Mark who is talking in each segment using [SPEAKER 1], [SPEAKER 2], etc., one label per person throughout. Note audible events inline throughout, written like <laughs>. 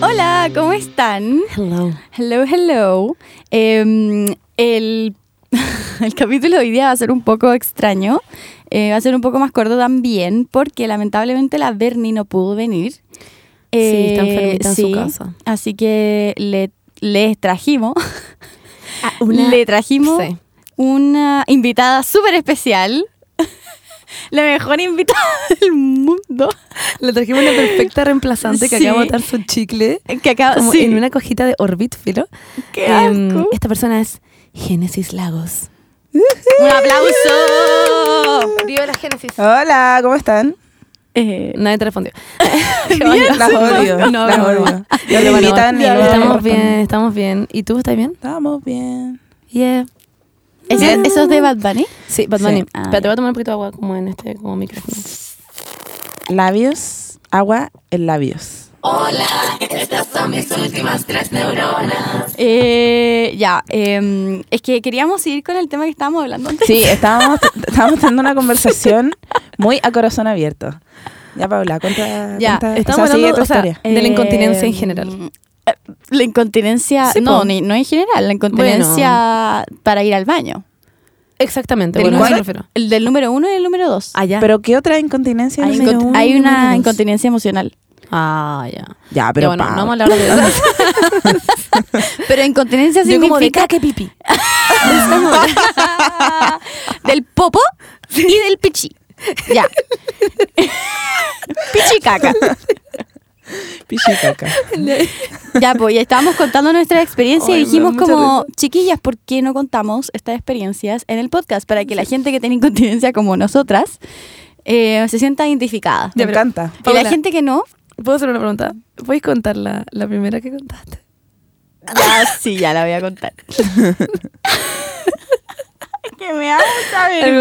[SPEAKER 1] Hola, ¿cómo están?
[SPEAKER 2] Hello.
[SPEAKER 1] Hello, hello. Eh, el, <laughs> el capítulo de hoy día va a ser un poco extraño. Eh, va a ser un poco más corto también, porque lamentablemente la Bernie no pudo venir. Eh,
[SPEAKER 2] Sí, está enfermita en su casa.
[SPEAKER 1] Así que le, les trajimos, <laughs>
[SPEAKER 2] Ah, una-
[SPEAKER 1] le trajimos
[SPEAKER 2] Sí.
[SPEAKER 1] una invitada súper especial. <laughs> La mejor invitada <laughs> del mundo.
[SPEAKER 2] Le trajimos una perfecta reemplazante que
[SPEAKER 1] Sí.
[SPEAKER 2] acaba de botar su chicle
[SPEAKER 1] Que acaba
[SPEAKER 2] como
[SPEAKER 1] sí.
[SPEAKER 2] en una cojita de Orbit Filo.
[SPEAKER 1] ¡Qué
[SPEAKER 2] Em,
[SPEAKER 1] asco!
[SPEAKER 2] esta persona es Génesis Lagos.
[SPEAKER 1] ¡Un aplauso!
[SPEAKER 2] Viva la Génesis.
[SPEAKER 3] Hola, ¿cómo
[SPEAKER 2] <laughs>
[SPEAKER 3] están?
[SPEAKER 1] Eh,
[SPEAKER 2] Nadie te respondió.
[SPEAKER 3] Las odio.
[SPEAKER 2] No,
[SPEAKER 3] las
[SPEAKER 2] broma.
[SPEAKER 3] odio. Ya me
[SPEAKER 2] Bueno,
[SPEAKER 3] invitan y
[SPEAKER 1] ya
[SPEAKER 3] no
[SPEAKER 2] Estamos
[SPEAKER 3] respondo.
[SPEAKER 2] bien, estamos bien. ¿Y tú estás bien?
[SPEAKER 3] Estamos bien.
[SPEAKER 2] Yeah.
[SPEAKER 1] ¿Eso,
[SPEAKER 3] Bien.
[SPEAKER 1] eso es de Bad Bunny?
[SPEAKER 2] Sí, Batman.
[SPEAKER 3] Sí.
[SPEAKER 1] Ah,
[SPEAKER 2] Pero te
[SPEAKER 1] ya.
[SPEAKER 2] voy a tomar un poquito de agua como en este como micrófono.
[SPEAKER 3] Labios, agua en
[SPEAKER 2] <laughs>
[SPEAKER 3] labios.
[SPEAKER 1] Eh, ya, em, es que queríamos seguir con el tema que estábamos hablando antes.
[SPEAKER 3] Sí, estábamos, estábamos teniendo una conversación muy a corazón abierto. Ya, Paula, cuenta.
[SPEAKER 1] Ya,
[SPEAKER 3] cuenta-
[SPEAKER 2] estamos
[SPEAKER 3] o sea, sigue
[SPEAKER 2] hablando,
[SPEAKER 3] tu
[SPEAKER 2] o sea,
[SPEAKER 3] historia.
[SPEAKER 2] de la
[SPEAKER 1] Em,
[SPEAKER 2] incontinencia en general.
[SPEAKER 1] eh, La incontinencia,
[SPEAKER 2] Sí,
[SPEAKER 1] no,
[SPEAKER 2] po.
[SPEAKER 1] ni- no en general, la incontinencia para ir al baño.
[SPEAKER 2] Exactamente,
[SPEAKER 1] Del
[SPEAKER 2] bueno, a eso me
[SPEAKER 1] número-
[SPEAKER 2] refiero.
[SPEAKER 1] el del número uno y el número dos.
[SPEAKER 2] Allá.
[SPEAKER 3] Pero ¿qué otra incontinencia?
[SPEAKER 1] hay,
[SPEAKER 3] número
[SPEAKER 1] incont-
[SPEAKER 3] uno
[SPEAKER 1] hay
[SPEAKER 3] y número
[SPEAKER 1] una
[SPEAKER 3] dos?
[SPEAKER 1] incontinencia emocional.
[SPEAKER 2] Ah, ya.
[SPEAKER 3] Ya,
[SPEAKER 2] Ya,
[SPEAKER 3] pero
[SPEAKER 2] bueno,
[SPEAKER 3] Pau,
[SPEAKER 2] no vamos a hablar de <laughs> eso.
[SPEAKER 1] Pero incontinencia
[SPEAKER 2] <laughs> Yo como de
[SPEAKER 1] significa
[SPEAKER 2] caca pipí.
[SPEAKER 1] del popo y del pichi. Ya. pichi
[SPEAKER 2] <laughs>
[SPEAKER 1] caca.
[SPEAKER 3] pichicaca.
[SPEAKER 1] Ya, pues, y estábamos contando nuestra experiencia
[SPEAKER 3] Ay,
[SPEAKER 1] y
[SPEAKER 3] me
[SPEAKER 1] dijimos
[SPEAKER 3] da mucha
[SPEAKER 1] como, chiquillas, ¿por qué no contamos estas experiencias en el podcast? Para que la gente que tiene incontinencia como nosotras eh, se sienta identificada.
[SPEAKER 3] Me
[SPEAKER 2] Ya, pero-
[SPEAKER 3] encanta.
[SPEAKER 1] y
[SPEAKER 2] Paula.
[SPEAKER 1] la gente que
[SPEAKER 2] <laughs>
[SPEAKER 1] no,
[SPEAKER 2] ¿Puedo hacer una pregunta? ¿Puedes contar la, la primera que contaste?
[SPEAKER 1] ya sí, ya la voy a
[SPEAKER 2] <laughs>
[SPEAKER 1] contar. <laughs> que me
[SPEAKER 2] Ah,
[SPEAKER 1] da mucha
[SPEAKER 2] <laughs>
[SPEAKER 1] <laughs>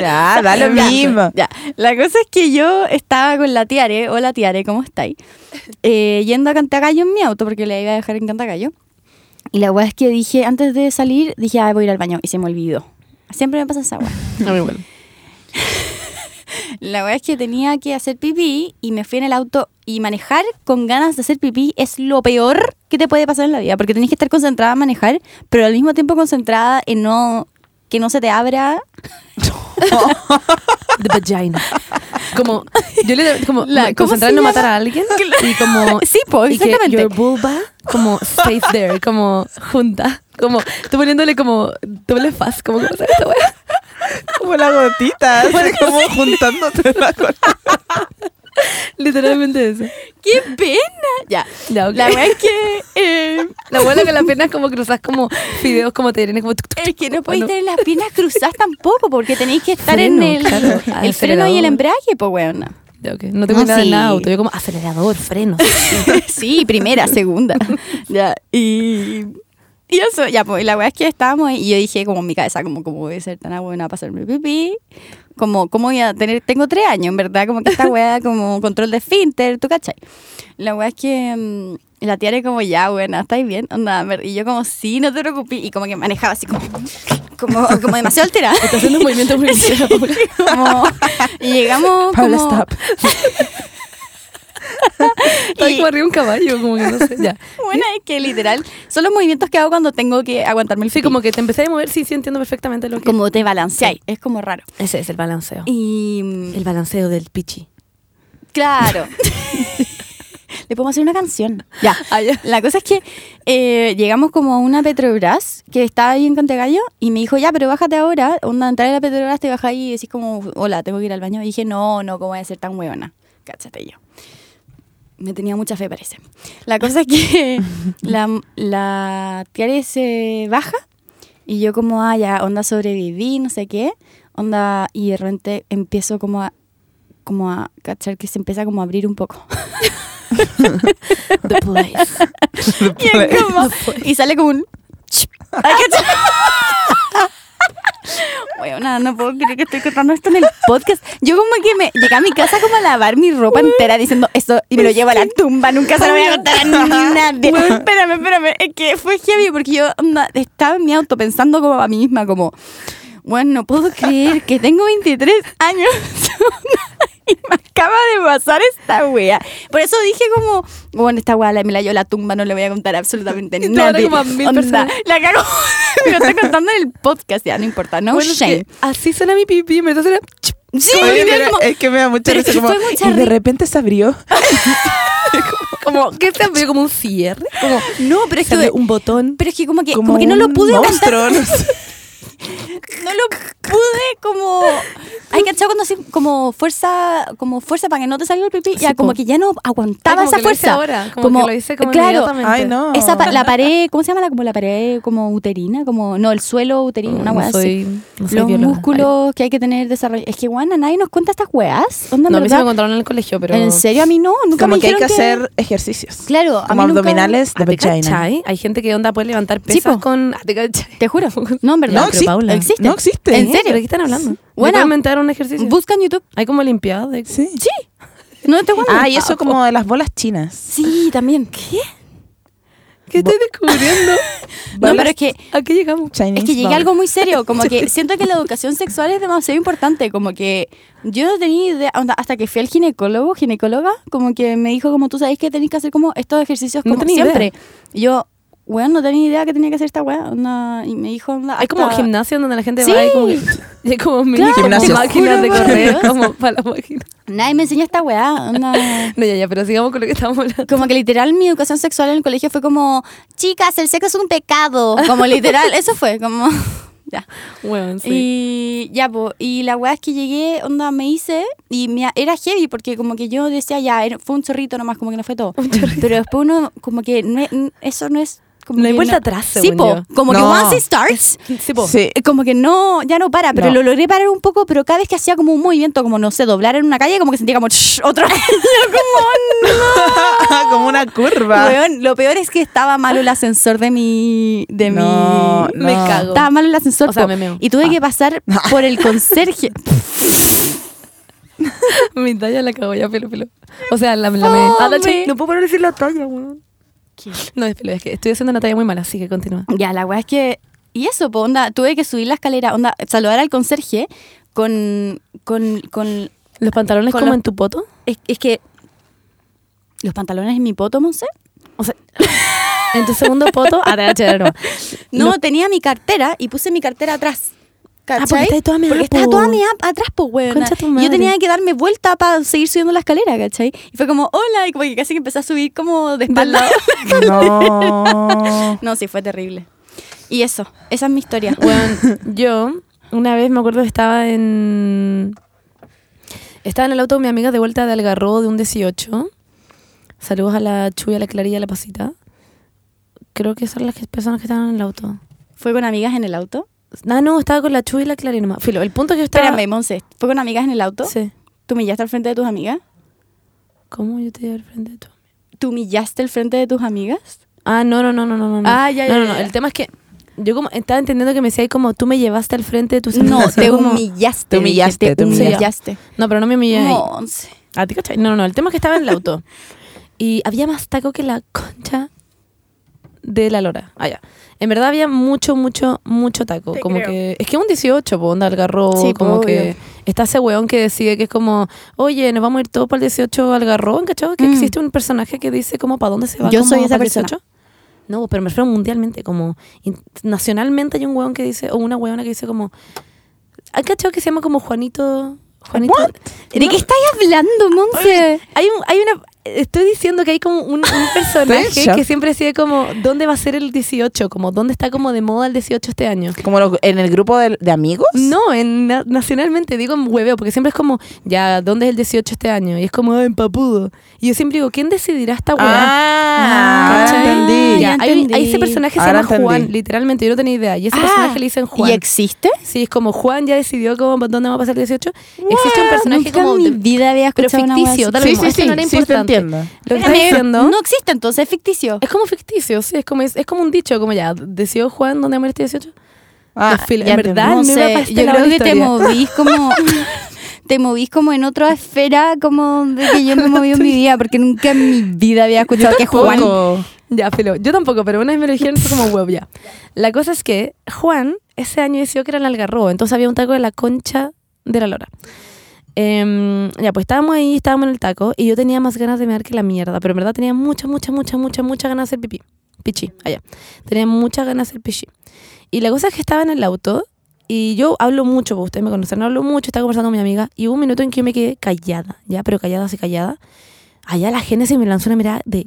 [SPEAKER 3] Ya, da lo
[SPEAKER 1] Ya,
[SPEAKER 3] mismo.
[SPEAKER 1] Ya. La cosa es que yo estaba con la Tiare, hola Tiare, ¿cómo
[SPEAKER 2] <laughs>
[SPEAKER 1] estáis? Eh, yendo a Cantagallo en mi auto porque la iba a dejar en Cantagallo. Y la weá es que dije, antes de salir, dije, ah, voy a ir al baño. Y se me olvidó. Siempre me pasa esa
[SPEAKER 2] <laughs>
[SPEAKER 1] weá.
[SPEAKER 2] A mí igual.
[SPEAKER 1] La weá es que tenía que hacer pipí y me fui en el auto. Y manejar con ganas de hacer pipí es lo peor que te puede pasar en la vida. Porque tenés que estar concentrada en manejar, pero al mismo tiempo concentrada en no que no se te abra
[SPEAKER 2] The vagina. Como, yo le como
[SPEAKER 1] La-
[SPEAKER 2] me-
[SPEAKER 1] ¿cómo
[SPEAKER 2] concentrar
[SPEAKER 1] se
[SPEAKER 2] en no
[SPEAKER 1] llama?
[SPEAKER 2] matar a alguien y
[SPEAKER 1] <laughs>
[SPEAKER 2] como
[SPEAKER 1] Sí, po,
[SPEAKER 2] y que
[SPEAKER 1] exactamente.
[SPEAKER 2] your vulva como stays there, como junta, como tú poniéndole como doble faz, como ¿cómo se llama esta wea?
[SPEAKER 3] Como la gotita, así
[SPEAKER 2] <laughs>
[SPEAKER 3] como juntándote la gotita.
[SPEAKER 2] Literalmente eso.
[SPEAKER 1] ¡Qué pena! Ya.
[SPEAKER 2] Ya, ok.
[SPEAKER 1] La verdad es que. eh,
[SPEAKER 2] La abuela con las piernas como cruzas como fideos como te vienen como tuc, tuc, tuc.
[SPEAKER 1] es que no podéis
[SPEAKER 2] Bueno.
[SPEAKER 1] tener las piernas cruzadas tampoco, porque tenéis que estar
[SPEAKER 2] Freno,
[SPEAKER 1] en el,
[SPEAKER 2] claro, Ah,
[SPEAKER 1] el freno y
[SPEAKER 2] acelerador.
[SPEAKER 1] el embrague, pues, weona.
[SPEAKER 2] Ya, ok. No tengo
[SPEAKER 1] Ah,
[SPEAKER 2] nada de
[SPEAKER 1] sí.
[SPEAKER 2] nada de auto, yo como
[SPEAKER 1] <laughs>
[SPEAKER 2] acelerador, frenos.
[SPEAKER 1] sí, primera,
[SPEAKER 2] <laughs>
[SPEAKER 1] segunda. ya, y. Y eso, ya, pues, y la weá es que estábamos ahí, y yo dije, como en mi cabeza, como, ¿cómo voy a ser tan buena a pasarme pipí? Como, ¿cómo voy a tener? Tengo tres años, en verdad, como que esta
[SPEAKER 2] <laughs>
[SPEAKER 1] weá, como control de esfínter, ¿tú cachai? La weá es que mm, la tía era como, ya, buena, ¿estáis bien? Onda, me- y yo como, sí, no te preocupes, y como que manejaba así como, como, como demasiado alterada.
[SPEAKER 2] Está haciendo
[SPEAKER 1] <laughs>
[SPEAKER 2] un movimiento muy <laughs> ligero, Paula.
[SPEAKER 1] Como- y llegamos
[SPEAKER 3] Paula,
[SPEAKER 1] como,
[SPEAKER 3] stop.
[SPEAKER 2] Está
[SPEAKER 1] Y-
[SPEAKER 2] como arriba un caballo, como que no sé, ya.
[SPEAKER 1] <laughs> Bueno, es que literal, son los movimientos que hago cuando tengo que aguantarme el
[SPEAKER 2] Sí,
[SPEAKER 1] pipí.
[SPEAKER 2] como que te empecé a mover, sí, sí entiendo perfectamente lo que...
[SPEAKER 1] como te balanceáis, es como raro.
[SPEAKER 2] Ese es el balanceo.
[SPEAKER 1] Y mm,
[SPEAKER 2] El balanceo del pichi.
[SPEAKER 1] claro. <laughs> Le podemos hacer una canción. Ya.
[SPEAKER 2] <laughs> Ah, ya.
[SPEAKER 1] La cosa es que eh, llegamos como a una Petrobras que estaba ahí en Cantegallo y me dijo, ya, pero bájate ahora. Onda, entrar a la Petrobras, te bajas ahí y decís como, hola, tengo que ir al baño. Y dije, no, no, ¿cómo voy a ser tan huevona? Cáchate yo. Me tenía mucha fe, parece. La cosa es
[SPEAKER 2] <laughs>
[SPEAKER 1] que la, la Tiare se baja y yo como, ah, ya, onda sobreviví, no sé qué. Onda, y de repente empiezo como a, como a cachar que se empieza como a abrir un poco. <laughs>
[SPEAKER 2] The place.
[SPEAKER 1] Y, es como- y sale como un... Ay, ¿cachai? <laughs> Weona, no puedo creer que estoy contando esto en el podcast. Yo como que me llegué a mi casa como a lavar mi ropa entera diciendo esto y me lo llevo a la tumba, nunca se lo voy a contar a nadie. Weón, <laughs> espérame, espérame, es que fue heavy porque yo onda, estaba en mi auto pensando como a mí misma como, bueno, no puedo creer que tengo 23 años <laughs> y me acabo acaba de pasar esta wea. Por eso dije como, bueno, esta wea la, me la yo la tumba, no le voy a contar absolutamente
[SPEAKER 2] Y <laughs> te
[SPEAKER 1] nada.
[SPEAKER 2] habla como a mil personas.
[SPEAKER 1] la cago. <laughs> me lo está contando en el podcast, ya no importa, no
[SPEAKER 2] Bueno, es que
[SPEAKER 1] shame.
[SPEAKER 2] así suena mi pipí, en verdad suena... chup.
[SPEAKER 1] Sí,
[SPEAKER 3] Oye,
[SPEAKER 1] es
[SPEAKER 3] pero
[SPEAKER 1] como-
[SPEAKER 3] es que me da mucha
[SPEAKER 1] pero es
[SPEAKER 3] risa
[SPEAKER 1] que
[SPEAKER 3] como,
[SPEAKER 1] fue mucha
[SPEAKER 3] y de
[SPEAKER 1] ri-
[SPEAKER 3] repente se abrió.
[SPEAKER 2] Como, ¿qué se abrió? ¿Como un cierre? Como,
[SPEAKER 1] No, Oh, pero es que...
[SPEAKER 2] sale un botón.
[SPEAKER 1] Pero es que como que, como que no
[SPEAKER 3] un
[SPEAKER 1] lo pude aguantar,
[SPEAKER 3] monstruo, <laughs> no sé.
[SPEAKER 1] no lo pude como... Hay cachado cuando así como fuerza, como fuerza para que no te salga el pipí, ya
[SPEAKER 2] Sí,
[SPEAKER 1] como
[SPEAKER 2] po.
[SPEAKER 1] que ya no aguantaba
[SPEAKER 2] Ay, como
[SPEAKER 1] esa
[SPEAKER 2] que lo hice
[SPEAKER 1] fuerza.
[SPEAKER 2] ahora, como, que lo hice como
[SPEAKER 1] claro,
[SPEAKER 2] inmediatamente.
[SPEAKER 3] Ay, no.
[SPEAKER 1] Esa pa- la pared, ¿cómo se llama la como la pared como uterina? Como no, el suelo uterino, una
[SPEAKER 2] Oh, No
[SPEAKER 1] weá así.
[SPEAKER 2] soy- no soy
[SPEAKER 1] Los
[SPEAKER 2] bióloga.
[SPEAKER 1] músculos que hay que tener desarrollados. Es que guana, nadie nos cuenta estas weas. Onda, en
[SPEAKER 2] Ay, No, a mí se me
[SPEAKER 1] verdad,
[SPEAKER 2] contaron en el colegio, pero...
[SPEAKER 1] En serio, a mí no, nunca
[SPEAKER 3] Como
[SPEAKER 1] me
[SPEAKER 3] que hay
[SPEAKER 1] dijeron
[SPEAKER 3] que hacer ejercicios.
[SPEAKER 1] Claro, a
[SPEAKER 3] Como
[SPEAKER 1] mí nunca-
[SPEAKER 3] abdominales
[SPEAKER 2] ¿Ah,
[SPEAKER 3] de
[SPEAKER 2] te
[SPEAKER 3] vagina.
[SPEAKER 2] cachai? Hay gente que onda puede levantar
[SPEAKER 1] Sí,
[SPEAKER 2] pesas
[SPEAKER 1] po.
[SPEAKER 2] con... ¿Ah, ¿Te cachai?
[SPEAKER 1] Te
[SPEAKER 2] <laughs>
[SPEAKER 1] juro, no, en verdad.
[SPEAKER 3] No, existe.
[SPEAKER 2] Paula.
[SPEAKER 1] existe.
[SPEAKER 3] No existe.
[SPEAKER 1] ¿En
[SPEAKER 2] ¿Eh?
[SPEAKER 1] serio?
[SPEAKER 2] ¿Pero de qué están hablando?
[SPEAKER 1] Bueno.
[SPEAKER 2] Bueno. inventar un ejercicio?
[SPEAKER 1] Busca en YouTube.
[SPEAKER 2] Hay como olimpiadas. de-
[SPEAKER 3] Sí.
[SPEAKER 1] No te guana.
[SPEAKER 3] Ah, y eso como de las bolas chinas.
[SPEAKER 1] Sí, también. ¿Qué?
[SPEAKER 2] ¿Qué estoy descubriendo?
[SPEAKER 1] <laughs> No,
[SPEAKER 3] Bolas
[SPEAKER 1] pero es que
[SPEAKER 2] ¿A qué llegamos?
[SPEAKER 3] Chinese
[SPEAKER 1] Es que llegué a
[SPEAKER 3] ball.
[SPEAKER 1] algo muy serio, como
[SPEAKER 2] <laughs>
[SPEAKER 1] que siento que la educación sexual es demasiado importante, como que yo no tenía idea, onda, hasta que fui al ginecólogo, ginecóloga, como que me dijo como tú sabes que tenés que hacer como estos ejercicios
[SPEAKER 2] No
[SPEAKER 1] como
[SPEAKER 2] tenía
[SPEAKER 1] siempre. Y yo, weón, no tenía idea que tenía que hacer esta weá, onda, y me dijo, onda,
[SPEAKER 2] Hay como
[SPEAKER 1] hasta-
[SPEAKER 2] gimnasio donde la gente
[SPEAKER 1] Sí.
[SPEAKER 2] va y como que... <laughs> Y hay como mini
[SPEAKER 1] Claro,
[SPEAKER 3] Gimnasio.
[SPEAKER 2] máquinas de
[SPEAKER 1] juro, por
[SPEAKER 2] correr,
[SPEAKER 1] Dios.
[SPEAKER 2] como para la máquina.
[SPEAKER 1] Nadie me enseñó esta weá,
[SPEAKER 2] <laughs>
[SPEAKER 1] onda.
[SPEAKER 2] No, ya, ya, pero sigamos con lo que estamos hablando.
[SPEAKER 1] Como que literal mi educación sexual en el colegio fue como, chicas, el sexo es un pecado. Como literal, eso fue, como, <laughs> ya.
[SPEAKER 2] Bueno, sí.
[SPEAKER 1] Y ya, po, y la weá es que llegué, onda, me hice, y me, era heavy, porque como que yo decía, ya, era- fue un chorrito nomás, como que no fue
[SPEAKER 2] <laughs>
[SPEAKER 1] todo. Pero después uno, como que, no es- n- eso no es... Como
[SPEAKER 2] No hay
[SPEAKER 1] que
[SPEAKER 2] vuelta atrás,
[SPEAKER 1] Sí,
[SPEAKER 2] según
[SPEAKER 1] po,
[SPEAKER 2] yo.
[SPEAKER 1] como que
[SPEAKER 3] No.
[SPEAKER 1] once it starts,
[SPEAKER 2] Sí,
[SPEAKER 1] <laughs>
[SPEAKER 2] po.
[SPEAKER 3] Sí. <laughs>
[SPEAKER 1] eh, como que no, ya no para, pero
[SPEAKER 3] No.
[SPEAKER 1] lo logré parar un poco, pero cada vez que hacía como un movimiento, como, no sé, doblar en una calle, como que sentía como, "Shh", otra vez, <laughs> yo como, no.
[SPEAKER 3] como una curva.
[SPEAKER 1] Weón, lo peor es que estaba malo el ascensor de mi... De
[SPEAKER 3] No,
[SPEAKER 1] mi
[SPEAKER 2] Me
[SPEAKER 3] no.
[SPEAKER 2] cago.
[SPEAKER 1] estaba mal el ascensor.
[SPEAKER 2] O sea,
[SPEAKER 1] po.
[SPEAKER 2] me meo.
[SPEAKER 1] Y tuve
[SPEAKER 2] Ah.
[SPEAKER 1] que pasar por
[SPEAKER 3] <laughs>
[SPEAKER 1] el conserje.
[SPEAKER 2] Mi talla la cago ya, pelo, pelo. O sea, la, la me...
[SPEAKER 1] Fome.
[SPEAKER 2] Ah, la ch- no puedo parar de decir la talla, weón. No, es pelo, es que estoy haciendo una talla muy mala, así que continúa.
[SPEAKER 1] ya, la weá es que. Y eso, po, onda, tuve que subir la escalera, onda, saludar al conserje con. con. con.
[SPEAKER 2] ¿Los pantalones
[SPEAKER 1] Con
[SPEAKER 2] como
[SPEAKER 1] los-
[SPEAKER 2] en tu poto?
[SPEAKER 1] Es, es que. ¿Los pantalones en mi poto, Monse?
[SPEAKER 2] O sea, en tu segundo poto, ah, te cachai, no.
[SPEAKER 1] No, tenía mi cartera y puse mi cartera atrás. ¿Cachai?
[SPEAKER 2] Ah, porque está toda mea,
[SPEAKER 1] Porque estaba
[SPEAKER 2] po.
[SPEAKER 1] toda mea atrás, po, weón.
[SPEAKER 2] Concha tu
[SPEAKER 1] Yo
[SPEAKER 2] madre.
[SPEAKER 1] tenía que darme vuelta para seguir subiendo la escalera, ¿cachai? Y fue como, hola, y como que casi que empecé a subir como de espalda. <laughs>
[SPEAKER 3] No.
[SPEAKER 1] No, sí, fue terrible. Y eso, esa es mi
[SPEAKER 2] <laughs>
[SPEAKER 1] historia.
[SPEAKER 2] Bueno, yo una vez me acuerdo que estaba en. Estaba en el auto con mi amiga de vuelta de Algarrobo de un 18. Saludos a la Chuya, a la Clarilla, a la Pasita. Creo que son las que- personas que estaban en el auto.
[SPEAKER 1] ¿Fue con amigas en el auto?
[SPEAKER 2] Ah, no, estaba con la Chuya y la Clarilla nomás. Filo, el punto es que yo estaba.
[SPEAKER 1] Espérame, Monse, ¿fue con amigas en el auto?
[SPEAKER 2] Sí.
[SPEAKER 1] ¿Tú humillaste al frente de tus amigas?
[SPEAKER 2] ¿Cómo yo te llevo al frente de tu
[SPEAKER 1] ¿Tú humillaste al frente de tus amigas?
[SPEAKER 2] Ah, no, no, no, no, no, no. no.
[SPEAKER 1] Ah, ya, ya,
[SPEAKER 2] No, no,
[SPEAKER 1] ya,
[SPEAKER 2] no.
[SPEAKER 1] ya.
[SPEAKER 2] El tema es que yo como estaba entendiendo que me decía ahí como tú me llevaste al frente de tus
[SPEAKER 1] No,
[SPEAKER 2] amigas.
[SPEAKER 1] te
[SPEAKER 2] Yo como-
[SPEAKER 1] humillaste.
[SPEAKER 3] Te humillaste,
[SPEAKER 1] dije,
[SPEAKER 3] te
[SPEAKER 1] humillaste.
[SPEAKER 2] No, pero no me humillé. ahí.
[SPEAKER 1] Monse.
[SPEAKER 2] ¿A ti cachai? No, no, no. El tema es que estaba en el auto.
[SPEAKER 1] <laughs>
[SPEAKER 2] y había más taco que la concha de la lora. Allá. En verdad había mucho, mucho, mucho taco.
[SPEAKER 1] Te
[SPEAKER 2] como
[SPEAKER 1] creo.
[SPEAKER 2] que. Es que un 18, po, onda Algarrobo.
[SPEAKER 1] Sí, po,
[SPEAKER 2] como
[SPEAKER 1] obvio.
[SPEAKER 2] que. Está ese weón que decide que es como, oye, nos vamos a ir todos para el 18 Algarrobo, ¿cachai? Que
[SPEAKER 1] Mm.
[SPEAKER 2] existe un personaje que dice como para dónde se va.
[SPEAKER 1] Yo
[SPEAKER 2] como
[SPEAKER 1] soy esa
[SPEAKER 2] pa'l
[SPEAKER 1] persona.
[SPEAKER 2] 18. No, pero me refiero mundialmente, como in- nacionalmente hay un weón que dice, o una weona que dice como, ¿hay cachado que se llama como Juanito? Juanito.
[SPEAKER 1] ¿De
[SPEAKER 2] No.
[SPEAKER 1] qué estás hablando, Monse?
[SPEAKER 2] Hay, un- hay una. Estoy diciendo que hay como un, un
[SPEAKER 3] Estoy
[SPEAKER 2] personaje
[SPEAKER 3] en shock.
[SPEAKER 2] que siempre sigue como, ¿dónde va a ser el 18? Como, ¿dónde está como de moda el 18 este año?
[SPEAKER 3] Como lo- en el grupo de, de amigos.
[SPEAKER 2] No, en, na- nacionalmente digo en hueveo, porque siempre es como, ya, ¿dónde es el 18 este año? Y es como, ah, en papudo. Y yo siempre digo, ¿quién decidirá esta hueá?
[SPEAKER 3] Ah,
[SPEAKER 2] ¿Cachai?
[SPEAKER 3] ahora entendí.
[SPEAKER 2] Ya,
[SPEAKER 1] Ya
[SPEAKER 2] hay, un- hay
[SPEAKER 1] entendí.
[SPEAKER 2] ese personaje que se
[SPEAKER 3] Ahora
[SPEAKER 2] llama
[SPEAKER 3] entendí.
[SPEAKER 2] Juan, literalmente, yo no tenía idea. Y ese personaje le dicen Juan.
[SPEAKER 1] Ah. ¿Y existe?
[SPEAKER 2] sí, es como Juan ya decidió cómo, dónde va a pasar el 18. Existe un personaje
[SPEAKER 1] Ah, Nunca
[SPEAKER 2] como
[SPEAKER 1] en mi
[SPEAKER 2] de-
[SPEAKER 1] vida había
[SPEAKER 2] pero
[SPEAKER 1] escuchado una
[SPEAKER 2] ficticio,
[SPEAKER 1] hueá
[SPEAKER 2] da
[SPEAKER 1] así.
[SPEAKER 2] lo mismo, esto no era
[SPEAKER 3] sí, te
[SPEAKER 2] importante.
[SPEAKER 3] entiendo.
[SPEAKER 2] Lo que está
[SPEAKER 1] Espérame,
[SPEAKER 2] diciendo.
[SPEAKER 1] No existe, entonces es ficticio.
[SPEAKER 2] Es como ficticio, sí, es como, es, es como un dicho, como ya, decidió Juan dónde amar este 18.
[SPEAKER 3] Ah,
[SPEAKER 2] Desfile,
[SPEAKER 3] ya
[SPEAKER 2] en verdad,
[SPEAKER 3] entendí.
[SPEAKER 2] no iba a
[SPEAKER 1] Monse,
[SPEAKER 2] pasar
[SPEAKER 1] yo
[SPEAKER 2] la
[SPEAKER 1] creo que
[SPEAKER 2] buena
[SPEAKER 1] te
[SPEAKER 2] historia.
[SPEAKER 1] movís como
[SPEAKER 2] <laughs>
[SPEAKER 1] te movís como en otra esfera como de que
[SPEAKER 2] <laughs>
[SPEAKER 1] yo me he movido en mi vida porque nunca en mi vida había escuchado que Juan
[SPEAKER 3] Poco.
[SPEAKER 2] Ya, filo. Yo tampoco, pero una vez me lo dijeron, fue como huevo, ya. La cosa es que Juan ese año decidió que era el algarrobo, entonces había un taco de la concha de la lora. Em, ya, pues estábamos ahí, estábamos en el taco y yo tenía más ganas de mear que la mierda, pero en verdad tenía mucha, mucha, mucha, mucha, mucha ganas de hacer pipí. Pichi, allá. Tenía muchas ganas de hacer pichi. Y la cosa es que estaba en el auto y yo hablo mucho, pues ustedes me conocen, hablo mucho, estaba conversando con mi amiga y hubo un minuto en que yo me quedé callada, ya, pero callada, así callada. Allá la Génesis me lanzó una mirada de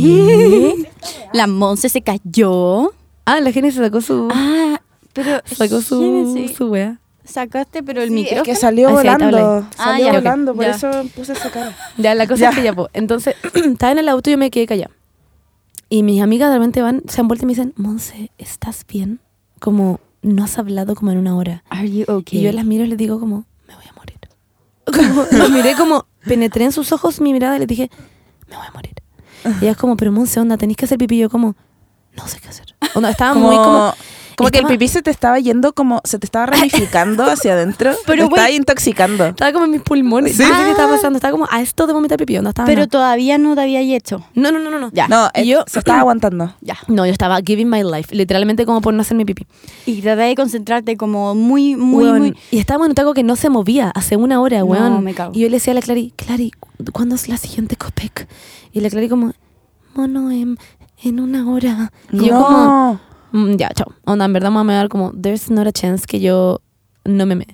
[SPEAKER 2] ¿qué? <laughs>
[SPEAKER 1] La Monse se cayó.
[SPEAKER 2] Ah, la Génesis sacó su.
[SPEAKER 1] Ah, pero
[SPEAKER 2] sacó su,
[SPEAKER 1] Génesis,
[SPEAKER 2] su wea.
[SPEAKER 1] sacaste, pero el
[SPEAKER 3] Sí,
[SPEAKER 1] micrófono.
[SPEAKER 3] es que salió
[SPEAKER 2] Ah, sí, ahí te
[SPEAKER 3] volando.
[SPEAKER 2] hablé.
[SPEAKER 1] Ah,
[SPEAKER 3] Salió
[SPEAKER 1] ya, ok.
[SPEAKER 3] volando, por
[SPEAKER 2] Ya.
[SPEAKER 3] eso puse esa cara.
[SPEAKER 2] Ya, la cosa es que ya, po. Entonces, <clears throat> estaba en el auto y yo me quedé callada. Y mis amigas de repente van, se han vuelto y me dicen, Monse, ¿estás bien? Como, no has hablado como en una hora.
[SPEAKER 1] Are you okay?
[SPEAKER 2] Y yo las miro y les digo como, me voy a morir. <laughs> Como, las miré como, penetré en sus ojos mi mirada y les dije, me voy a morir. Y ellas como, pero Monse, onda, tenéis que hacer pipí. Y yo como, no sé qué hacer. Onda, estaba
[SPEAKER 3] Ah, Como,
[SPEAKER 2] muy como...
[SPEAKER 3] como que el
[SPEAKER 2] estaba-
[SPEAKER 3] pipí se te estaba yendo como, se te estaba ramificando hacia adentro.
[SPEAKER 1] Pero,
[SPEAKER 3] te
[SPEAKER 1] güey.
[SPEAKER 3] estaba intoxicando.
[SPEAKER 2] Estaba como en mis pulmones.
[SPEAKER 3] Sí.
[SPEAKER 2] No sé qué estaba pasando. Estaba como, a esto de vomitar pipí. Onda, estaba...
[SPEAKER 1] pero todavía no te había hecho.
[SPEAKER 2] no, no, no, no. no.
[SPEAKER 1] Ya.
[SPEAKER 3] No,
[SPEAKER 2] Y
[SPEAKER 3] eh,
[SPEAKER 2] yo-
[SPEAKER 3] se estaba aguantando.
[SPEAKER 1] Ya.
[SPEAKER 2] No, yo estaba giving my life, literalmente como por no hacer mi pipí.
[SPEAKER 1] Y traté de concentrarte como muy, muy,
[SPEAKER 2] Weón,
[SPEAKER 1] muy.
[SPEAKER 2] Y estábamos en un taco que no se movía hace una hora,
[SPEAKER 1] No,
[SPEAKER 2] weón.
[SPEAKER 1] me cago.
[SPEAKER 2] Y yo le decía a la Clary, Clary, ¿cu- ¿cuándo es la siguiente Copec? Y la Clary como, mono, em, en una hora. Y yo como,
[SPEAKER 3] No.
[SPEAKER 2] "Mm, ya, chao. Onda, en verdad me voy a dar como, there's not a chance que yo no me me.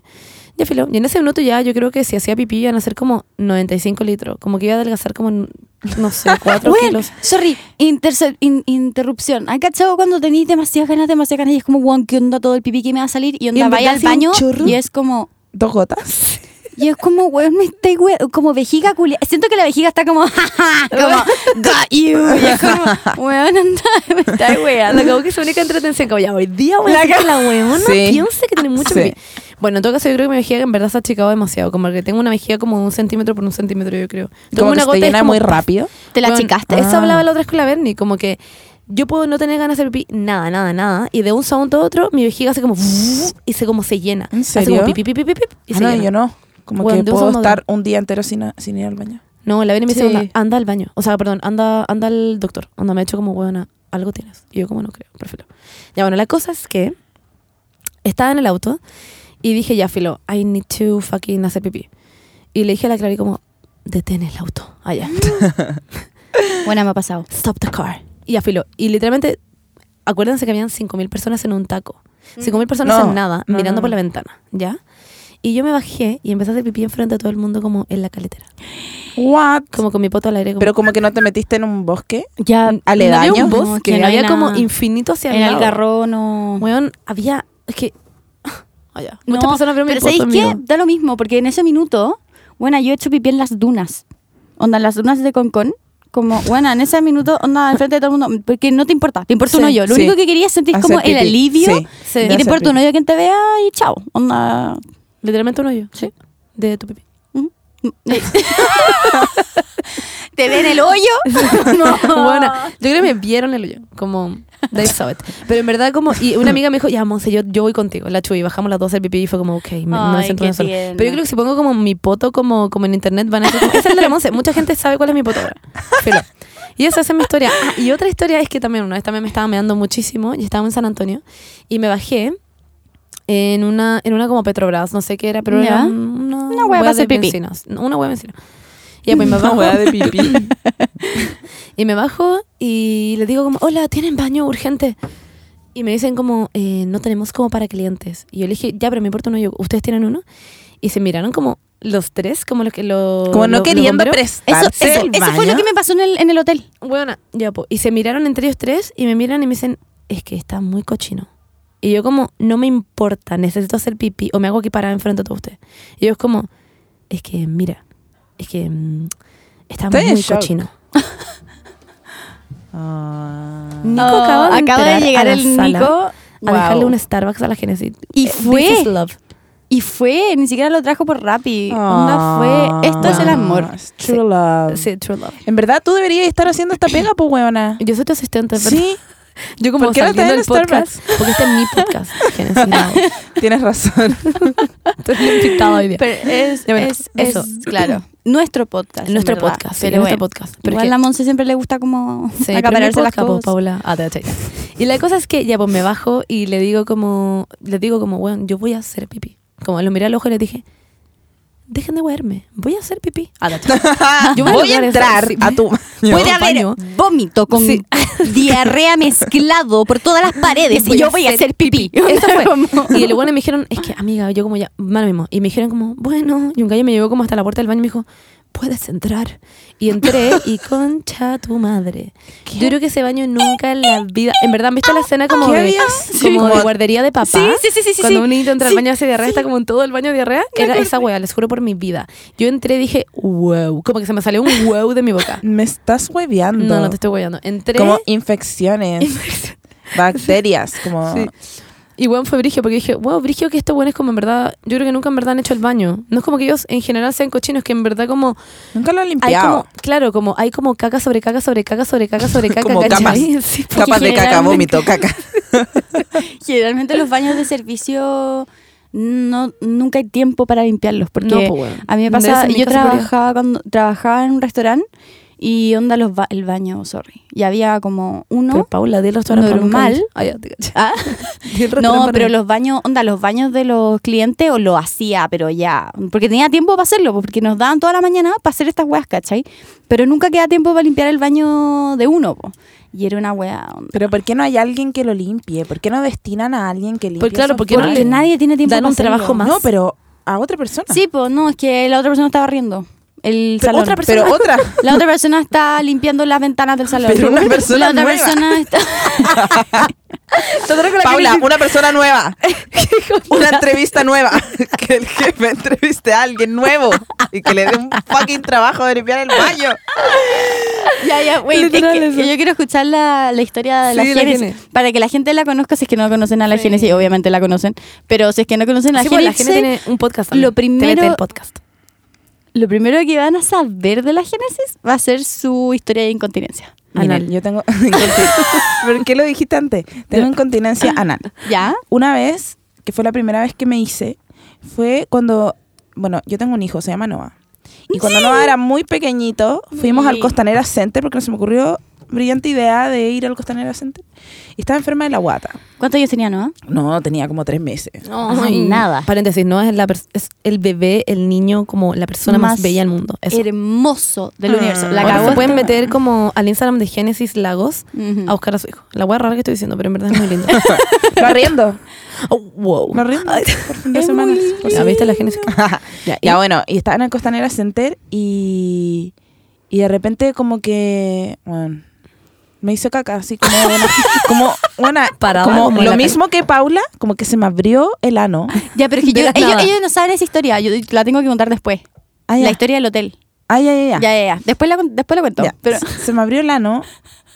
[SPEAKER 2] Ya filo. Y en ese minuto ya yo creo que si hacía pipí iban a ser como 95 litros. Como que iba a adelgazar como, no <laughs> sé, 4
[SPEAKER 1] Bueno,
[SPEAKER 2] kilos.
[SPEAKER 1] sorry, interse- in- interrupción. ¿Han cachado cuando tenéis demasiadas ganas, demasiadas ganas y es como, weón, ¿qué onda todo el pipí que me va a salir? Y
[SPEAKER 2] Y
[SPEAKER 1] onda,
[SPEAKER 2] en
[SPEAKER 1] vais
[SPEAKER 2] verdad
[SPEAKER 1] al
[SPEAKER 2] sí, un
[SPEAKER 1] baño
[SPEAKER 2] chorro.
[SPEAKER 1] y es como,
[SPEAKER 3] ¿Dos gotas?
[SPEAKER 1] y es como, weón, me estoy, weón, como vejiga culia. Siento que la vejiga está como, <laughs> jaja, como, got you. Y es como, weón, anda, me estáis
[SPEAKER 2] Anda,
[SPEAKER 1] weando.
[SPEAKER 2] como que su única entretención, como ya hoy día, voy a
[SPEAKER 1] La
[SPEAKER 2] hacer que la huevona
[SPEAKER 3] Sí.
[SPEAKER 2] piensa que tiene mucho
[SPEAKER 3] Sí.
[SPEAKER 2] pipí. Bueno, en todo caso, yo creo que mi vejiga en verdad se ha achicado demasiado. Como que tengo una vejiga como de un centímetro por un centímetro, yo creo. Tomo
[SPEAKER 3] Como
[SPEAKER 2] una
[SPEAKER 3] que se te
[SPEAKER 2] gota y es
[SPEAKER 3] llena
[SPEAKER 2] como,
[SPEAKER 3] muy
[SPEAKER 2] ¡paf!
[SPEAKER 3] rápido.
[SPEAKER 1] Te la
[SPEAKER 2] Bueno,
[SPEAKER 1] achicaste.
[SPEAKER 2] Eso
[SPEAKER 3] Ah.
[SPEAKER 2] hablaba la otra vez con la Bernie, como que yo puedo no tener ganas de hacer pipí, nada, nada, nada. Y de un segundo a otro, mi vejiga hace como y se como se llena.
[SPEAKER 3] ¿En
[SPEAKER 2] Hace como
[SPEAKER 3] serio?
[SPEAKER 2] pipí, pipí, pipí, pip, y
[SPEAKER 3] Ah,
[SPEAKER 2] se
[SPEAKER 3] no,
[SPEAKER 2] llena.
[SPEAKER 3] yo no. Como
[SPEAKER 2] Bueno, de
[SPEAKER 3] que
[SPEAKER 2] un
[SPEAKER 3] puedo
[SPEAKER 2] segundo.
[SPEAKER 3] estar un día entero sin, a- sin ir al baño.
[SPEAKER 2] No, la Bernie me dice,
[SPEAKER 3] Sí.
[SPEAKER 2] onda, anda al baño. O sea, perdón, anda, anda al doctor. Onda, me ha hecho como, huevona, algo tienes. Y yo como, no creo, perfecto. Ya, bueno, la cosa es que estaba en el auto y dije, ya, filo, I need to fucking hacer pipí. Y le dije a la Clary como, detén el auto, allá,
[SPEAKER 1] Buena, me ha pasado.
[SPEAKER 2] stop the car. Y ya, filo, y literalmente, acuérdense que habían 5.000 personas en un taco. 5.000 personas
[SPEAKER 3] No,
[SPEAKER 2] en nada,
[SPEAKER 3] no,
[SPEAKER 2] mirando
[SPEAKER 3] no.
[SPEAKER 2] por la ventana, ¿ya? Y yo me bajé y empecé a hacer pipí enfrente de todo el mundo como en la caletera.
[SPEAKER 3] What?
[SPEAKER 2] Como con mi poto al aire. Como
[SPEAKER 3] Pero como que no te metiste en un bosque.
[SPEAKER 1] Ya,
[SPEAKER 3] aledaño.
[SPEAKER 2] No había un
[SPEAKER 1] No,
[SPEAKER 2] bosque,
[SPEAKER 1] que no hay
[SPEAKER 2] había como
[SPEAKER 1] nada.
[SPEAKER 2] infinito hacia
[SPEAKER 1] en
[SPEAKER 2] el
[SPEAKER 1] el
[SPEAKER 2] lado.
[SPEAKER 1] garro no.
[SPEAKER 2] Weón, había... Es que... <laughs> Allá.
[SPEAKER 1] No,
[SPEAKER 2] Muchas personas vieron mi
[SPEAKER 1] pero ¿sabéis
[SPEAKER 2] foto,
[SPEAKER 1] qué?
[SPEAKER 2] amigo.
[SPEAKER 1] Da lo mismo, porque en ese minuto, bueno, yo he hecho pipí en las dunas. Onda, en las dunas de Concón. Como, bueno, en ese minuto, onda, al frente de todo el mundo. Porque no te importa, te importa un
[SPEAKER 2] Sí,
[SPEAKER 1] hoyo. Lo
[SPEAKER 3] sí.
[SPEAKER 1] único que querías sentir es
[SPEAKER 3] Hacer
[SPEAKER 1] como el
[SPEAKER 3] pipí.
[SPEAKER 1] alivio.
[SPEAKER 3] Sí,
[SPEAKER 2] Sí.
[SPEAKER 1] Y
[SPEAKER 3] de
[SPEAKER 1] te
[SPEAKER 2] hacer
[SPEAKER 1] importa un
[SPEAKER 3] pipí.
[SPEAKER 1] hoyo quien te vea y chao. Onda.
[SPEAKER 2] Literalmente un hoyo.
[SPEAKER 1] Sí.
[SPEAKER 2] De tu pipí.
[SPEAKER 1] ¿Te ven el
[SPEAKER 2] <laughs>
[SPEAKER 1] hoyo? no. <laughs>
[SPEAKER 2] Bueno, yo creo que me vieron el hoyo. Como... They saw it. Pero en verdad como... Y una amiga me dijo, ya, Monse, yo, yo voy contigo. La chuy. Bajamos las dos del pipí y fue como, ok, me, no me
[SPEAKER 1] Ay,
[SPEAKER 2] siento
[SPEAKER 1] qué
[SPEAKER 2] tan sola.
[SPEAKER 1] tierna.
[SPEAKER 2] Pero yo creo que si pongo como mi poto como, como en internet van a decir como, esa es la de la Monse. Mucha gente sabe cuál es mi poto ahora. Filo. Y esa, esa es mi historia. Ah, y otra historia es que también una vez también me estaba meando muchísimo y estaba en San Antonio y me bajé en una, en una como Petrobras, no sé qué era, pero
[SPEAKER 1] Ya.
[SPEAKER 2] era una,
[SPEAKER 1] Una hueá
[SPEAKER 2] hueá
[SPEAKER 1] para
[SPEAKER 2] de
[SPEAKER 1] hacer pipí.
[SPEAKER 2] bencinas. Una hueá de bencina. Y ya, pues me bajo,
[SPEAKER 3] de pipí.
[SPEAKER 2] <laughs> y me bajo y le digo como, hola, ¿tienen baño urgente? Y me dicen como, "Eh, no tenemos como para clientes. Y yo le dije, ya, pero me importa uno, yo, ¿ustedes tienen uno? Y se miraron como los tres, como los que lo...
[SPEAKER 3] Como
[SPEAKER 2] lo-
[SPEAKER 3] no
[SPEAKER 2] lo
[SPEAKER 3] queriendo
[SPEAKER 2] bombero-
[SPEAKER 1] Eso,
[SPEAKER 3] prestarse
[SPEAKER 1] eso,
[SPEAKER 3] el
[SPEAKER 1] eso fue
[SPEAKER 3] baño.
[SPEAKER 1] lo que me pasó en el, en el hotel.
[SPEAKER 2] Bueno, ya, po. Y se miraron entre ellos tres y me miran y me dicen, es que está muy cochino. Y yo como, no me importa, necesito hacer pipí o me hago aquí parada enfrente de todos ustedes. Y ellos como, es que mira, es que mm, está
[SPEAKER 3] Estoy en
[SPEAKER 2] muy
[SPEAKER 3] shock.
[SPEAKER 2] cochino.
[SPEAKER 3] Ah.
[SPEAKER 2] Nico
[SPEAKER 1] Oh,
[SPEAKER 2] acaba de,
[SPEAKER 1] acaba de
[SPEAKER 2] entrar
[SPEAKER 1] llegar
[SPEAKER 2] a
[SPEAKER 1] el
[SPEAKER 2] la sala
[SPEAKER 1] Nico.
[SPEAKER 2] a dejarle
[SPEAKER 1] Wow.
[SPEAKER 2] un Starbucks a la Genesis.
[SPEAKER 1] Y
[SPEAKER 2] Eh,
[SPEAKER 1] fue.
[SPEAKER 2] this is love.
[SPEAKER 1] Y fue, ni siquiera lo trajo por Rappi.
[SPEAKER 3] Ah.
[SPEAKER 1] Onda fue, esto es el amor.
[SPEAKER 3] It's True love.
[SPEAKER 2] Sí, true love.
[SPEAKER 3] En verdad, tú deberías estar haciendo esta pega, pues, <laughs> huevona.
[SPEAKER 2] Yo soy tu asistente, ¿verdad?
[SPEAKER 3] Sí,
[SPEAKER 2] Yo como
[SPEAKER 3] ¿Por qué no te
[SPEAKER 2] saliendo
[SPEAKER 3] den
[SPEAKER 2] del podcast,
[SPEAKER 3] Starbucks?
[SPEAKER 2] porque este es mi podcast, Genesis. no.
[SPEAKER 3] tienes <laughs> razón.
[SPEAKER 2] Tú eres invitada hoy día.
[SPEAKER 1] Pero es,
[SPEAKER 2] Ya, bueno,
[SPEAKER 1] es,
[SPEAKER 2] eso.
[SPEAKER 1] es, claro,
[SPEAKER 2] <clears throat>
[SPEAKER 1] nuestro podcast. en
[SPEAKER 2] nuestro
[SPEAKER 1] verdad.
[SPEAKER 2] podcast, sí,
[SPEAKER 1] pero
[SPEAKER 2] nuestro
[SPEAKER 1] bueno,
[SPEAKER 2] podcast. Pero
[SPEAKER 1] igual
[SPEAKER 2] es que-
[SPEAKER 1] la Monse siempre le gusta como
[SPEAKER 2] Sí,
[SPEAKER 1] acapararse las
[SPEAKER 2] primer podcast, po,
[SPEAKER 1] cosas.
[SPEAKER 2] Paula. Ah, te- te- ya. Y la cosa es que ya pues me bajo y le digo como, le digo como, bueno, yo voy a hacer pipí. Como lo miré al ojo y le dije, dejen de huerme, voy a hacer pipí. Ah,
[SPEAKER 3] <laughs>
[SPEAKER 2] no,
[SPEAKER 3] Yo
[SPEAKER 2] Yo
[SPEAKER 3] voy,
[SPEAKER 2] voy a
[SPEAKER 3] a
[SPEAKER 2] lograr eso,
[SPEAKER 3] entrar
[SPEAKER 2] sí.
[SPEAKER 3] a tu <laughs>
[SPEAKER 1] Puede
[SPEAKER 2] Yo
[SPEAKER 1] haber
[SPEAKER 2] baño.
[SPEAKER 1] vómito con
[SPEAKER 2] Sí.
[SPEAKER 1] <laughs> diarrea mezclado por todas las paredes y
[SPEAKER 2] Voy
[SPEAKER 1] yo
[SPEAKER 2] a
[SPEAKER 1] voy a
[SPEAKER 2] hacer
[SPEAKER 1] hacer pipí. <laughs>
[SPEAKER 2] Eso fue.
[SPEAKER 1] Como-
[SPEAKER 2] Y luego me dijeron, es que amiga, yo como ya, mal mismo. Y me dijeron como, bueno, y un gallo me llevó como hasta la puerta del baño y me dijo, puedes entrar. Y entré
[SPEAKER 1] <laughs>
[SPEAKER 2] y concha tu madre. Yo creo que ese baño nunca en la vida. En verdad, ¿han visto la escena como,
[SPEAKER 3] ¿Qué
[SPEAKER 2] de,
[SPEAKER 3] habías?
[SPEAKER 2] como
[SPEAKER 3] Sí.
[SPEAKER 2] de guardería de papá?
[SPEAKER 1] Sí, sí, sí, sí, sí,
[SPEAKER 2] Cuando
[SPEAKER 1] sí.
[SPEAKER 2] un niño entra
[SPEAKER 1] Sí,
[SPEAKER 2] al baño hace diarrea, está como en todo el baño de diarrea. Era esa wea, les juro por mi vida. Yo entré y dije, wow. Como que se me salió un wow de mi boca.
[SPEAKER 3] Me estás hueveando.
[SPEAKER 2] No, no te estoy guayando. Entré.
[SPEAKER 3] Como <laughs> infecciones, bacterias, como...
[SPEAKER 2] Sí. Y bueno, fue Brigio, porque dije, wow, Brigio, que estos buenos como en verdad, yo creo que nunca en verdad han hecho el baño. No es como que ellos en general sean cochinos, que en verdad como
[SPEAKER 3] Nunca lo han
[SPEAKER 2] hay
[SPEAKER 3] limpiado.
[SPEAKER 2] como, claro, como hay como caca sobre caca sobre caca sobre caca sobre caca,
[SPEAKER 3] Como
[SPEAKER 2] ¿cachai? <laughs> Sí, porque
[SPEAKER 3] Capas de caca,
[SPEAKER 2] generalmente-
[SPEAKER 3] <laughs> vómito, caca.
[SPEAKER 1] Generalmente los baños de servicio no nunca hay tiempo para limpiarlos porque
[SPEAKER 2] No, pues bueno.
[SPEAKER 1] a mí me
[SPEAKER 2] Debe
[SPEAKER 1] pasaba
[SPEAKER 2] ser mi
[SPEAKER 1] yo
[SPEAKER 2] casa por allá.
[SPEAKER 1] trabajaba cuando trabajaba en un restaurante y onda los ba- el baño, sorry. Y había como
[SPEAKER 2] Pero
[SPEAKER 1] uno
[SPEAKER 2] Paula, di el restaurante para nunca
[SPEAKER 1] Normal.
[SPEAKER 2] ir. Ah, ya, te <laughs> caché.
[SPEAKER 1] Ah,
[SPEAKER 2] Di el restaurante
[SPEAKER 1] no,
[SPEAKER 2] para
[SPEAKER 1] pero
[SPEAKER 2] nunca-
[SPEAKER 1] los baños, onda, los baños de los clientes o lo hacía, pero ya, porque tenía tiempo para hacerlo, porque nos daban toda la mañana para hacer estas weas, ¿cachai? Pero nunca queda tiempo para limpiar el baño de uno, po. Y era una wea, onda.
[SPEAKER 3] Pero ¿por qué no hay alguien que lo limpie? ¿Por qué no destinan a alguien que limpie?
[SPEAKER 2] Pues claro,
[SPEAKER 3] esos
[SPEAKER 2] porque no
[SPEAKER 1] Porque
[SPEAKER 2] le-
[SPEAKER 3] baños?
[SPEAKER 1] nadie tiene tiempo
[SPEAKER 2] dan
[SPEAKER 1] para
[SPEAKER 2] un
[SPEAKER 1] hacerlo.
[SPEAKER 2] trabajo más.
[SPEAKER 3] No, pero a otra persona.
[SPEAKER 1] Sí, pues no, es que la otra persona estaba riendo. El
[SPEAKER 2] Pero
[SPEAKER 1] salón.
[SPEAKER 2] otra persona- <laughs>
[SPEAKER 3] Pero otra.
[SPEAKER 1] La otra persona está limpiando las ventanas del salón.
[SPEAKER 3] Pero una persona
[SPEAKER 1] la otra
[SPEAKER 3] nueva.
[SPEAKER 1] persona está.
[SPEAKER 3] <laughs> Paula, una persona <laughs> nueva. una entrevista nueva. <laughs> que el jefe entreviste a alguien nuevo y que le dé un fucking trabajo de limpiar el <laughs> baño.
[SPEAKER 1] ya, ya, güey, es
[SPEAKER 2] Literal
[SPEAKER 1] que
[SPEAKER 2] eso.
[SPEAKER 1] yo quiero escuchar la, la historia de la
[SPEAKER 2] Sí, la
[SPEAKER 1] Génesis,
[SPEAKER 2] Gene.
[SPEAKER 1] Para que la gente la conozca, si es que no conocen a la
[SPEAKER 2] Sí.
[SPEAKER 1] Génesis, obviamente la conocen. Pero si es que no conocen a la
[SPEAKER 2] Sí, pues,
[SPEAKER 1] Génesis,
[SPEAKER 2] la gente tiene un podcast. también.
[SPEAKER 1] lo primero-
[SPEAKER 2] TNT el podcast.
[SPEAKER 1] lo primero que van a saber de la Génesis va a ser su historia de incontinencia.
[SPEAKER 3] Mira,
[SPEAKER 2] Anal.
[SPEAKER 3] yo tengo. <laughs> ¿Por qué lo dijiste antes? Tengo incontinencia anal.
[SPEAKER 1] ¿Ya?
[SPEAKER 3] Una vez, que fue la primera vez que me hice, fue cuando. Bueno, yo tengo un hijo, se llama Noah. Y cuando Noah era muy pequeñito, fuimos
[SPEAKER 1] Sí.
[SPEAKER 3] al Costanera Center porque se me ocurrió brillante idea de ir al Costanera Center. Y estaba enferma de la guata.
[SPEAKER 1] ¿Cuántos años tenía, no?
[SPEAKER 3] No, tenía como tres meses. <laughs>
[SPEAKER 1] Ay, nada.
[SPEAKER 2] Mm, Paréntesis, no es, la pers- es el bebé, el niño, como la persona más,
[SPEAKER 1] Más
[SPEAKER 2] bella del mundo. Eso.
[SPEAKER 1] Hermoso del
[SPEAKER 3] Ah.
[SPEAKER 1] universo. La
[SPEAKER 3] Ahora
[SPEAKER 2] Ahora
[SPEAKER 1] cagó. este
[SPEAKER 2] se pueden
[SPEAKER 3] esta
[SPEAKER 2] meter como al Instagram de Génesis Lagos
[SPEAKER 1] Ujú.
[SPEAKER 2] a buscar a su hijo. La hueá rara que estoy diciendo, pero en verdad es muy lindo.
[SPEAKER 3] Lo riendo.
[SPEAKER 2] Oh, wow.
[SPEAKER 3] Lo riendo. Por fin de
[SPEAKER 1] Es
[SPEAKER 3] semana.
[SPEAKER 1] muy
[SPEAKER 3] Por
[SPEAKER 2] Ya,
[SPEAKER 3] fin.
[SPEAKER 2] ¿viste la Génesis?
[SPEAKER 3] <laughs> ya, bueno, y estaba en el Costanera Center y, y de repente como que, bueno, me hizo caca, así como, <laughs> una- como una,
[SPEAKER 2] Parada,
[SPEAKER 3] como Ah,
[SPEAKER 2] como en
[SPEAKER 3] lo
[SPEAKER 2] la
[SPEAKER 3] mismo que Paula, como que se me abrió el ano.
[SPEAKER 1] Ya,
[SPEAKER 2] <laughs>
[SPEAKER 1] pero es que
[SPEAKER 2] De
[SPEAKER 1] yo-
[SPEAKER 2] las
[SPEAKER 1] ellos,
[SPEAKER 2] nada.
[SPEAKER 1] ellos no saben esa historia. Yo la tengo que contar después.
[SPEAKER 2] Ah,
[SPEAKER 3] Ay,
[SPEAKER 1] La
[SPEAKER 3] Ah, ya. Ah,
[SPEAKER 1] historia del hotel.
[SPEAKER 3] Ay, ay,
[SPEAKER 1] Ya,
[SPEAKER 3] ay,
[SPEAKER 1] ya, ya. Después la, con- después la cuento.
[SPEAKER 3] Ya,
[SPEAKER 1] Pero,
[SPEAKER 3] se me abrió el ano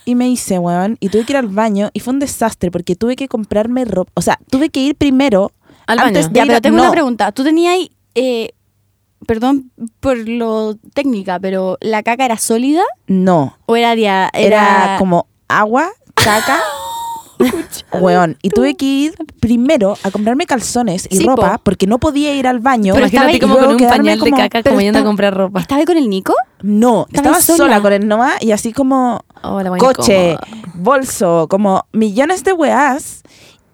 [SPEAKER 3] y me hice, weón, y tuve que ir al baño y fue un desastre porque tuve que comprarme ropa, o sea, tuve que ir primero
[SPEAKER 2] Al
[SPEAKER 3] antes
[SPEAKER 2] baño.
[SPEAKER 3] de
[SPEAKER 1] ya,
[SPEAKER 3] ir
[SPEAKER 1] pero
[SPEAKER 3] a-
[SPEAKER 1] tengo
[SPEAKER 3] no,
[SPEAKER 1] una pregunta. Tú tenías, eh, perdón por lo técnica, pero ¿la caca era sólida
[SPEAKER 3] No,
[SPEAKER 1] o era dia-
[SPEAKER 3] era, como agua,
[SPEAKER 2] <laughs>
[SPEAKER 3] caca. Weón, y tuve que ir primero a comprarme calzones y
[SPEAKER 1] Sí,
[SPEAKER 3] ropa
[SPEAKER 1] po.
[SPEAKER 3] porque no podía ir al baño.
[SPEAKER 1] Pero estaba
[SPEAKER 2] Imagínate
[SPEAKER 1] ahí
[SPEAKER 2] como
[SPEAKER 3] y
[SPEAKER 2] con
[SPEAKER 3] luego
[SPEAKER 2] un
[SPEAKER 3] quedarme
[SPEAKER 2] pañal de
[SPEAKER 3] como-
[SPEAKER 2] caca,
[SPEAKER 1] pero
[SPEAKER 2] como yendo a
[SPEAKER 1] está-
[SPEAKER 2] comprar ropa.
[SPEAKER 1] ¿Estaba ahí con el Nico?
[SPEAKER 3] No,
[SPEAKER 1] Estaba
[SPEAKER 3] estaba sola.
[SPEAKER 1] sola.
[SPEAKER 3] con el Noah y así como
[SPEAKER 2] Oh, la vaina
[SPEAKER 3] coche,
[SPEAKER 2] incómoda.
[SPEAKER 3] bolso, como millones de weás.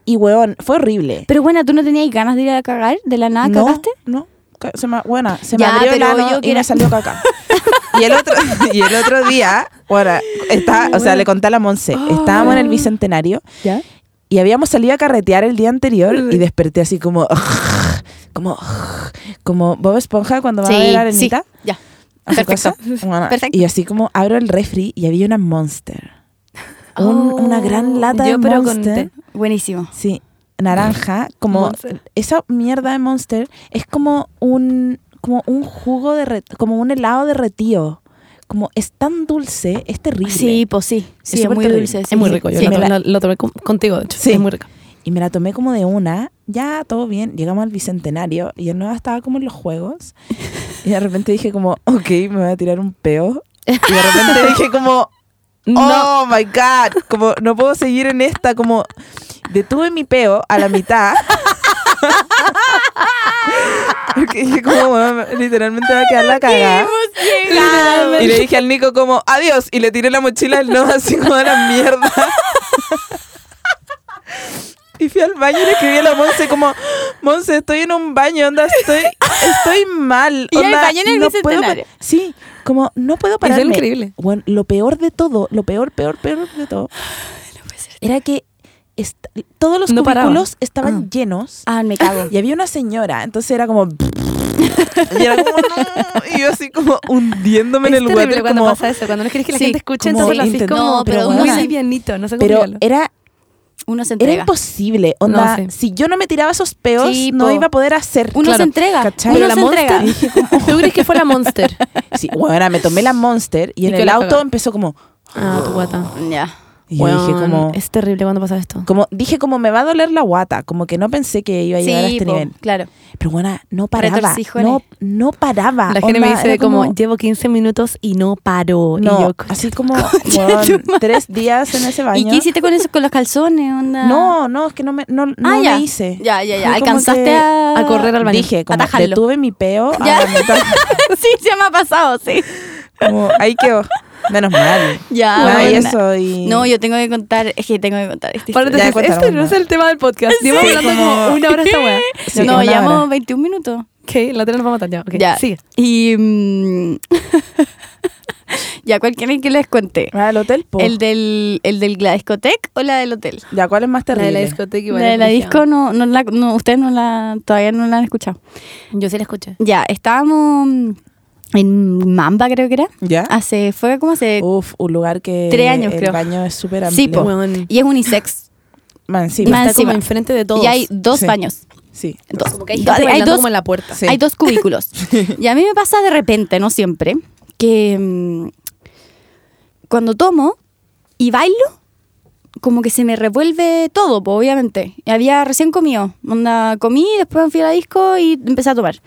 [SPEAKER 3] Y weón, fue horrible.
[SPEAKER 1] Pero bueno, ¿tú no tenías ganas de ir a cagar? ¿De la nada
[SPEAKER 3] no,
[SPEAKER 1] ¿Ah, cagaste?
[SPEAKER 3] No, ca- se me, buena,
[SPEAKER 1] Ya,
[SPEAKER 3] se me abrió el
[SPEAKER 1] pero
[SPEAKER 3] ano
[SPEAKER 1] yo
[SPEAKER 3] y
[SPEAKER 1] quiero-
[SPEAKER 3] me salió caca. y, el otro, <laughs> y el otro día, bueno, está, o sea, le conté a la Monse, estábamos en el Bicentenario
[SPEAKER 1] ¿Ya?
[SPEAKER 3] Y habíamos salido a carretear el día anterior y desperté así como. Como. Como Bob Esponja cuando va a ver a Arenita.
[SPEAKER 1] ya.
[SPEAKER 3] a su
[SPEAKER 1] <laughs> Perfecto.
[SPEAKER 3] casa. Bueno,
[SPEAKER 1] Perfecto.
[SPEAKER 3] Y así como abro el refri y había una Monster. Un-
[SPEAKER 2] Oh,
[SPEAKER 3] una gran lata
[SPEAKER 2] yo,
[SPEAKER 3] de
[SPEAKER 2] pero con té.
[SPEAKER 3] Monster.
[SPEAKER 1] Buenísimo.
[SPEAKER 3] Sí, naranja. Como.
[SPEAKER 2] Monster.
[SPEAKER 3] Esa mierda de Monster es como un. Como un jugo de. re- Como un helado derretido. Como es tan dulce, es terrible.
[SPEAKER 1] Sí, pues sí. Sí, es,
[SPEAKER 3] súper
[SPEAKER 1] muy
[SPEAKER 3] terrible.
[SPEAKER 1] dulce.
[SPEAKER 2] Es
[SPEAKER 1] <laughs>
[SPEAKER 2] muy rico. Yo
[SPEAKER 1] Sí,
[SPEAKER 2] lo,
[SPEAKER 1] me la-
[SPEAKER 2] lo- lo tomé con- contigo, de hecho.
[SPEAKER 3] Sí.
[SPEAKER 2] Es muy rico.
[SPEAKER 3] Y me la tomé como de una, ya todo bien, llegamos al Bicentenario y el nuevo estaba como en los juegos. Y de repente dije como, ok, me voy a tirar un peo. Y de repente dije como,
[SPEAKER 2] No.
[SPEAKER 3] oh my god, como no puedo seguir en esta, como detuve mi peo a la mitad. <laughs> Porque dije como, "Bueno, literalmente va a quedar la cagada. Y le dije al Nico como, adiós. Y le tiré la mochila al no así como a la mierda. Y fui al baño y le escribí a la Monse como, Monse, estoy en un baño, onda, estoy, estoy mal.
[SPEAKER 1] <laughs> Y el
[SPEAKER 3] onda,
[SPEAKER 1] baño en el
[SPEAKER 3] puedo pa-
[SPEAKER 1] Bicentenario.
[SPEAKER 3] Sí, como no puedo pararme.
[SPEAKER 2] increíble.
[SPEAKER 3] Bueno, lo peor de todo, lo peor, peor, peor de todo, era que est- todos los
[SPEAKER 2] No paraba.
[SPEAKER 3] cubículos estaban
[SPEAKER 1] Ah.
[SPEAKER 3] llenos
[SPEAKER 1] Ah, me cago.
[SPEAKER 3] y había una señora, entonces era como... Y, era como, "No", y yo así como hundiéndome en
[SPEAKER 2] Es
[SPEAKER 3] el
[SPEAKER 2] terrible
[SPEAKER 3] water,
[SPEAKER 2] cuando
[SPEAKER 3] como-
[SPEAKER 2] pasa eso, cuando no quieres que la
[SPEAKER 1] Sí,
[SPEAKER 2] gente escuche,
[SPEAKER 3] como
[SPEAKER 2] entonces lo haces
[SPEAKER 3] intentando,
[SPEAKER 2] como
[SPEAKER 1] pero
[SPEAKER 2] muy
[SPEAKER 1] bueno.
[SPEAKER 2] livianito, no sé cómo
[SPEAKER 3] Pero
[SPEAKER 2] explicarlo.
[SPEAKER 3] era
[SPEAKER 1] Uno se
[SPEAKER 3] Era
[SPEAKER 1] entrega.
[SPEAKER 3] imposible. Onda,
[SPEAKER 2] No, sí.
[SPEAKER 3] si yo no me tiraba esos peos,
[SPEAKER 1] Sí,
[SPEAKER 3] no
[SPEAKER 1] po.
[SPEAKER 3] iba a poder hacer.
[SPEAKER 1] Uno se entrega.
[SPEAKER 3] ¿cachai?
[SPEAKER 1] Uno
[SPEAKER 3] Pero la
[SPEAKER 1] se
[SPEAKER 3] Monster-
[SPEAKER 1] entrega.
[SPEAKER 2] ¿Tú crees que fue la Monster?
[SPEAKER 3] Sí, bueno, me tomé la Monster y,
[SPEAKER 2] Y
[SPEAKER 3] en
[SPEAKER 2] que
[SPEAKER 3] el
[SPEAKER 2] la
[SPEAKER 3] auto
[SPEAKER 2] cagá.
[SPEAKER 3] empezó como.
[SPEAKER 2] Ah, tu guata.
[SPEAKER 1] Ya.
[SPEAKER 3] Y yo dije
[SPEAKER 2] Weón,
[SPEAKER 3] como.
[SPEAKER 2] Es terrible cuando pasa esto.
[SPEAKER 3] Como, dije como me va a doler la guata, como que no pensé que iba a llegar a
[SPEAKER 1] Sí,
[SPEAKER 3] este
[SPEAKER 1] po,
[SPEAKER 3] nivel.
[SPEAKER 1] claro.
[SPEAKER 3] Pero bueno, no paraba.
[SPEAKER 1] Retorcijones.
[SPEAKER 3] No, no paraba.
[SPEAKER 2] La gente
[SPEAKER 3] Onda,
[SPEAKER 2] me dice
[SPEAKER 3] era
[SPEAKER 2] ah, como, llevo 15 minutos y no paro. y
[SPEAKER 3] No,
[SPEAKER 2] yo, "Ah". co-
[SPEAKER 3] así como
[SPEAKER 1] Concha
[SPEAKER 3] weón,
[SPEAKER 1] tu madre.
[SPEAKER 3] tres días en
[SPEAKER 2] <laughs>
[SPEAKER 3] ese
[SPEAKER 1] ¿Y
[SPEAKER 3] baño.
[SPEAKER 1] qué hiciste con eso, con los calzones, onda?
[SPEAKER 3] No, no, es que no me, no, no
[SPEAKER 1] ah,
[SPEAKER 3] me
[SPEAKER 1] ya.
[SPEAKER 3] hice.
[SPEAKER 1] Ya, ya, ya.
[SPEAKER 3] Fue como
[SPEAKER 1] Alcanzaste
[SPEAKER 3] que
[SPEAKER 1] a...
[SPEAKER 2] a correr al baño.
[SPEAKER 3] Dije, como
[SPEAKER 1] Atajarlo.
[SPEAKER 3] detuve mi peo
[SPEAKER 1] <laughs>
[SPEAKER 3] a
[SPEAKER 1] Ya.
[SPEAKER 3] la mitad.
[SPEAKER 1] <laughs> sí, se me ha pasado, sí.
[SPEAKER 3] Como, ahí quedó. Menos mal.
[SPEAKER 1] Ya.
[SPEAKER 3] Bueno, y
[SPEAKER 1] buena.
[SPEAKER 3] eso, y-
[SPEAKER 1] No, yo tengo que contar, es que tengo que contar esta
[SPEAKER 2] Pablo,
[SPEAKER 1] historia.
[SPEAKER 3] Ya
[SPEAKER 2] entonces,
[SPEAKER 3] cuéntalo,
[SPEAKER 2] este no
[SPEAKER 3] anda.
[SPEAKER 2] es el tema del podcast. Llevamos
[SPEAKER 3] Sí,
[SPEAKER 2] hablando
[SPEAKER 1] <laughs>
[SPEAKER 2] como...
[SPEAKER 3] como-
[SPEAKER 2] una hora esta <laughs> weá.
[SPEAKER 3] Sí,
[SPEAKER 1] no,
[SPEAKER 3] una
[SPEAKER 1] llevamos
[SPEAKER 3] hora.
[SPEAKER 1] 21 minutos.
[SPEAKER 2] Ok, la otra nos vamos a matar ya. Ok,
[SPEAKER 1] ya.
[SPEAKER 2] sigue.
[SPEAKER 1] Y. mm, <laughs> ya, cualquiera que les cuente.
[SPEAKER 3] Ah, el hotel, po.
[SPEAKER 1] ¿El del, ¿El del la discoteca o la del hotel?
[SPEAKER 3] Ya, ¿cuál es más
[SPEAKER 2] La
[SPEAKER 3] terrible?
[SPEAKER 2] de la discoteca igual.
[SPEAKER 1] la de
[SPEAKER 2] es
[SPEAKER 1] la
[SPEAKER 2] brígida.
[SPEAKER 1] disco, no, no la, no, ustedes no la, todavía no la han escuchado.
[SPEAKER 2] Yo sí la escuché.
[SPEAKER 1] Ya, estábamos mm, en Mamba, creo que era.
[SPEAKER 3] ¿Ya? Oh.
[SPEAKER 1] Hace, fue como hace.
[SPEAKER 3] Uf, un lugar que...
[SPEAKER 1] Ah, Tres años,
[SPEAKER 3] el
[SPEAKER 1] creo.
[SPEAKER 3] baño es súper amplio.
[SPEAKER 1] Sí, po.
[SPEAKER 2] Weón.
[SPEAKER 1] Y es unisex.
[SPEAKER 3] Man, sí,
[SPEAKER 2] Y está
[SPEAKER 1] encima.
[SPEAKER 2] como enfrente de todos.
[SPEAKER 1] Y hay dos
[SPEAKER 3] Sí.
[SPEAKER 1] baños.
[SPEAKER 3] sí.
[SPEAKER 1] Dos.
[SPEAKER 2] Como que hay
[SPEAKER 1] Do-
[SPEAKER 2] gente bailando
[SPEAKER 1] dos,
[SPEAKER 2] como en la puerta.
[SPEAKER 3] Sí.
[SPEAKER 1] hay dos
[SPEAKER 3] <laughs>
[SPEAKER 1] cubículos. y a mí me pasa de repente, no siempre, que mm, cuando tomo y bailo, como que se me revuelve todo, po, obviamente. Y había recién comido. Onda, comí, después fui a la disco y empecé a tomar.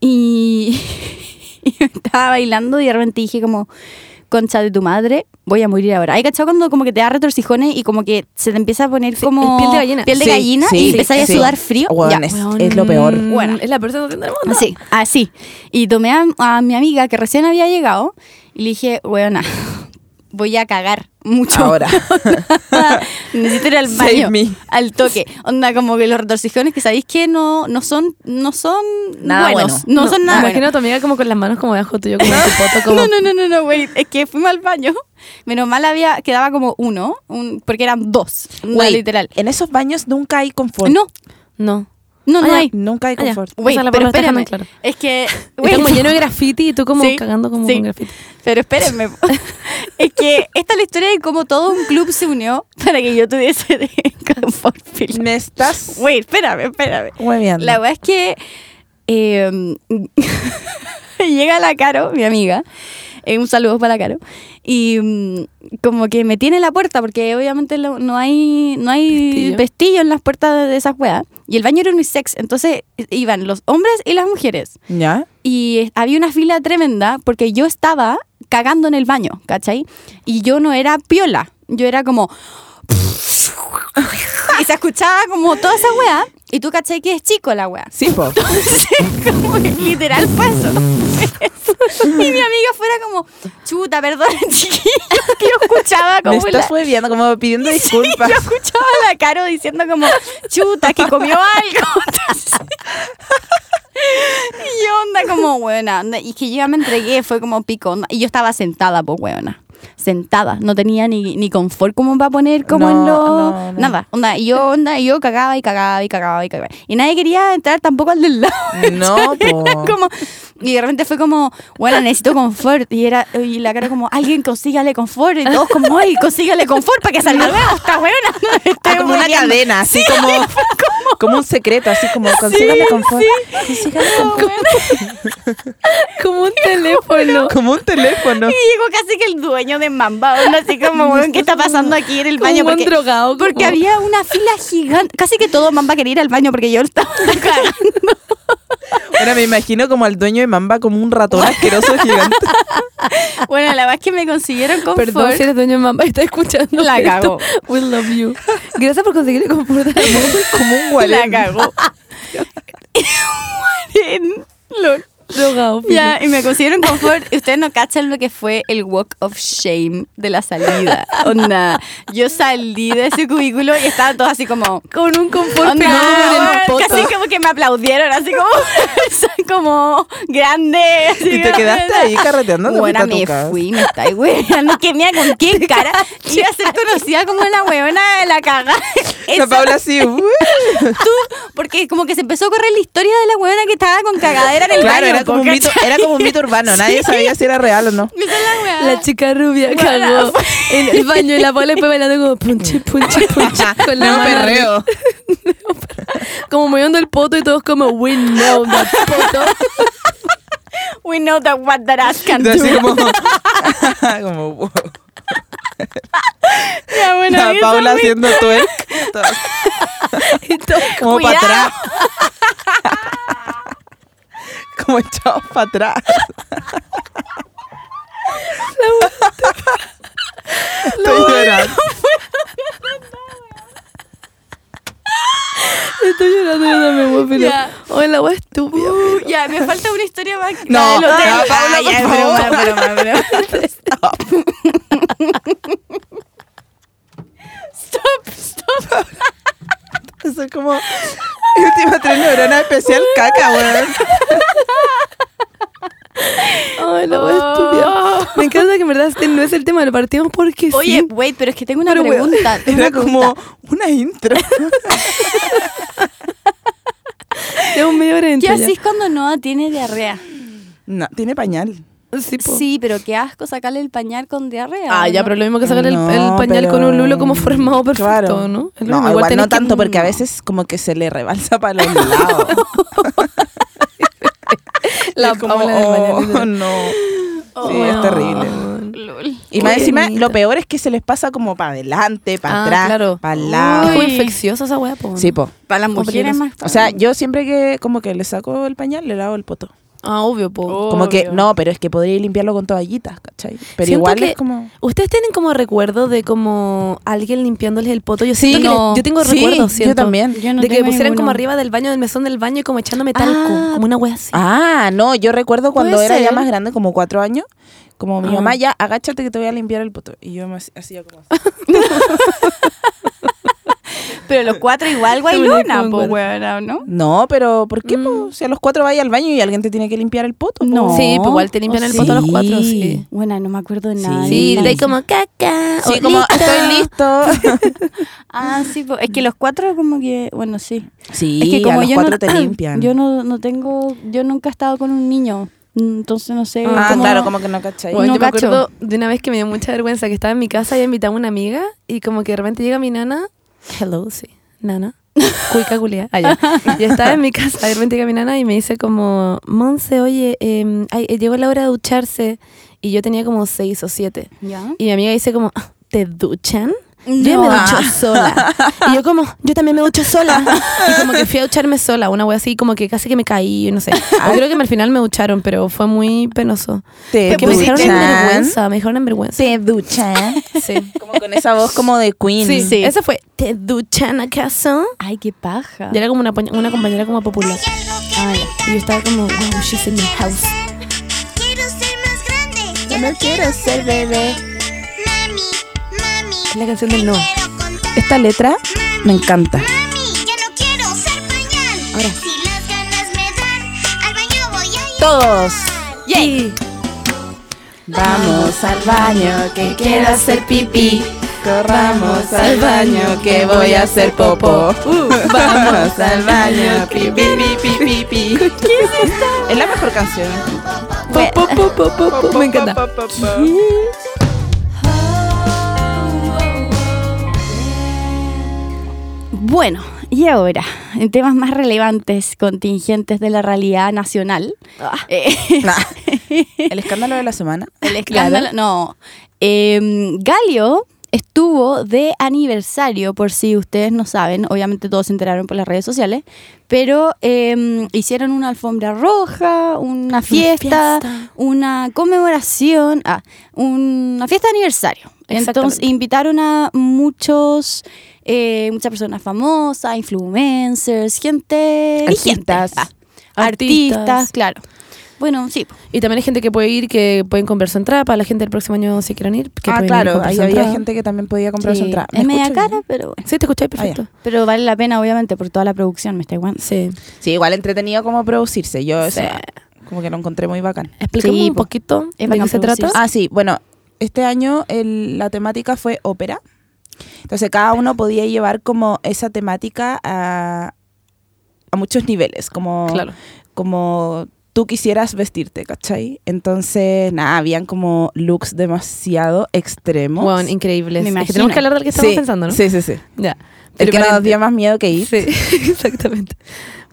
[SPEAKER 1] Y, <laughs> y estaba bailando y de repente dije como, concha de tu madre, voy a morir ahora. Hay cachado cuando como que te da retorcijones y como que se te empieza a poner como...
[SPEAKER 2] es piel de gallina.
[SPEAKER 1] piel de
[SPEAKER 3] Sí,
[SPEAKER 1] gallina
[SPEAKER 3] sí,
[SPEAKER 1] y empezáis
[SPEAKER 3] sí.
[SPEAKER 1] a sudar frío.
[SPEAKER 3] Weón,
[SPEAKER 1] Ya.
[SPEAKER 3] es, es lo peor.
[SPEAKER 1] Bueno.
[SPEAKER 2] Es la persona que del
[SPEAKER 1] <laughs>
[SPEAKER 2] mundo.
[SPEAKER 1] Así, así. Y tomé a, a mi amiga que recién había llegado y le dije, weona, <laughs> voy a cagar mucho.
[SPEAKER 3] Ahora.
[SPEAKER 1] <laughs> Necesito ir al
[SPEAKER 3] Save
[SPEAKER 1] baño.
[SPEAKER 3] me.
[SPEAKER 1] Al toque. Onda, como que los retorcijones que sabéis que no, no son, no son
[SPEAKER 3] Nada
[SPEAKER 1] buenos.
[SPEAKER 3] bueno.
[SPEAKER 1] No son nada
[SPEAKER 2] Me
[SPEAKER 1] buenos.
[SPEAKER 2] imagino a tu amiga como con las manos como debajo tuyo, como en <laughs> tu poto,
[SPEAKER 1] <laughs>
[SPEAKER 2] como...
[SPEAKER 1] No, no, no, no, no, wait. Es que fuimos al baño. Menos mal había, quedaba como uno, un- porque eran dos. onda,
[SPEAKER 3] Wait,
[SPEAKER 1] literal.
[SPEAKER 3] En esos baños nunca hay confort.
[SPEAKER 1] No,
[SPEAKER 2] No.
[SPEAKER 1] no, no
[SPEAKER 2] Ah, ya.
[SPEAKER 1] hay.
[SPEAKER 3] Nunca hay
[SPEAKER 2] Ah, ya.
[SPEAKER 3] confort.
[SPEAKER 1] Wait,
[SPEAKER 2] Esa la
[SPEAKER 1] pero
[SPEAKER 2] palabra está dejando
[SPEAKER 1] espérame.
[SPEAKER 2] claro.
[SPEAKER 1] Es que.
[SPEAKER 2] Está como
[SPEAKER 1] wait.
[SPEAKER 2] lleno de graffiti y tú como
[SPEAKER 1] Sí,
[SPEAKER 2] cagando como
[SPEAKER 1] sí.
[SPEAKER 2] con graffiti.
[SPEAKER 1] Pero espérenme. <laughs> po. es que esta es la historia de cómo todo un club se unió para que yo tuviese de confort Film.
[SPEAKER 3] Me estás
[SPEAKER 1] Güey, espérame, espérame.
[SPEAKER 3] hueveando.
[SPEAKER 1] La verdad es que eh, <laughs> llega la Caro, mi amiga. eh, un saludo para la Caro. Y mm, como que me tiene en la puerta, porque obviamente lo- no hay, no hay
[SPEAKER 2] Pestillo.
[SPEAKER 1] pestillo. en las puertas de esas weas. Y el baño era unisex, entonces iban los hombres y las mujeres.
[SPEAKER 3] ¿Ya?
[SPEAKER 1] Y es- había una fila tremenda porque yo estaba cagando en el baño, ¿cachai? Y yo no era piola, yo era como... y se escuchaba como toda esa weá. Y tú, ¿cachai? Que es chico la weá. <laughs>
[SPEAKER 3] Sí, po.
[SPEAKER 1] Entonces, como que literal paso. <laughs> y mi amiga fuera como, chuta, perdón, <laughs> chiquillo, que yo escuchaba
[SPEAKER 3] Me
[SPEAKER 1] como... la-
[SPEAKER 3] estás hueveando, como
[SPEAKER 1] <laughs>
[SPEAKER 3] pidiendo disculpas.
[SPEAKER 1] yo escuchaba a la Caro diciendo como, chuta, que comió algo. <laughs> Entonces, y yo onda como, buena Y que yo ya me entregué, fue como pico. onda. Y yo estaba sentada, pues, buena Sentada, no tenía ni, ni confort como va a poner como
[SPEAKER 3] No,
[SPEAKER 1] en lo...
[SPEAKER 3] no, no.
[SPEAKER 1] Nada, onda, y yo, onda, y yo cagaba y cagaba y cagaba y cagaba. Y nadie quería entrar tampoco al del lado. <laughs>
[SPEAKER 3] No, po.
[SPEAKER 1] Era como, y de repente fue como, bueno, necesito confort. Y era y la cara como, alguien consígale confort. Y todos como, ay, consígale confort para que salga luego esta weona. <laughs>
[SPEAKER 3] Ah, como una cadena, así como, como un secreto, así como consígale confort. Consígale confort.
[SPEAKER 2] <laughs> Como un teléfono.
[SPEAKER 3] Como un teléfono.
[SPEAKER 1] Y llegó casi que el dueño de Mamba, onda, así como, weón, ¿qué está pasando aquí en el
[SPEAKER 2] Como
[SPEAKER 1] baño?
[SPEAKER 2] un
[SPEAKER 1] Porque,
[SPEAKER 2] drogado. como-
[SPEAKER 1] porque había una fila gigante. Casi que todo Mamba quería ir al baño porque yo estaba cagando.
[SPEAKER 3] Ahora me imagino como al dueño de Mamba como un ratón asqueroso <laughs> gigante.
[SPEAKER 1] Bueno, la verdad es que me consiguieron confort.
[SPEAKER 2] Perdón <laughs> si eres dueño de mamá y estás escuchando
[SPEAKER 1] La cagó.
[SPEAKER 2] esto. We love you. Gracias por
[SPEAKER 1] <laughs>
[SPEAKER 2] conseguir comportar.
[SPEAKER 3] Como un
[SPEAKER 1] La
[SPEAKER 3] guarén.
[SPEAKER 1] cagó. Guarén, lol.
[SPEAKER 2] Drogado. filo. <laughs>
[SPEAKER 1] Ya, y me pusieron confort. Ustedes no cachan lo que fue el walk of shame de la salida. Onda, yo salí de ese cubículo y estaban todos así como...
[SPEAKER 2] Con un confort
[SPEAKER 1] Onda,
[SPEAKER 2] pegado en el
[SPEAKER 1] weón,
[SPEAKER 2] poto.
[SPEAKER 1] casi como que me aplaudieron, así <laughs> como, como grande. así
[SPEAKER 3] ¿Y te
[SPEAKER 1] grande.
[SPEAKER 3] quedaste ahí carreteando? ¿O te
[SPEAKER 1] Buena,
[SPEAKER 3] fuiste a
[SPEAKER 1] me
[SPEAKER 3] tu casa?
[SPEAKER 1] fui, me está weón. que mira con
[SPEAKER 3] <laughs>
[SPEAKER 1] qué cara iba a ser conocida como la weona de la caga.
[SPEAKER 3] <laughs> La Paula sí, uy.
[SPEAKER 1] tú, porque como que se empezó a correr la historia de la weona que estaba con cagadera en el
[SPEAKER 3] Claro,
[SPEAKER 1] baño.
[SPEAKER 3] era como, un mito,
[SPEAKER 1] ¿cachai?
[SPEAKER 3] era como un mito urbano. Nadie sabía si era real o no.
[SPEAKER 1] Esa es la weá.
[SPEAKER 2] La chica rubia
[SPEAKER 1] Buena,
[SPEAKER 2] cagó en el baño y la bola después bailando como
[SPEAKER 1] <laughs>
[SPEAKER 2] punche, punche, punche con la
[SPEAKER 3] No,
[SPEAKER 2] mano. Como moviendo el poto y todos como we know that poto.
[SPEAKER 1] <laughs> We know that what that ass can
[SPEAKER 3] Yo
[SPEAKER 1] do.
[SPEAKER 3] así como... como wow.
[SPEAKER 1] Ya, bueno,
[SPEAKER 3] <laughs> La
[SPEAKER 1] eso,
[SPEAKER 3] "Ah, Paula
[SPEAKER 1] we-
[SPEAKER 3] haciendo twerk. todo-
[SPEAKER 2] Y todos
[SPEAKER 3] Como para
[SPEAKER 1] Cuidado.
[SPEAKER 3] atrás. <laughs> Como echados para atrás. Estoy llorando.
[SPEAKER 2] Estoy llorando, yo también, güey, pero...
[SPEAKER 1] Ya.
[SPEAKER 2] Oh, la wea estúpida.
[SPEAKER 1] Uh, ya, me falta una historia más.
[SPEAKER 3] No,
[SPEAKER 1] la del hotel.
[SPEAKER 3] no, Paula,
[SPEAKER 1] Ah, ya,
[SPEAKER 3] por
[SPEAKER 1] es broma,
[SPEAKER 3] favor.
[SPEAKER 1] broma, broma. Stop, stop.
[SPEAKER 3] Eso es como... Última tres neuronas especial caca, weón.
[SPEAKER 2] Ay, la wea
[SPEAKER 1] Oh.
[SPEAKER 2] estúpida. Me encanta que en verdad este no es el tema, lo partimos porque
[SPEAKER 1] Oye,
[SPEAKER 2] sí.
[SPEAKER 1] wait, pero es que tengo una
[SPEAKER 2] Pero, weón,
[SPEAKER 1] pregunta. tengo
[SPEAKER 3] Era
[SPEAKER 1] una
[SPEAKER 3] como
[SPEAKER 1] pregunta.
[SPEAKER 3] una intro.
[SPEAKER 2] Tengo media hora de
[SPEAKER 1] ¿Qué
[SPEAKER 2] entera.
[SPEAKER 1] haces cuando Noah tiene diarrea?
[SPEAKER 3] No, tiene pañal.
[SPEAKER 2] Sí, po.
[SPEAKER 1] Sí, pero qué asco sacarle el pañal con diarrea.
[SPEAKER 2] Ah,
[SPEAKER 1] ¿o
[SPEAKER 2] ya,
[SPEAKER 1] no?
[SPEAKER 2] pero lo mismo que sacar el,
[SPEAKER 3] No,
[SPEAKER 2] el pañal
[SPEAKER 3] pero-
[SPEAKER 2] con un lulo como formado perfecto,
[SPEAKER 3] <laughs> Claro.
[SPEAKER 2] ¿no? Es lo
[SPEAKER 3] No,
[SPEAKER 2] mismo,
[SPEAKER 3] igual,
[SPEAKER 2] tenés
[SPEAKER 3] no
[SPEAKER 2] que- <laughs>
[SPEAKER 3] tanto porque a
[SPEAKER 2] no.
[SPEAKER 3] veces como que se le rebalsa para los
[SPEAKER 2] <laughs>
[SPEAKER 3] lados.
[SPEAKER 2] La
[SPEAKER 3] Es como,
[SPEAKER 2] Paola del
[SPEAKER 3] oh,
[SPEAKER 2] mañanero.
[SPEAKER 3] <laughs> no. Sí,
[SPEAKER 2] Weón.
[SPEAKER 3] es terrible.
[SPEAKER 1] Lol.
[SPEAKER 3] Y más
[SPEAKER 2] Qué
[SPEAKER 3] encima,
[SPEAKER 2] bonito.
[SPEAKER 3] lo peor es que se les pasa como para adelante, para
[SPEAKER 2] Ah,
[SPEAKER 3] atrás,
[SPEAKER 2] claro.
[SPEAKER 3] para el
[SPEAKER 2] Es
[SPEAKER 3] lado.
[SPEAKER 2] como
[SPEAKER 1] Uy.
[SPEAKER 2] infecciosa esa wea, po. ¿no?
[SPEAKER 3] Sí, po.
[SPEAKER 1] Para las
[SPEAKER 2] O
[SPEAKER 1] mujeres
[SPEAKER 2] peligroso.
[SPEAKER 1] más.
[SPEAKER 3] O sea, yo siempre que como que le saco el pañal, le lavo el poto.
[SPEAKER 2] Ah, obvio, po.
[SPEAKER 1] Oh.
[SPEAKER 3] Como que,
[SPEAKER 1] Obvio.
[SPEAKER 3] no, pero es que podría limpiarlo con toallitas, ¿cachai? Pero
[SPEAKER 2] Siento
[SPEAKER 3] igual
[SPEAKER 2] que-
[SPEAKER 3] es como...
[SPEAKER 2] ¿Ustedes tienen como recuerdo de como alguien limpiándoles el poto? Yo siento
[SPEAKER 1] Sí.
[SPEAKER 2] que le-
[SPEAKER 1] No.
[SPEAKER 2] yo tengo
[SPEAKER 3] Sí,
[SPEAKER 2] recuerdos, siento.
[SPEAKER 3] yo también.
[SPEAKER 1] Yo no
[SPEAKER 2] de que
[SPEAKER 1] tengo
[SPEAKER 2] pusieran como
[SPEAKER 1] ninguno.
[SPEAKER 2] arriba del baño, del mesón del baño y como echándome talco,
[SPEAKER 1] Ah.
[SPEAKER 2] como una wea así.
[SPEAKER 3] Ah, no, yo recuerdo cuando
[SPEAKER 1] Puede
[SPEAKER 3] era ya
[SPEAKER 1] ser.
[SPEAKER 3] más grande, como cuatro años, como mi
[SPEAKER 2] Ah.
[SPEAKER 3] mamá ya, agáchate que te voy a limpiar el poto. Y yo me hacía- hacía como así.
[SPEAKER 2] <laughs>
[SPEAKER 1] Pero los cuatro
[SPEAKER 3] <laughs>
[SPEAKER 1] igual, pues.
[SPEAKER 2] Tú
[SPEAKER 1] guaylona,
[SPEAKER 2] no
[SPEAKER 1] po,
[SPEAKER 2] concuerdas.
[SPEAKER 1] weona, ¿o ¿no?
[SPEAKER 3] No, pero ¿por qué? po? Si a los cuatro vais al baño y alguien te tiene que limpiar el poto. po. Oh,
[SPEAKER 1] No.
[SPEAKER 2] Mm. Sí, pues igual te limpian el poto a los cuatro, sí.
[SPEAKER 1] Buena, no me acuerdo de
[SPEAKER 3] Sí.
[SPEAKER 1] nada.
[SPEAKER 2] Sí,
[SPEAKER 1] Ni
[SPEAKER 2] de ahí
[SPEAKER 1] nada.
[SPEAKER 2] como caca.
[SPEAKER 3] Sí,
[SPEAKER 2] o
[SPEAKER 3] como
[SPEAKER 2] listo.
[SPEAKER 3] estoy
[SPEAKER 2] <laughs>
[SPEAKER 3] listo.
[SPEAKER 1] Ah, sí, po. es que los cuatro como que, bueno, sí.
[SPEAKER 3] Sí,
[SPEAKER 1] es que como
[SPEAKER 3] a los
[SPEAKER 1] yo
[SPEAKER 3] cuatro
[SPEAKER 1] no,
[SPEAKER 2] <clears throat>
[SPEAKER 3] te
[SPEAKER 1] <clears throat>
[SPEAKER 3] limpian.
[SPEAKER 1] Yo no, no tengo, yo nunca he estado con un niño, Mm, entonces no sé.
[SPEAKER 3] Ah,
[SPEAKER 1] cómo-
[SPEAKER 3] claro, como que no cachai.
[SPEAKER 2] Bueno,
[SPEAKER 1] No
[SPEAKER 2] yo me
[SPEAKER 1] cacho.
[SPEAKER 2] acuerdo de una vez que me dio mucha vergüenza que estaba en mi casa y invitaba a una amiga y como que de repente llega mi nana. Hello, sí.
[SPEAKER 1] <laughs>
[SPEAKER 2] Nana. Cuica culia. Allá. Y estaba en mi casa, de repente llega mi nana y me dice como, Monse, oye, em, ay, eh, llegó la hora de ducharse. Y yo tenía como seis o siete.
[SPEAKER 1] ¿Ya?
[SPEAKER 2] Y mi amiga dice como, "Ah, ¿te duchan? Yo ya
[SPEAKER 1] No.
[SPEAKER 2] me ducho sola. Y yo como, yo también me ducho sola. Y como que fui a ducharme sola, una wea así, como que casi que me caí,
[SPEAKER 1] <laughs>
[SPEAKER 2] no sé. Yo creo que al final me ducharon, pero fue muy penoso.
[SPEAKER 3] te
[SPEAKER 2] Porque Eh, me
[SPEAKER 1] pusiste
[SPEAKER 2] dejaron en
[SPEAKER 1] duchan.
[SPEAKER 2] vergüenza, me dejaron en vergüenza.
[SPEAKER 3] Te duchan.
[SPEAKER 2] Sí.
[SPEAKER 3] Como con esa voz como de Queen.
[SPEAKER 2] Sí,
[SPEAKER 1] Sí.
[SPEAKER 2] Esa fue, ¿te duchan acaso?
[SPEAKER 1] <laughs> Ay, qué paja.
[SPEAKER 2] Y era como una, poñ- una compañera como popular. Y yo estaba como, wow, she's in the house.
[SPEAKER 4] Quiero ser más grande.
[SPEAKER 3] Yo no quiero ser bebé.
[SPEAKER 4] Mami, mami.
[SPEAKER 2] Es la canción del no.
[SPEAKER 4] Quiero contar.
[SPEAKER 3] Esta letra me encanta.
[SPEAKER 4] Mami, ya no quiero ser pañal.
[SPEAKER 2] Ahora.
[SPEAKER 4] Si las ganas me dan, al baño voy a ir.
[SPEAKER 3] Todos.
[SPEAKER 2] Yay.
[SPEAKER 3] Vamos al baño que quiero hacer pipí. Corramos al baño que voy a hacer popó. vamos al baño pi pi pi pi pi pi. Es la mejor canción.
[SPEAKER 2] Po, po, po, po, po, po. Me encanta.
[SPEAKER 1] Bueno, y ahora, en temas más relevantes, contingentes de la realidad nacional.
[SPEAKER 3] Ah.
[SPEAKER 1] Eh,
[SPEAKER 3] Nah. <laughs> El escándalo de la semana.
[SPEAKER 1] El
[SPEAKER 2] <laughs>
[SPEAKER 1] escándalo. No. Eh, Galio estuvo de aniversario, por si ustedes no saben. Obviamente todos se enteraron por las redes sociales. Pero eh, hicieron una alfombra roja, una fiesta,
[SPEAKER 2] fiesta.
[SPEAKER 1] una conmemoración, ah, una fiesta de aniversario. Entonces
[SPEAKER 2] Exactamente.
[SPEAKER 1] invitaron a muchos, eh, muchas personas famosas, influencers, gente dirigente.
[SPEAKER 3] Artistas.
[SPEAKER 1] Ah, artistas,
[SPEAKER 2] Artistas.
[SPEAKER 1] claro. Bueno, sí. po.
[SPEAKER 2] Y también hay gente que puede ir, que pueden comprar su entrada para la gente del próximo año si quieren ir. Que
[SPEAKER 3] ah,
[SPEAKER 2] pueden ir
[SPEAKER 3] claro,
[SPEAKER 2] comprar
[SPEAKER 3] ahí
[SPEAKER 2] su
[SPEAKER 3] había
[SPEAKER 2] entrada.
[SPEAKER 3] gente que también podía comprar su
[SPEAKER 1] Sí,
[SPEAKER 3] entrada. ¿Me
[SPEAKER 1] eh, Es media
[SPEAKER 3] escucho
[SPEAKER 1] cara,
[SPEAKER 3] bien? ¿eh?
[SPEAKER 1] pero bueno.
[SPEAKER 2] Sí, te escucháis
[SPEAKER 3] Ah, ya.
[SPEAKER 2] perfecto.
[SPEAKER 1] Pero vale la pena, obviamente, por toda la producción, me está igual.
[SPEAKER 2] Sí.
[SPEAKER 3] Sí, igual entretenido como producirse. Yo eso,
[SPEAKER 2] Sí.
[SPEAKER 3] como que lo encontré muy bacán.
[SPEAKER 2] Explícame
[SPEAKER 1] Sí,
[SPEAKER 2] un
[SPEAKER 1] po.
[SPEAKER 2] poquito
[SPEAKER 1] Es
[SPEAKER 2] de qué
[SPEAKER 1] bacán
[SPEAKER 2] se trata.
[SPEAKER 1] producirse.
[SPEAKER 2] Ah,
[SPEAKER 3] Ah, sí, bueno, este año el- la temática fue ópera. Entonces cada uno podía llevar como esa temática a, a muchos niveles, como,
[SPEAKER 2] Ah, claro.
[SPEAKER 3] como tú quisieras vestirte, ¿cachai? Entonces, nada, habían como looks demasiado extremos.
[SPEAKER 2] Bueno, increíble.
[SPEAKER 1] Me imagino.
[SPEAKER 2] Tenemos que hablar del que estamos
[SPEAKER 3] Sí,
[SPEAKER 2] pensando, ¿no?
[SPEAKER 3] Sí, sí, sí.
[SPEAKER 2] Ya.
[SPEAKER 3] El que nos
[SPEAKER 2] paréntesis.
[SPEAKER 3] dio más miedo que ir.
[SPEAKER 2] Sí, <laughs> exactamente.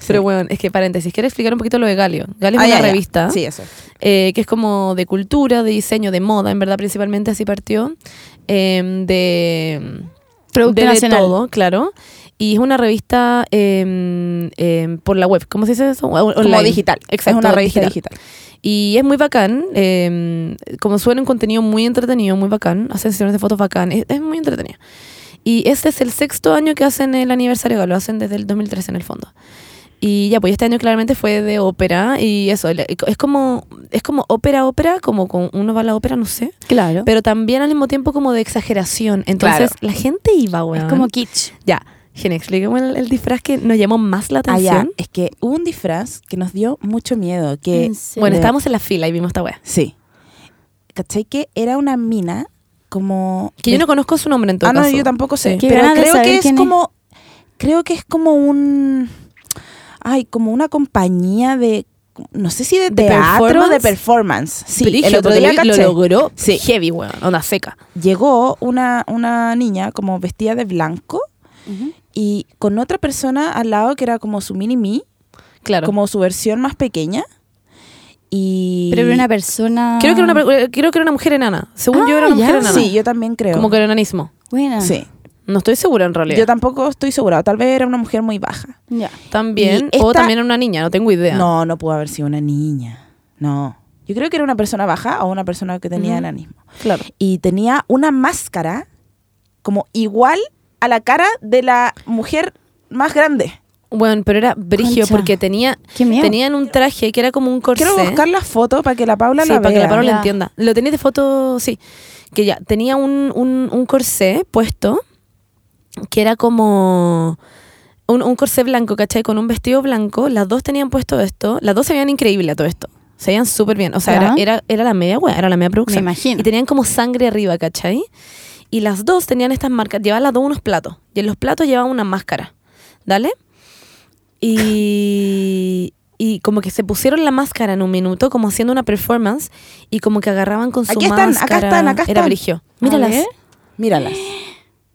[SPEAKER 2] Pero bueno, es que paréntesis, quiero explicar un poquito lo de Galio. Galio es
[SPEAKER 3] Ah,
[SPEAKER 2] una
[SPEAKER 3] ya, ya.
[SPEAKER 2] revista
[SPEAKER 3] Sí, eso.
[SPEAKER 2] eh, que es como de cultura, de diseño, de moda, en verdad, principalmente así partió. em, de
[SPEAKER 1] Producto
[SPEAKER 2] de, de
[SPEAKER 1] nacional.
[SPEAKER 2] todo, claro. Y es una revista em, em, por la web. ¿Cómo se dice eso? O-
[SPEAKER 3] Como
[SPEAKER 2] online.
[SPEAKER 3] digital.
[SPEAKER 2] Exacto,
[SPEAKER 3] es una revista digital.
[SPEAKER 2] Y es muy bacán. eh, como suena un contenido muy entretenido, muy bacán. Hacen sesiones de fotos bacán. Es, es muy entretenido. Y este es el sexto año que hacen el aniversario. Lo hacen desde el 2013 en el fondo. Y ya, pues este año claramente fue de ópera. Y eso, el- es como, es como ópera, ópera. Como con uno va a la ópera, no sé.
[SPEAKER 1] Claro.
[SPEAKER 2] Pero también al mismo tiempo como de exageración. Entonces la gente iba, weón.
[SPEAKER 1] es como kitsch.
[SPEAKER 2] Ya, Gene, explícame el, el disfraz que nos llamó más la atención.
[SPEAKER 3] Allá, Ah, es que hubo un disfraz que nos dio mucho miedo, que
[SPEAKER 1] En serio.
[SPEAKER 2] Bueno,
[SPEAKER 3] Sí.
[SPEAKER 2] estábamos en la fila y vimos esta wea.
[SPEAKER 3] Sí. ¿Cachai? Que era una mina como...
[SPEAKER 2] Que yo no conozco su nombre en todo
[SPEAKER 3] Ah, no,
[SPEAKER 2] caso.
[SPEAKER 3] yo tampoco sé.
[SPEAKER 1] Qué
[SPEAKER 3] pero
[SPEAKER 1] ganas de
[SPEAKER 3] creo
[SPEAKER 1] saber
[SPEAKER 3] que es
[SPEAKER 1] quién es.
[SPEAKER 3] como... Creo que es como un... Ay, como una compañía de... No sé si de,
[SPEAKER 2] ¿De
[SPEAKER 3] teatro
[SPEAKER 2] performance?
[SPEAKER 3] de performance. Sí,
[SPEAKER 2] Brígido,
[SPEAKER 3] el otro
[SPEAKER 2] porque
[SPEAKER 3] día
[SPEAKER 2] lo, lo
[SPEAKER 3] caché.
[SPEAKER 2] logró
[SPEAKER 3] Sí.
[SPEAKER 2] heavy, weón. Onda seca.
[SPEAKER 3] Llegó una, una niña como vestida de blanco
[SPEAKER 1] Ujú.
[SPEAKER 3] y con otra persona al lado que era como su mini-me,
[SPEAKER 2] Claro.
[SPEAKER 3] como su versión más pequeña. Y...
[SPEAKER 1] Pero era una persona.
[SPEAKER 2] Creo, que era una, eh, creo que era una mujer enana. Según yo era una
[SPEAKER 1] Ah, ya.
[SPEAKER 2] mujer enana.
[SPEAKER 3] Sí, yo también creo.
[SPEAKER 2] Como que era enanismo.
[SPEAKER 1] Buena.
[SPEAKER 3] Sí.
[SPEAKER 2] No estoy segura en realidad.
[SPEAKER 3] Yo tampoco estoy segura. Tal vez era una mujer muy baja.
[SPEAKER 1] Ya.
[SPEAKER 2] también.
[SPEAKER 3] Y
[SPEAKER 2] O
[SPEAKER 3] esta-
[SPEAKER 2] también era una niña, no tengo idea.
[SPEAKER 3] No, no pudo haber sido una niña. No. Yo creo que era una persona baja o una persona que tenía
[SPEAKER 2] Ujú.
[SPEAKER 3] enanismo.
[SPEAKER 2] Claro.
[SPEAKER 3] Y tenía una máscara como igual a la cara de la mujer más grande.
[SPEAKER 2] Bueno, pero era brigio
[SPEAKER 1] Concha.
[SPEAKER 2] porque tenía,
[SPEAKER 1] Qué miedo.
[SPEAKER 2] tenían un traje que era como un corsé.
[SPEAKER 3] Quiero buscar la foto para que la Paula
[SPEAKER 2] sí,
[SPEAKER 3] la
[SPEAKER 2] para que
[SPEAKER 3] vea.
[SPEAKER 2] la Paula
[SPEAKER 1] Ya.
[SPEAKER 2] entienda. Lo tenéis de foto, sí. Que ya, tenía un, un, un corsé puesto, que era como un, un corsé blanco, ¿cachai? Con un vestido blanco. Las dos tenían puesto esto. Las dos se veían increíble a todo esto. Se veían súper bien. O sea, era,
[SPEAKER 1] Ya.
[SPEAKER 2] era, era la media wea, era la media
[SPEAKER 1] Me
[SPEAKER 2] producción.
[SPEAKER 1] imagino.
[SPEAKER 2] Y tenían como sangre arriba, ¿cachai? Y las dos tenían estas marcas. Llevaban las dos unos platos. Y en los platos llevaban una máscara. ¿Dale? Y, y como que se pusieron la máscara en un minuto, como haciendo una performance. Y como que agarraban con su
[SPEAKER 3] Aquí están, acá
[SPEAKER 2] máscara.
[SPEAKER 3] están, acá
[SPEAKER 2] Era
[SPEAKER 3] están.
[SPEAKER 2] brigio.
[SPEAKER 1] A
[SPEAKER 2] Míralas.
[SPEAKER 1] ver.
[SPEAKER 3] Míralas.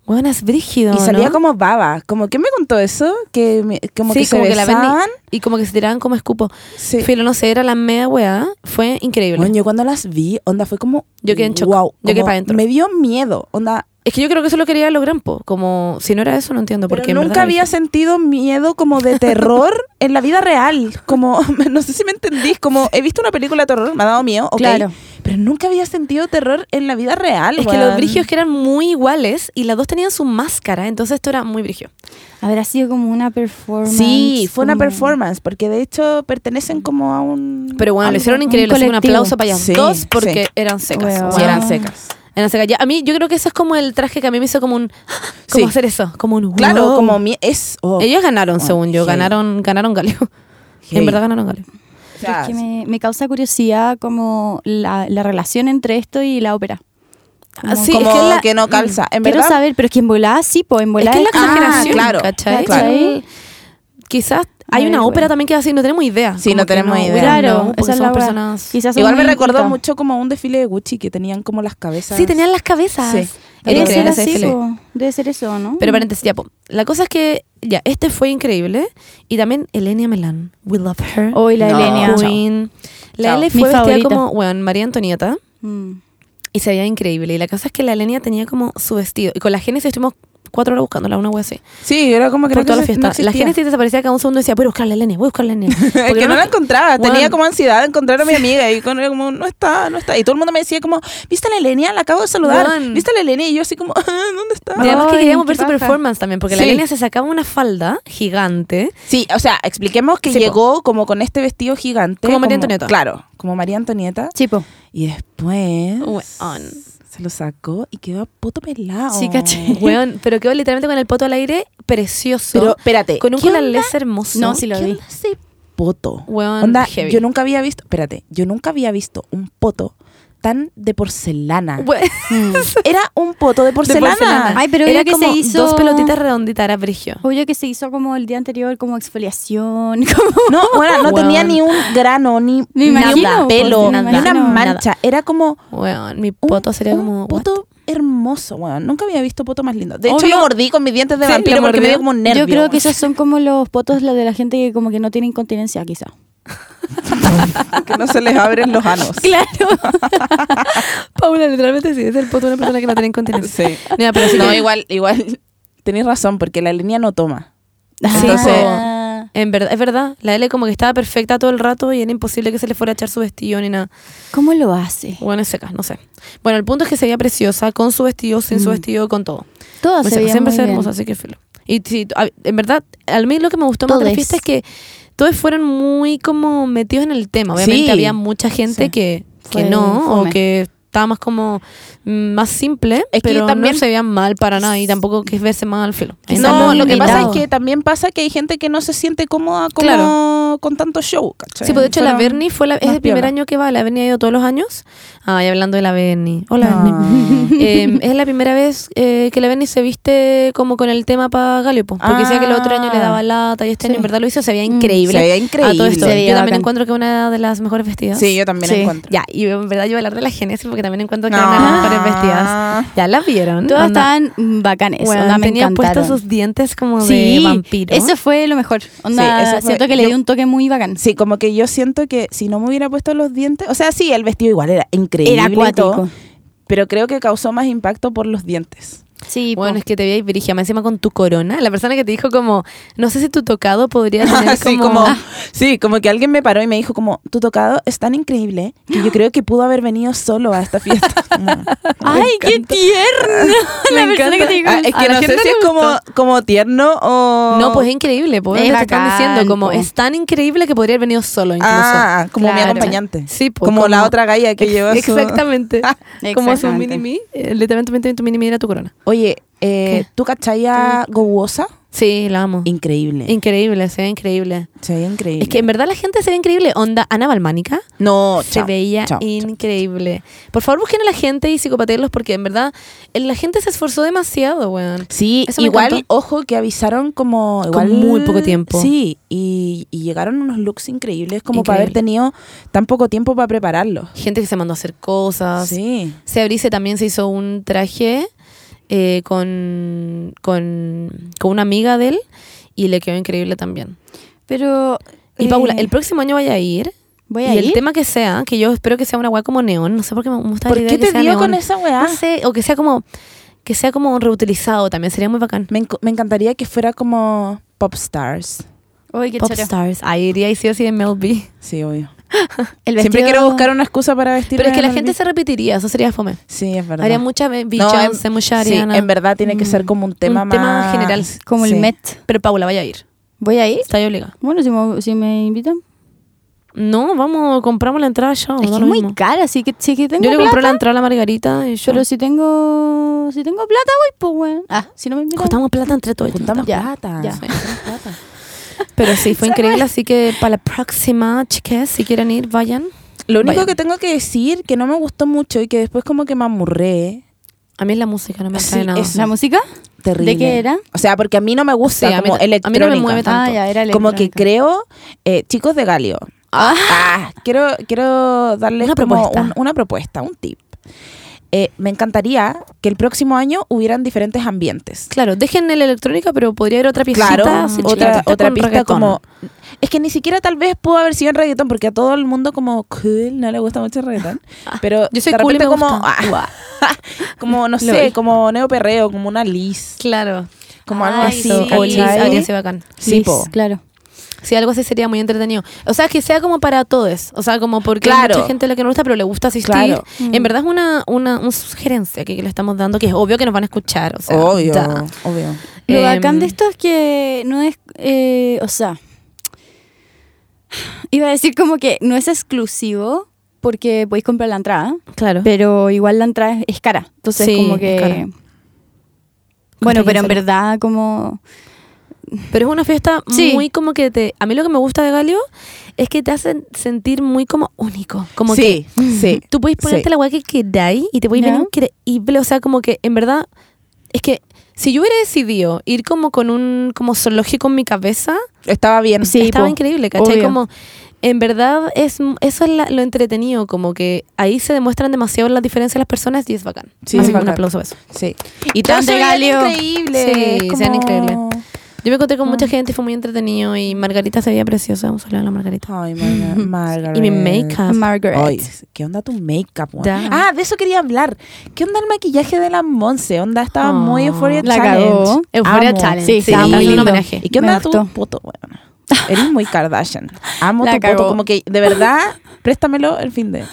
[SPEAKER 2] Buenas, brígido.
[SPEAKER 3] y salía
[SPEAKER 2] ¿no?
[SPEAKER 3] como baba. Como, ¿Quién me contó eso? Que me- como
[SPEAKER 2] Sí,
[SPEAKER 3] que se
[SPEAKER 2] como que la ven y-
[SPEAKER 3] besaban.
[SPEAKER 2] Y como que se tiraban como escupo.
[SPEAKER 3] Sí.
[SPEAKER 2] Filo, no sé, era la media weá. Fue increíble.
[SPEAKER 3] Bueno, yo cuando las vi, onda, fue como...
[SPEAKER 2] Yo quedé en shock.
[SPEAKER 3] Wow,
[SPEAKER 2] Yo quedé
[SPEAKER 3] como
[SPEAKER 2] pa' dentro.
[SPEAKER 3] Me dio miedo. Onda,
[SPEAKER 2] Es que yo creo que eso lo quería lograr, po. Como, si no era eso, no entiendo.
[SPEAKER 3] Pero
[SPEAKER 2] Porque en
[SPEAKER 3] nunca
[SPEAKER 2] verdad
[SPEAKER 3] había
[SPEAKER 2] era
[SPEAKER 3] sentido miedo como de terror <laughs> en la vida real. Como, <laughs> no sé si me entendís, como he visto una película de terror, me ha dado miedo, ok.
[SPEAKER 1] Claro.
[SPEAKER 3] Pero nunca había sentido terror en la vida real.
[SPEAKER 2] Es que los
[SPEAKER 3] weón.
[SPEAKER 2] brigios que eran muy iguales y las dos tenían su máscara, entonces esto era muy brigio.
[SPEAKER 1] Habrá sido como una performance.
[SPEAKER 3] Sí, fue una
[SPEAKER 1] como-
[SPEAKER 3] performance, porque de hecho pertenecen como a un...
[SPEAKER 2] Pero bueno, lo
[SPEAKER 3] algo,
[SPEAKER 2] hicieron
[SPEAKER 1] un
[SPEAKER 2] increíble, así que un
[SPEAKER 1] colectivo.
[SPEAKER 2] aplauso para ellas
[SPEAKER 3] Sí,
[SPEAKER 2] dos porque
[SPEAKER 3] sí.
[SPEAKER 2] eran secas.
[SPEAKER 1] Weón.
[SPEAKER 3] Sí,
[SPEAKER 2] Eran,
[SPEAKER 3] eran secas.
[SPEAKER 2] eran secas. Ya, a mí yo creo que ese es como el traje que a mí me hizo como un como
[SPEAKER 3] Sí.
[SPEAKER 2] hacer eso, como un
[SPEAKER 3] Claro,
[SPEAKER 2] wow.
[SPEAKER 3] como mie- es... oh,
[SPEAKER 2] ellos ganaron,
[SPEAKER 3] Bueno,
[SPEAKER 2] según yo,
[SPEAKER 3] heavy.
[SPEAKER 2] ganaron ganaron Galio. <laughs>
[SPEAKER 3] Heavy.
[SPEAKER 2] En verdad ganaron Galio.
[SPEAKER 3] o
[SPEAKER 1] Pero
[SPEAKER 3] sea,
[SPEAKER 1] es que me, me causa curiosidad como la, la relación entre esto y la ópera. Como-
[SPEAKER 2] Ah, sí,
[SPEAKER 3] como
[SPEAKER 2] es que la-
[SPEAKER 3] que no calza. En
[SPEAKER 1] Quiero
[SPEAKER 3] verdad,
[SPEAKER 1] saber, pero es que en volada sí, pues en
[SPEAKER 2] es
[SPEAKER 1] volada
[SPEAKER 2] que es la
[SPEAKER 3] Ah,
[SPEAKER 2] exageración,
[SPEAKER 3] claro,
[SPEAKER 2] ¿cachai?
[SPEAKER 1] claro.
[SPEAKER 2] Sí. Quizás hay
[SPEAKER 1] Ay,
[SPEAKER 2] una
[SPEAKER 1] bueno.
[SPEAKER 2] ópera también que es así, no tenemos idea.
[SPEAKER 3] Sí, no
[SPEAKER 2] que
[SPEAKER 3] tenemos idea.
[SPEAKER 1] Claro,
[SPEAKER 2] no, porque
[SPEAKER 1] esa es
[SPEAKER 2] somos
[SPEAKER 1] la weá.
[SPEAKER 2] personas-
[SPEAKER 1] Quizás somos
[SPEAKER 3] igual me
[SPEAKER 1] muy
[SPEAKER 3] recordó
[SPEAKER 1] incultas.
[SPEAKER 3] mucho como un desfile de Gucci que tenían como las cabezas...
[SPEAKER 2] Sí, tenían las cabezas.
[SPEAKER 3] Sí.
[SPEAKER 2] Era
[SPEAKER 1] Debe
[SPEAKER 3] Entonces,
[SPEAKER 1] ser
[SPEAKER 2] increíble ese
[SPEAKER 1] así,
[SPEAKER 2] desfile.
[SPEAKER 1] po. debe ser eso, ¿no?
[SPEAKER 2] Pero paréntesis, ya, po. la cosa es que ya, este fue increíble. Y también Elenia Melan. We love her.
[SPEAKER 1] Hoy la
[SPEAKER 3] No.
[SPEAKER 1] Elenia.
[SPEAKER 2] Queen. La
[SPEAKER 3] Chao.
[SPEAKER 2] L
[SPEAKER 1] Mi
[SPEAKER 2] fue vestida
[SPEAKER 1] favorita.
[SPEAKER 2] como, weón, María Antonieta.
[SPEAKER 1] Mm.
[SPEAKER 2] Y se veía increíble. Y la cosa es que la Elenia tenía como su vestido. Y con la Génesis estuvimos cuatro horas buscándola, una wea así.
[SPEAKER 3] Sí, era como que
[SPEAKER 2] Por
[SPEAKER 3] no
[SPEAKER 2] toda la
[SPEAKER 3] existe-
[SPEAKER 2] fiesta.
[SPEAKER 3] no existía.
[SPEAKER 2] la gente sí desaparecía cada un segundo y decía, voy a buscar a la Elena, voy a buscar a la Elena.
[SPEAKER 3] <laughs> es
[SPEAKER 2] Porque
[SPEAKER 3] que no la encontraba, tenía
[SPEAKER 2] Bueno.
[SPEAKER 3] como ansiedad de encontrar a mi amiga y con- era como, no está, no está. Y todo el mundo me decía como, ¿viste a la Elenia? La acabo de saludar.
[SPEAKER 2] Bueno.
[SPEAKER 3] ¿Viste a la Elenia? Y yo así como, <laughs> "Ah, ¿dónde está?
[SPEAKER 2] Y además que
[SPEAKER 1] Ay,
[SPEAKER 2] queríamos ver
[SPEAKER 1] qué
[SPEAKER 2] su
[SPEAKER 1] paja.
[SPEAKER 2] performance también, porque la
[SPEAKER 3] Sí.
[SPEAKER 2] Elena se sacaba una falda gigante.
[SPEAKER 3] Sí, o sea, expliquemos que
[SPEAKER 2] Sí, po.
[SPEAKER 3] llegó como con este vestido gigante.
[SPEAKER 2] Como María Antonieta.
[SPEAKER 3] Claro, como María Antonieta.
[SPEAKER 1] Chipo.
[SPEAKER 3] Y después
[SPEAKER 2] Weón.
[SPEAKER 3] se lo sacó y quedó a poto pelado.
[SPEAKER 1] Sí, caché.
[SPEAKER 2] Weón, pero quedó literalmente con el poto al aire precioso.
[SPEAKER 3] Pero espérate,
[SPEAKER 2] con un
[SPEAKER 3] ¿qué
[SPEAKER 2] colalés hermoso.
[SPEAKER 1] No, sí lo vi.
[SPEAKER 3] ese poto?
[SPEAKER 2] Weón,
[SPEAKER 3] Onda,
[SPEAKER 2] heavy.
[SPEAKER 3] yo nunca había visto, espérate, yo nunca había visto un poto tan de porcelana.
[SPEAKER 2] <laughs>
[SPEAKER 3] Hmm.
[SPEAKER 2] Weón.
[SPEAKER 3] Era un poto de porcelana.
[SPEAKER 1] porcelana. Ay, pero
[SPEAKER 2] Era
[SPEAKER 1] obvio que
[SPEAKER 2] como
[SPEAKER 1] se hizo-
[SPEAKER 2] dos pelotitas redonditas, era brigio.
[SPEAKER 1] Obvio que se hizo como el día anterior, como exfoliación, <laughs> como...
[SPEAKER 3] <laughs> No, bueno, no
[SPEAKER 2] Weón.
[SPEAKER 3] tenía ni un grano, ni,
[SPEAKER 1] Me
[SPEAKER 3] nada,
[SPEAKER 1] imagino,
[SPEAKER 3] pelo,
[SPEAKER 1] pues, me
[SPEAKER 3] ni una
[SPEAKER 1] imagino.
[SPEAKER 3] mancha. Era como
[SPEAKER 2] Weón, mi
[SPEAKER 3] un,
[SPEAKER 2] poto sería
[SPEAKER 3] un
[SPEAKER 2] como...
[SPEAKER 3] poto hermoso, weón. Nunca había visto poto más lindo. De hecho,
[SPEAKER 1] Obvio.
[SPEAKER 3] lo mordí con mis dientes de
[SPEAKER 2] Sí,
[SPEAKER 3] vampiro
[SPEAKER 2] lo
[SPEAKER 3] porque me
[SPEAKER 2] mordió.
[SPEAKER 3] dio como un nervio.
[SPEAKER 1] Yo creo
[SPEAKER 3] weón.
[SPEAKER 1] que esos son como los potos la de la gente que como que no tiene incontinencia, quizá.
[SPEAKER 3] <laughs> que no se les abren los
[SPEAKER 2] <laughs>
[SPEAKER 3] anos.
[SPEAKER 2] Claro. Paula, literalmente sí, es el poto de una persona que no tiene incontinencia.
[SPEAKER 3] Sí.
[SPEAKER 2] Mira, pero sí
[SPEAKER 3] No,
[SPEAKER 2] que-
[SPEAKER 3] igual, igual. Tenés razón, porque la línea no toma.
[SPEAKER 2] Sí,
[SPEAKER 3] Entonces-
[SPEAKER 1] Ah.
[SPEAKER 2] En verdad, es verdad, la L como que estaba perfecta todo el rato y era imposible que se le fuera a echar su vestido ni nada.
[SPEAKER 1] ¿Cómo lo hace?
[SPEAKER 2] Bueno, es seca, no sé. Bueno, el punto es que se veía preciosa con su vestido, sin su
[SPEAKER 1] Mm.
[SPEAKER 2] vestido, con todo.
[SPEAKER 1] Todo
[SPEAKER 2] Muy
[SPEAKER 1] se
[SPEAKER 2] seca,
[SPEAKER 1] veía
[SPEAKER 2] pues, siempre
[SPEAKER 1] muy
[SPEAKER 2] se ve
[SPEAKER 1] bien.
[SPEAKER 2] hermosa, así que filo. Y sí, a- en verdad, a mí lo que me gustó más de la
[SPEAKER 1] Todes.
[SPEAKER 2] fiesta es que todos fueron muy como metidos en el tema. Obviamente
[SPEAKER 3] Sí.
[SPEAKER 2] había mucha gente
[SPEAKER 1] Sí.
[SPEAKER 2] que, que
[SPEAKER 1] Fue
[SPEAKER 2] no,
[SPEAKER 1] fome.
[SPEAKER 2] o que estaba más como mm, más simple,
[SPEAKER 3] Es que
[SPEAKER 2] pero
[SPEAKER 3] también-
[SPEAKER 2] no se veían mal para nada y tampoco que es verse mal al filo.
[SPEAKER 1] Quizás
[SPEAKER 3] no,
[SPEAKER 1] los
[SPEAKER 3] lo que pasa es
[SPEAKER 1] invitados.
[SPEAKER 3] que también pasa que hay gente que no se siente cómoda como con tanto show, ¿cachai?
[SPEAKER 2] Sí, pues de hecho la
[SPEAKER 3] Fueron-
[SPEAKER 2] Bernie fue la- es
[SPEAKER 3] más
[SPEAKER 2] el primer
[SPEAKER 3] piola.
[SPEAKER 2] año que va, la Bernie ha ido todos los años. Ay, hablando de la Bernie. Hola
[SPEAKER 3] Ah.
[SPEAKER 2] Bernie. Eh, es la primera vez eh, que la Bernie se viste como con el tema para Galio, po, porque
[SPEAKER 3] Ah.
[SPEAKER 2] decía que el otro año le daba lata y este
[SPEAKER 1] Sí.
[SPEAKER 2] año en verdad lo hizo, se veía
[SPEAKER 1] Mm,
[SPEAKER 2] increíble.
[SPEAKER 3] Se veía increíble.
[SPEAKER 2] A todo esto.
[SPEAKER 1] Se
[SPEAKER 2] yo
[SPEAKER 1] veía
[SPEAKER 2] también
[SPEAKER 1] bacán.
[SPEAKER 2] encuentro que una de las mejores vestidas.
[SPEAKER 3] Sí, yo también
[SPEAKER 1] Sí.
[SPEAKER 3] encuentro.
[SPEAKER 2] Ya, y en verdad yo voy a hablar de la Genesis porque también encuentro que eran las mejores vestidas.
[SPEAKER 3] Ah,
[SPEAKER 2] Ya las vieron.
[SPEAKER 1] Todas
[SPEAKER 2] Onda,
[SPEAKER 1] estaban bacanes.
[SPEAKER 2] weón,
[SPEAKER 1] onda, me
[SPEAKER 2] tenía puestos
[SPEAKER 1] encantaron.
[SPEAKER 2] sus dientes como
[SPEAKER 1] sí,
[SPEAKER 2] de vampiro.
[SPEAKER 1] Eso fue lo mejor. Onda,
[SPEAKER 3] Sí, eso fue-
[SPEAKER 1] siento que le
[SPEAKER 3] yo-
[SPEAKER 1] dio un toque muy bacán.
[SPEAKER 3] Sí, como que yo siento que si no me hubiera puesto los dientes, o sea, sí, el vestido igual era increíble,
[SPEAKER 1] Era
[SPEAKER 3] y todo,
[SPEAKER 1] acuático.
[SPEAKER 3] pero creo que causó más impacto por
[SPEAKER 2] <laughs>
[SPEAKER 3] los dientes.
[SPEAKER 1] Sí,
[SPEAKER 2] Bueno,
[SPEAKER 3] pues
[SPEAKER 1] po.
[SPEAKER 2] es que te vi ahí, Virigia, más encima con tu corona. La persona que te dijo como, no sé si tu tocado
[SPEAKER 3] <laughs>
[SPEAKER 2] podría tener
[SPEAKER 3] sí,
[SPEAKER 2] como... ah.
[SPEAKER 3] como, sí, como que alguien me paró y me dijo como, tu tocado es tan increíble que yo creo que pudo haber venido solo a esta
[SPEAKER 2] <laughs>
[SPEAKER 3] fiesta.
[SPEAKER 1] ¡Ay, qué
[SPEAKER 3] <laughs>
[SPEAKER 1] tierno! la
[SPEAKER 2] Me
[SPEAKER 1] persona que
[SPEAKER 2] encanta.
[SPEAKER 1] te dijo
[SPEAKER 3] Ah, es
[SPEAKER 2] A
[SPEAKER 3] que
[SPEAKER 2] la
[SPEAKER 3] no sé
[SPEAKER 2] gente
[SPEAKER 3] si
[SPEAKER 2] le
[SPEAKER 3] es como, oh, como tierno o...
[SPEAKER 2] No, pues es increíble, pues
[SPEAKER 1] Es
[SPEAKER 2] te están
[SPEAKER 1] bacán,
[SPEAKER 2] diciendo como,
[SPEAKER 1] po.
[SPEAKER 2] es tan increíble que podría haber venido solo incluso.
[SPEAKER 3] Ah, como mi
[SPEAKER 1] Claro.
[SPEAKER 3] acompañante.
[SPEAKER 2] Sí, po,
[SPEAKER 3] como, la
[SPEAKER 2] como-
[SPEAKER 3] otra galla que
[SPEAKER 2] Ex-
[SPEAKER 3] lleva su... <laughs>
[SPEAKER 2] Exactamente. Como su
[SPEAKER 1] Exactamente.
[SPEAKER 2] mini-me, eh, literalmente tu mini-me era tu corona.
[SPEAKER 3] Oye, eh, ¿tú cachai a Gowosa?
[SPEAKER 2] Sí, la amo.
[SPEAKER 3] Increíble.
[SPEAKER 2] Increíble, se ve increíble.
[SPEAKER 3] se veía increíble.
[SPEAKER 2] Es que en verdad la gente se ve increíble. Onda, Ana Balmánica
[SPEAKER 3] no,
[SPEAKER 2] se
[SPEAKER 3] Oh, chao,
[SPEAKER 2] veía
[SPEAKER 3] chao, chao.
[SPEAKER 2] increíble. Por favor, busquen a la gente y psicopatearlos porque en verdad eh, la gente se esforzó demasiado, weón.
[SPEAKER 3] Sí,
[SPEAKER 2] Eso me
[SPEAKER 3] igual,
[SPEAKER 2] encantó.
[SPEAKER 3] ojo, que avisaron como... Igual,
[SPEAKER 2] muy poco tiempo.
[SPEAKER 3] Sí, y, y llegaron unos looks increíbles como para haber
[SPEAKER 2] Increíble.
[SPEAKER 3] tenido tan poco tiempo para prepararlos.
[SPEAKER 2] Gente que se mandó a hacer cosas.
[SPEAKER 3] Sí.
[SPEAKER 2] Seabrice también se hizo un traje eh, con, con, con una amiga de él y le quedó increíble también.
[SPEAKER 1] Pero.
[SPEAKER 2] Y
[SPEAKER 1] eh,
[SPEAKER 2] Paula, el próximo año vaya a ir.
[SPEAKER 1] Voy a
[SPEAKER 2] y el
[SPEAKER 1] ir.
[SPEAKER 2] tema que sea, que yo espero que sea una weá como neón, no sé por qué me gusta
[SPEAKER 3] ¿Por
[SPEAKER 2] la idea
[SPEAKER 3] qué
[SPEAKER 2] de que
[SPEAKER 3] te
[SPEAKER 2] sea
[SPEAKER 3] dio
[SPEAKER 2] neón.
[SPEAKER 3] con esa weá?
[SPEAKER 2] No sé, o que sea como que sea como reutilizado también, sería muy bacán.
[SPEAKER 3] Me, enc- me encantaría que fuera como pop stars.
[SPEAKER 1] Uy, qué
[SPEAKER 2] Pop
[SPEAKER 1] choro.
[SPEAKER 2] Stars, ahí iría y sí o sí en Mel B.
[SPEAKER 3] Sí, obvio.
[SPEAKER 1] El
[SPEAKER 3] Siempre
[SPEAKER 1] vestido-
[SPEAKER 3] quiero buscar una excusa para vestirme.
[SPEAKER 2] Pero es que la
[SPEAKER 3] de
[SPEAKER 2] gente
[SPEAKER 3] Malvin.
[SPEAKER 2] se repetiría, eso sería fome.
[SPEAKER 3] Sí, es verdad.
[SPEAKER 2] Haría mucha be-
[SPEAKER 3] No, en-
[SPEAKER 2] Beyoncé, mucha
[SPEAKER 3] sí,
[SPEAKER 2] Ariana.
[SPEAKER 3] en verdad tiene que ser como un tema
[SPEAKER 2] Un
[SPEAKER 3] más...
[SPEAKER 2] tema general.
[SPEAKER 1] Como
[SPEAKER 3] Sí.
[SPEAKER 1] el Met.
[SPEAKER 2] Pero Paula, vaya a ir.
[SPEAKER 1] ¿Voy a ir?
[SPEAKER 2] Está ahí obligada.
[SPEAKER 1] Bueno, si me, si me invitan.
[SPEAKER 2] No, vamos, compramos la entrada ya.
[SPEAKER 1] es
[SPEAKER 2] da
[SPEAKER 1] que es
[SPEAKER 2] lo
[SPEAKER 1] muy
[SPEAKER 2] mismo.
[SPEAKER 1] cara, así que, sí que tengo
[SPEAKER 2] Yo le
[SPEAKER 1] plata.
[SPEAKER 2] compré la entrada a la Margarita y yo.
[SPEAKER 1] Pero si tengo, si tengo plata, voy, pues, weón. Ah, si no me invitan.
[SPEAKER 2] juntamos plata entre todos.
[SPEAKER 3] Juntamos
[SPEAKER 1] Ya,
[SPEAKER 3] plata.
[SPEAKER 1] ya.
[SPEAKER 3] juntamos plata.
[SPEAKER 2] Pero sí, <laughs> fue increíble. Así que para la próxima, chicas, si quieren ir, vayan.
[SPEAKER 3] Lo único
[SPEAKER 2] Vayan.
[SPEAKER 3] que tengo que decir que no me gustó mucho y que después como que me amurré.
[SPEAKER 2] A mí es la música, no me
[SPEAKER 3] Sí,
[SPEAKER 2] atrae nada.
[SPEAKER 3] eso.
[SPEAKER 1] ¿La música?
[SPEAKER 3] Terrible.
[SPEAKER 1] ¿De qué era?
[SPEAKER 3] O sea, porque a mí no me gusta
[SPEAKER 2] Sí, a mí
[SPEAKER 3] como
[SPEAKER 2] ta- a mí no me
[SPEAKER 3] electrónica.
[SPEAKER 2] mueve tanto.
[SPEAKER 1] Ah, ya, era
[SPEAKER 3] Como que
[SPEAKER 1] electrónica.
[SPEAKER 3] creo, eh, chicos de Galio,
[SPEAKER 1] Ah,
[SPEAKER 3] ah, quiero, quiero darles
[SPEAKER 2] Una
[SPEAKER 3] como
[SPEAKER 2] propuesta.
[SPEAKER 3] un- una propuesta, un tip. eh, me encantaría que el próximo año hubieran diferentes ambientes.
[SPEAKER 2] Claro, dejen la electrónica, pero podría haber otra pista.
[SPEAKER 3] Claro, otra, otra pista como... Es que ni siquiera tal vez pudo haber sido en reggaetón, porque a todo el mundo como cool no le gusta mucho el reggaetón. Pero
[SPEAKER 2] Ah, yo soy
[SPEAKER 3] de
[SPEAKER 2] cool y
[SPEAKER 3] repente
[SPEAKER 2] me
[SPEAKER 3] como...
[SPEAKER 2] gusta.
[SPEAKER 3] ah,
[SPEAKER 2] Guau.
[SPEAKER 3] <laughs>
[SPEAKER 2] <laughs>
[SPEAKER 3] como, no sé,
[SPEAKER 2] Lol.
[SPEAKER 3] como neoperreo, como una Liz.
[SPEAKER 2] Claro.
[SPEAKER 3] Como algo
[SPEAKER 1] Ay,
[SPEAKER 3] así.
[SPEAKER 1] sí,
[SPEAKER 2] O Liz,
[SPEAKER 3] ¿cachai?
[SPEAKER 2] haría ese bacán.
[SPEAKER 3] Sí, po.
[SPEAKER 1] claro.
[SPEAKER 2] Si algo así sería muy entretenido. O sea, que sea como para todos. O sea, como porque hay
[SPEAKER 3] Claro.
[SPEAKER 2] mucha gente a la que no le gusta, pero le gusta asistir.
[SPEAKER 3] Claro.
[SPEAKER 2] En verdad es una, una, una sugerencia que, que le estamos dando, que es obvio que nos van a escuchar. O sea,
[SPEAKER 3] obvio,
[SPEAKER 2] da.
[SPEAKER 3] obvio.
[SPEAKER 1] Lo
[SPEAKER 2] Em,
[SPEAKER 1] bacán de esto es que no es, eh, o sea, iba a decir como que no es exclusivo porque podéis comprar la entrada,
[SPEAKER 2] Claro.
[SPEAKER 1] pero igual la entrada es- es cara, entonces
[SPEAKER 2] Sí,
[SPEAKER 1] como
[SPEAKER 2] es
[SPEAKER 1] que...
[SPEAKER 2] cara.
[SPEAKER 1] Bueno,
[SPEAKER 2] Costaría
[SPEAKER 1] pero en
[SPEAKER 2] hacerlo.
[SPEAKER 1] verdad como...
[SPEAKER 2] Pero es una fiesta
[SPEAKER 1] Sí.
[SPEAKER 2] muy como que te... A mí lo que me gusta de Galio es que te hacen sentir muy como único. Como que
[SPEAKER 3] sí, sí.
[SPEAKER 2] tú puedes ponerte
[SPEAKER 3] sí.
[SPEAKER 2] la weá que queráis y te puedes ver
[SPEAKER 1] Ya.
[SPEAKER 2] increíble. O sea, como que en verdad... Es que si yo hubiera decidido ir como con un como zoológico en mi cabeza,
[SPEAKER 3] <laughs> Estaba bien.
[SPEAKER 1] Sí,
[SPEAKER 2] estaba
[SPEAKER 1] po,
[SPEAKER 2] increíble, ¿cachai?
[SPEAKER 1] obvio.
[SPEAKER 2] Como, en verdad, es eso es la- lo entretenido, como que ahí se demuestran demasiado las diferencias de las personas y es bacán. Así
[SPEAKER 3] Sí, es
[SPEAKER 2] que un
[SPEAKER 3] bacán.
[SPEAKER 2] aplauso a eso.
[SPEAKER 3] Sí. Y
[SPEAKER 1] Tan
[SPEAKER 3] todos se veían
[SPEAKER 1] regalio.
[SPEAKER 3] increíbles.
[SPEAKER 2] Sí, se veían increíbles. Yo me encontré con mucha
[SPEAKER 1] Ah.
[SPEAKER 2] gente, fue muy entretenido y Margarita se veía preciosa. Un saludo a la Margarita.
[SPEAKER 3] Ay, Marga-
[SPEAKER 2] <laughs>
[SPEAKER 3] Margaret.
[SPEAKER 2] Y mi make-up.
[SPEAKER 1] Margaret.
[SPEAKER 3] Ay, ¿qué onda tu make-up? weón?
[SPEAKER 2] Da.
[SPEAKER 3] Ah, de eso quería hablar. ¿Qué onda el maquillaje de la Monse? Onda, estaba muy
[SPEAKER 2] Oh.
[SPEAKER 3] Euphoria
[SPEAKER 1] La
[SPEAKER 3] Challenge.
[SPEAKER 1] cagó.
[SPEAKER 2] Euphoria
[SPEAKER 3] Amo.
[SPEAKER 2] Challenge.
[SPEAKER 1] Sí,
[SPEAKER 2] Sí,
[SPEAKER 1] está muy
[SPEAKER 2] hazle un
[SPEAKER 1] lindo.
[SPEAKER 2] homenaje.
[SPEAKER 3] ¿Y qué
[SPEAKER 1] Me
[SPEAKER 3] onda tu
[SPEAKER 1] gustó.
[SPEAKER 3] poto, weón? Eres muy Kardashian. Amo
[SPEAKER 1] La
[SPEAKER 3] tu
[SPEAKER 1] cagó.
[SPEAKER 3] poto. Como que, de verdad, préstamelo el fin de.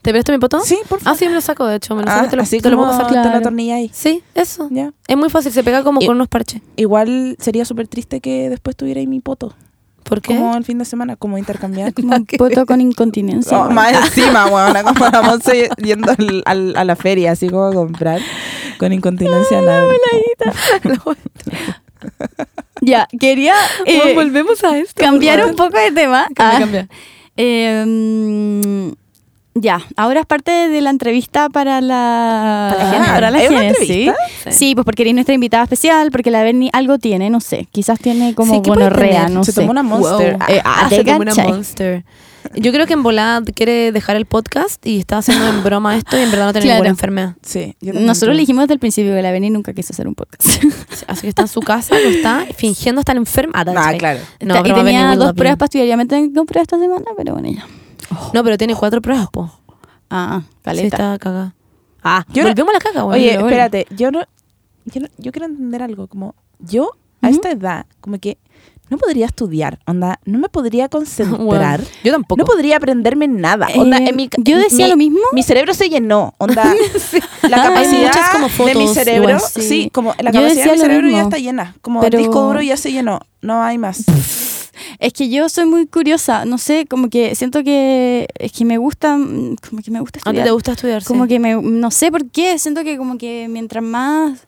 [SPEAKER 2] ¿Te presto mi potón?
[SPEAKER 3] Sí, por
[SPEAKER 2] Ah,
[SPEAKER 3] favor.
[SPEAKER 2] sí, me lo saco, de hecho. Me lo
[SPEAKER 3] Ah,
[SPEAKER 2] saco, y te lo,
[SPEAKER 3] así
[SPEAKER 2] te lo
[SPEAKER 3] como
[SPEAKER 2] puedo pasar.
[SPEAKER 3] te lo
[SPEAKER 1] Claro.
[SPEAKER 3] atornilla ahí.
[SPEAKER 2] Sí, eso.
[SPEAKER 3] Ya.
[SPEAKER 2] Es muy fácil, se pega como
[SPEAKER 3] Y-
[SPEAKER 2] con unos parches.
[SPEAKER 3] Igual sería súper triste que después tuviera ahí mi poto.
[SPEAKER 2] ¿Por qué? <laughs>
[SPEAKER 3] Como el fin de semana, como intercambiar.
[SPEAKER 1] Como un poto con incontinencia. <laughs>
[SPEAKER 3] Oh, más encima, weona, como la Monse yendo al- al- a la feria, así como a comprar con incontinencia anal.
[SPEAKER 2] <laughs>
[SPEAKER 1] Ya, quería eh,
[SPEAKER 2] Bueno, volvemos a esto. Ah, por
[SPEAKER 1] cambiar un
[SPEAKER 2] favor.
[SPEAKER 1] poco de tema.
[SPEAKER 2] Cambia,
[SPEAKER 1] Ah,
[SPEAKER 2] cambia.
[SPEAKER 1] eh, mm, ya, ahora es parte de la entrevista para la, ah,
[SPEAKER 2] Para la gente.
[SPEAKER 1] para la
[SPEAKER 3] ¿es una
[SPEAKER 1] gente, ¿sí?
[SPEAKER 3] entrevista?
[SPEAKER 1] Sí. pues porque eres nuestra invitada especial, porque la Berni algo tiene, no sé. Quizás tiene como
[SPEAKER 2] Sí, ¿qué puede
[SPEAKER 1] gonorrea,
[SPEAKER 2] tener?
[SPEAKER 1] no
[SPEAKER 3] Se
[SPEAKER 1] sé.
[SPEAKER 3] tomó una Monster.
[SPEAKER 2] Wow.
[SPEAKER 1] Eh, ah,
[SPEAKER 2] Ah,
[SPEAKER 1] te
[SPEAKER 2] se tomó una
[SPEAKER 1] cachai.
[SPEAKER 2] monster. Yo creo que en volada quiere dejar el podcast y está haciendo en broma esto y en verdad no tiene
[SPEAKER 1] Claro.
[SPEAKER 2] ninguna enfermedad.
[SPEAKER 3] Sí. yo también
[SPEAKER 1] Nosotros
[SPEAKER 3] creo.
[SPEAKER 1] le dijimos desde el principio que la Berni nunca quiso hacer un podcast.
[SPEAKER 2] Así que está en su casa, que está fingiendo estar enferma. Ah,
[SPEAKER 3] Nah,
[SPEAKER 2] ¿cachai?
[SPEAKER 3] claro.
[SPEAKER 1] y
[SPEAKER 2] No, broma, Benny,
[SPEAKER 1] tenía
[SPEAKER 2] we
[SPEAKER 1] dos
[SPEAKER 2] love
[SPEAKER 1] pruebas
[SPEAKER 2] you.
[SPEAKER 1] para estudiar. Ya me tengo pruebas esta semana, pero bueno, ya.
[SPEAKER 2] No, pero tiene cuatro pruebas, po.
[SPEAKER 1] Ah,
[SPEAKER 2] Sí,
[SPEAKER 1] caleta.
[SPEAKER 2] está cagada. Ah,
[SPEAKER 3] Yo no-
[SPEAKER 2] volvemos a la caca, güey.
[SPEAKER 3] Oye,
[SPEAKER 1] Bueno, bueno.
[SPEAKER 2] <laughs>
[SPEAKER 3] espérate, yo no, yo no- yo quiero entender algo, como yo a
[SPEAKER 1] Ujú.
[SPEAKER 3] esta edad, como que no podría estudiar, onda, no me podría
[SPEAKER 1] <laughs>
[SPEAKER 3] concentrar,
[SPEAKER 2] Bueno, yo tampoco.
[SPEAKER 3] no podría aprenderme nada, onda,
[SPEAKER 1] Eh,
[SPEAKER 3] en mi, ca-
[SPEAKER 1] yo decía
[SPEAKER 3] mi-
[SPEAKER 1] lo mismo.
[SPEAKER 3] Mi cerebro se llenó,
[SPEAKER 1] <laughs>
[SPEAKER 3] onda, la
[SPEAKER 1] Hay
[SPEAKER 3] capacidad
[SPEAKER 2] muchas como
[SPEAKER 3] de mi
[SPEAKER 2] fotos,
[SPEAKER 3] cerebro,
[SPEAKER 2] igual,
[SPEAKER 1] sí.
[SPEAKER 3] sí. como la
[SPEAKER 1] Yo
[SPEAKER 3] capacidad
[SPEAKER 1] decía
[SPEAKER 3] de mi
[SPEAKER 1] lo
[SPEAKER 3] cerebro ya
[SPEAKER 1] mismo,
[SPEAKER 3] está llena, como
[SPEAKER 1] pero-
[SPEAKER 3] el disco duro ya se llenó, no hay más.
[SPEAKER 1] Es que yo soy muy curiosa, no sé, como que siento que es que me gusta, mm, como que me
[SPEAKER 3] Ah,
[SPEAKER 1] gusta
[SPEAKER 2] ¿A ti
[SPEAKER 1] estudiar.
[SPEAKER 2] Ah, te gusta estudiar?
[SPEAKER 1] Como
[SPEAKER 2] sí.
[SPEAKER 1] que me, no sé por qué, siento que como que mientras más,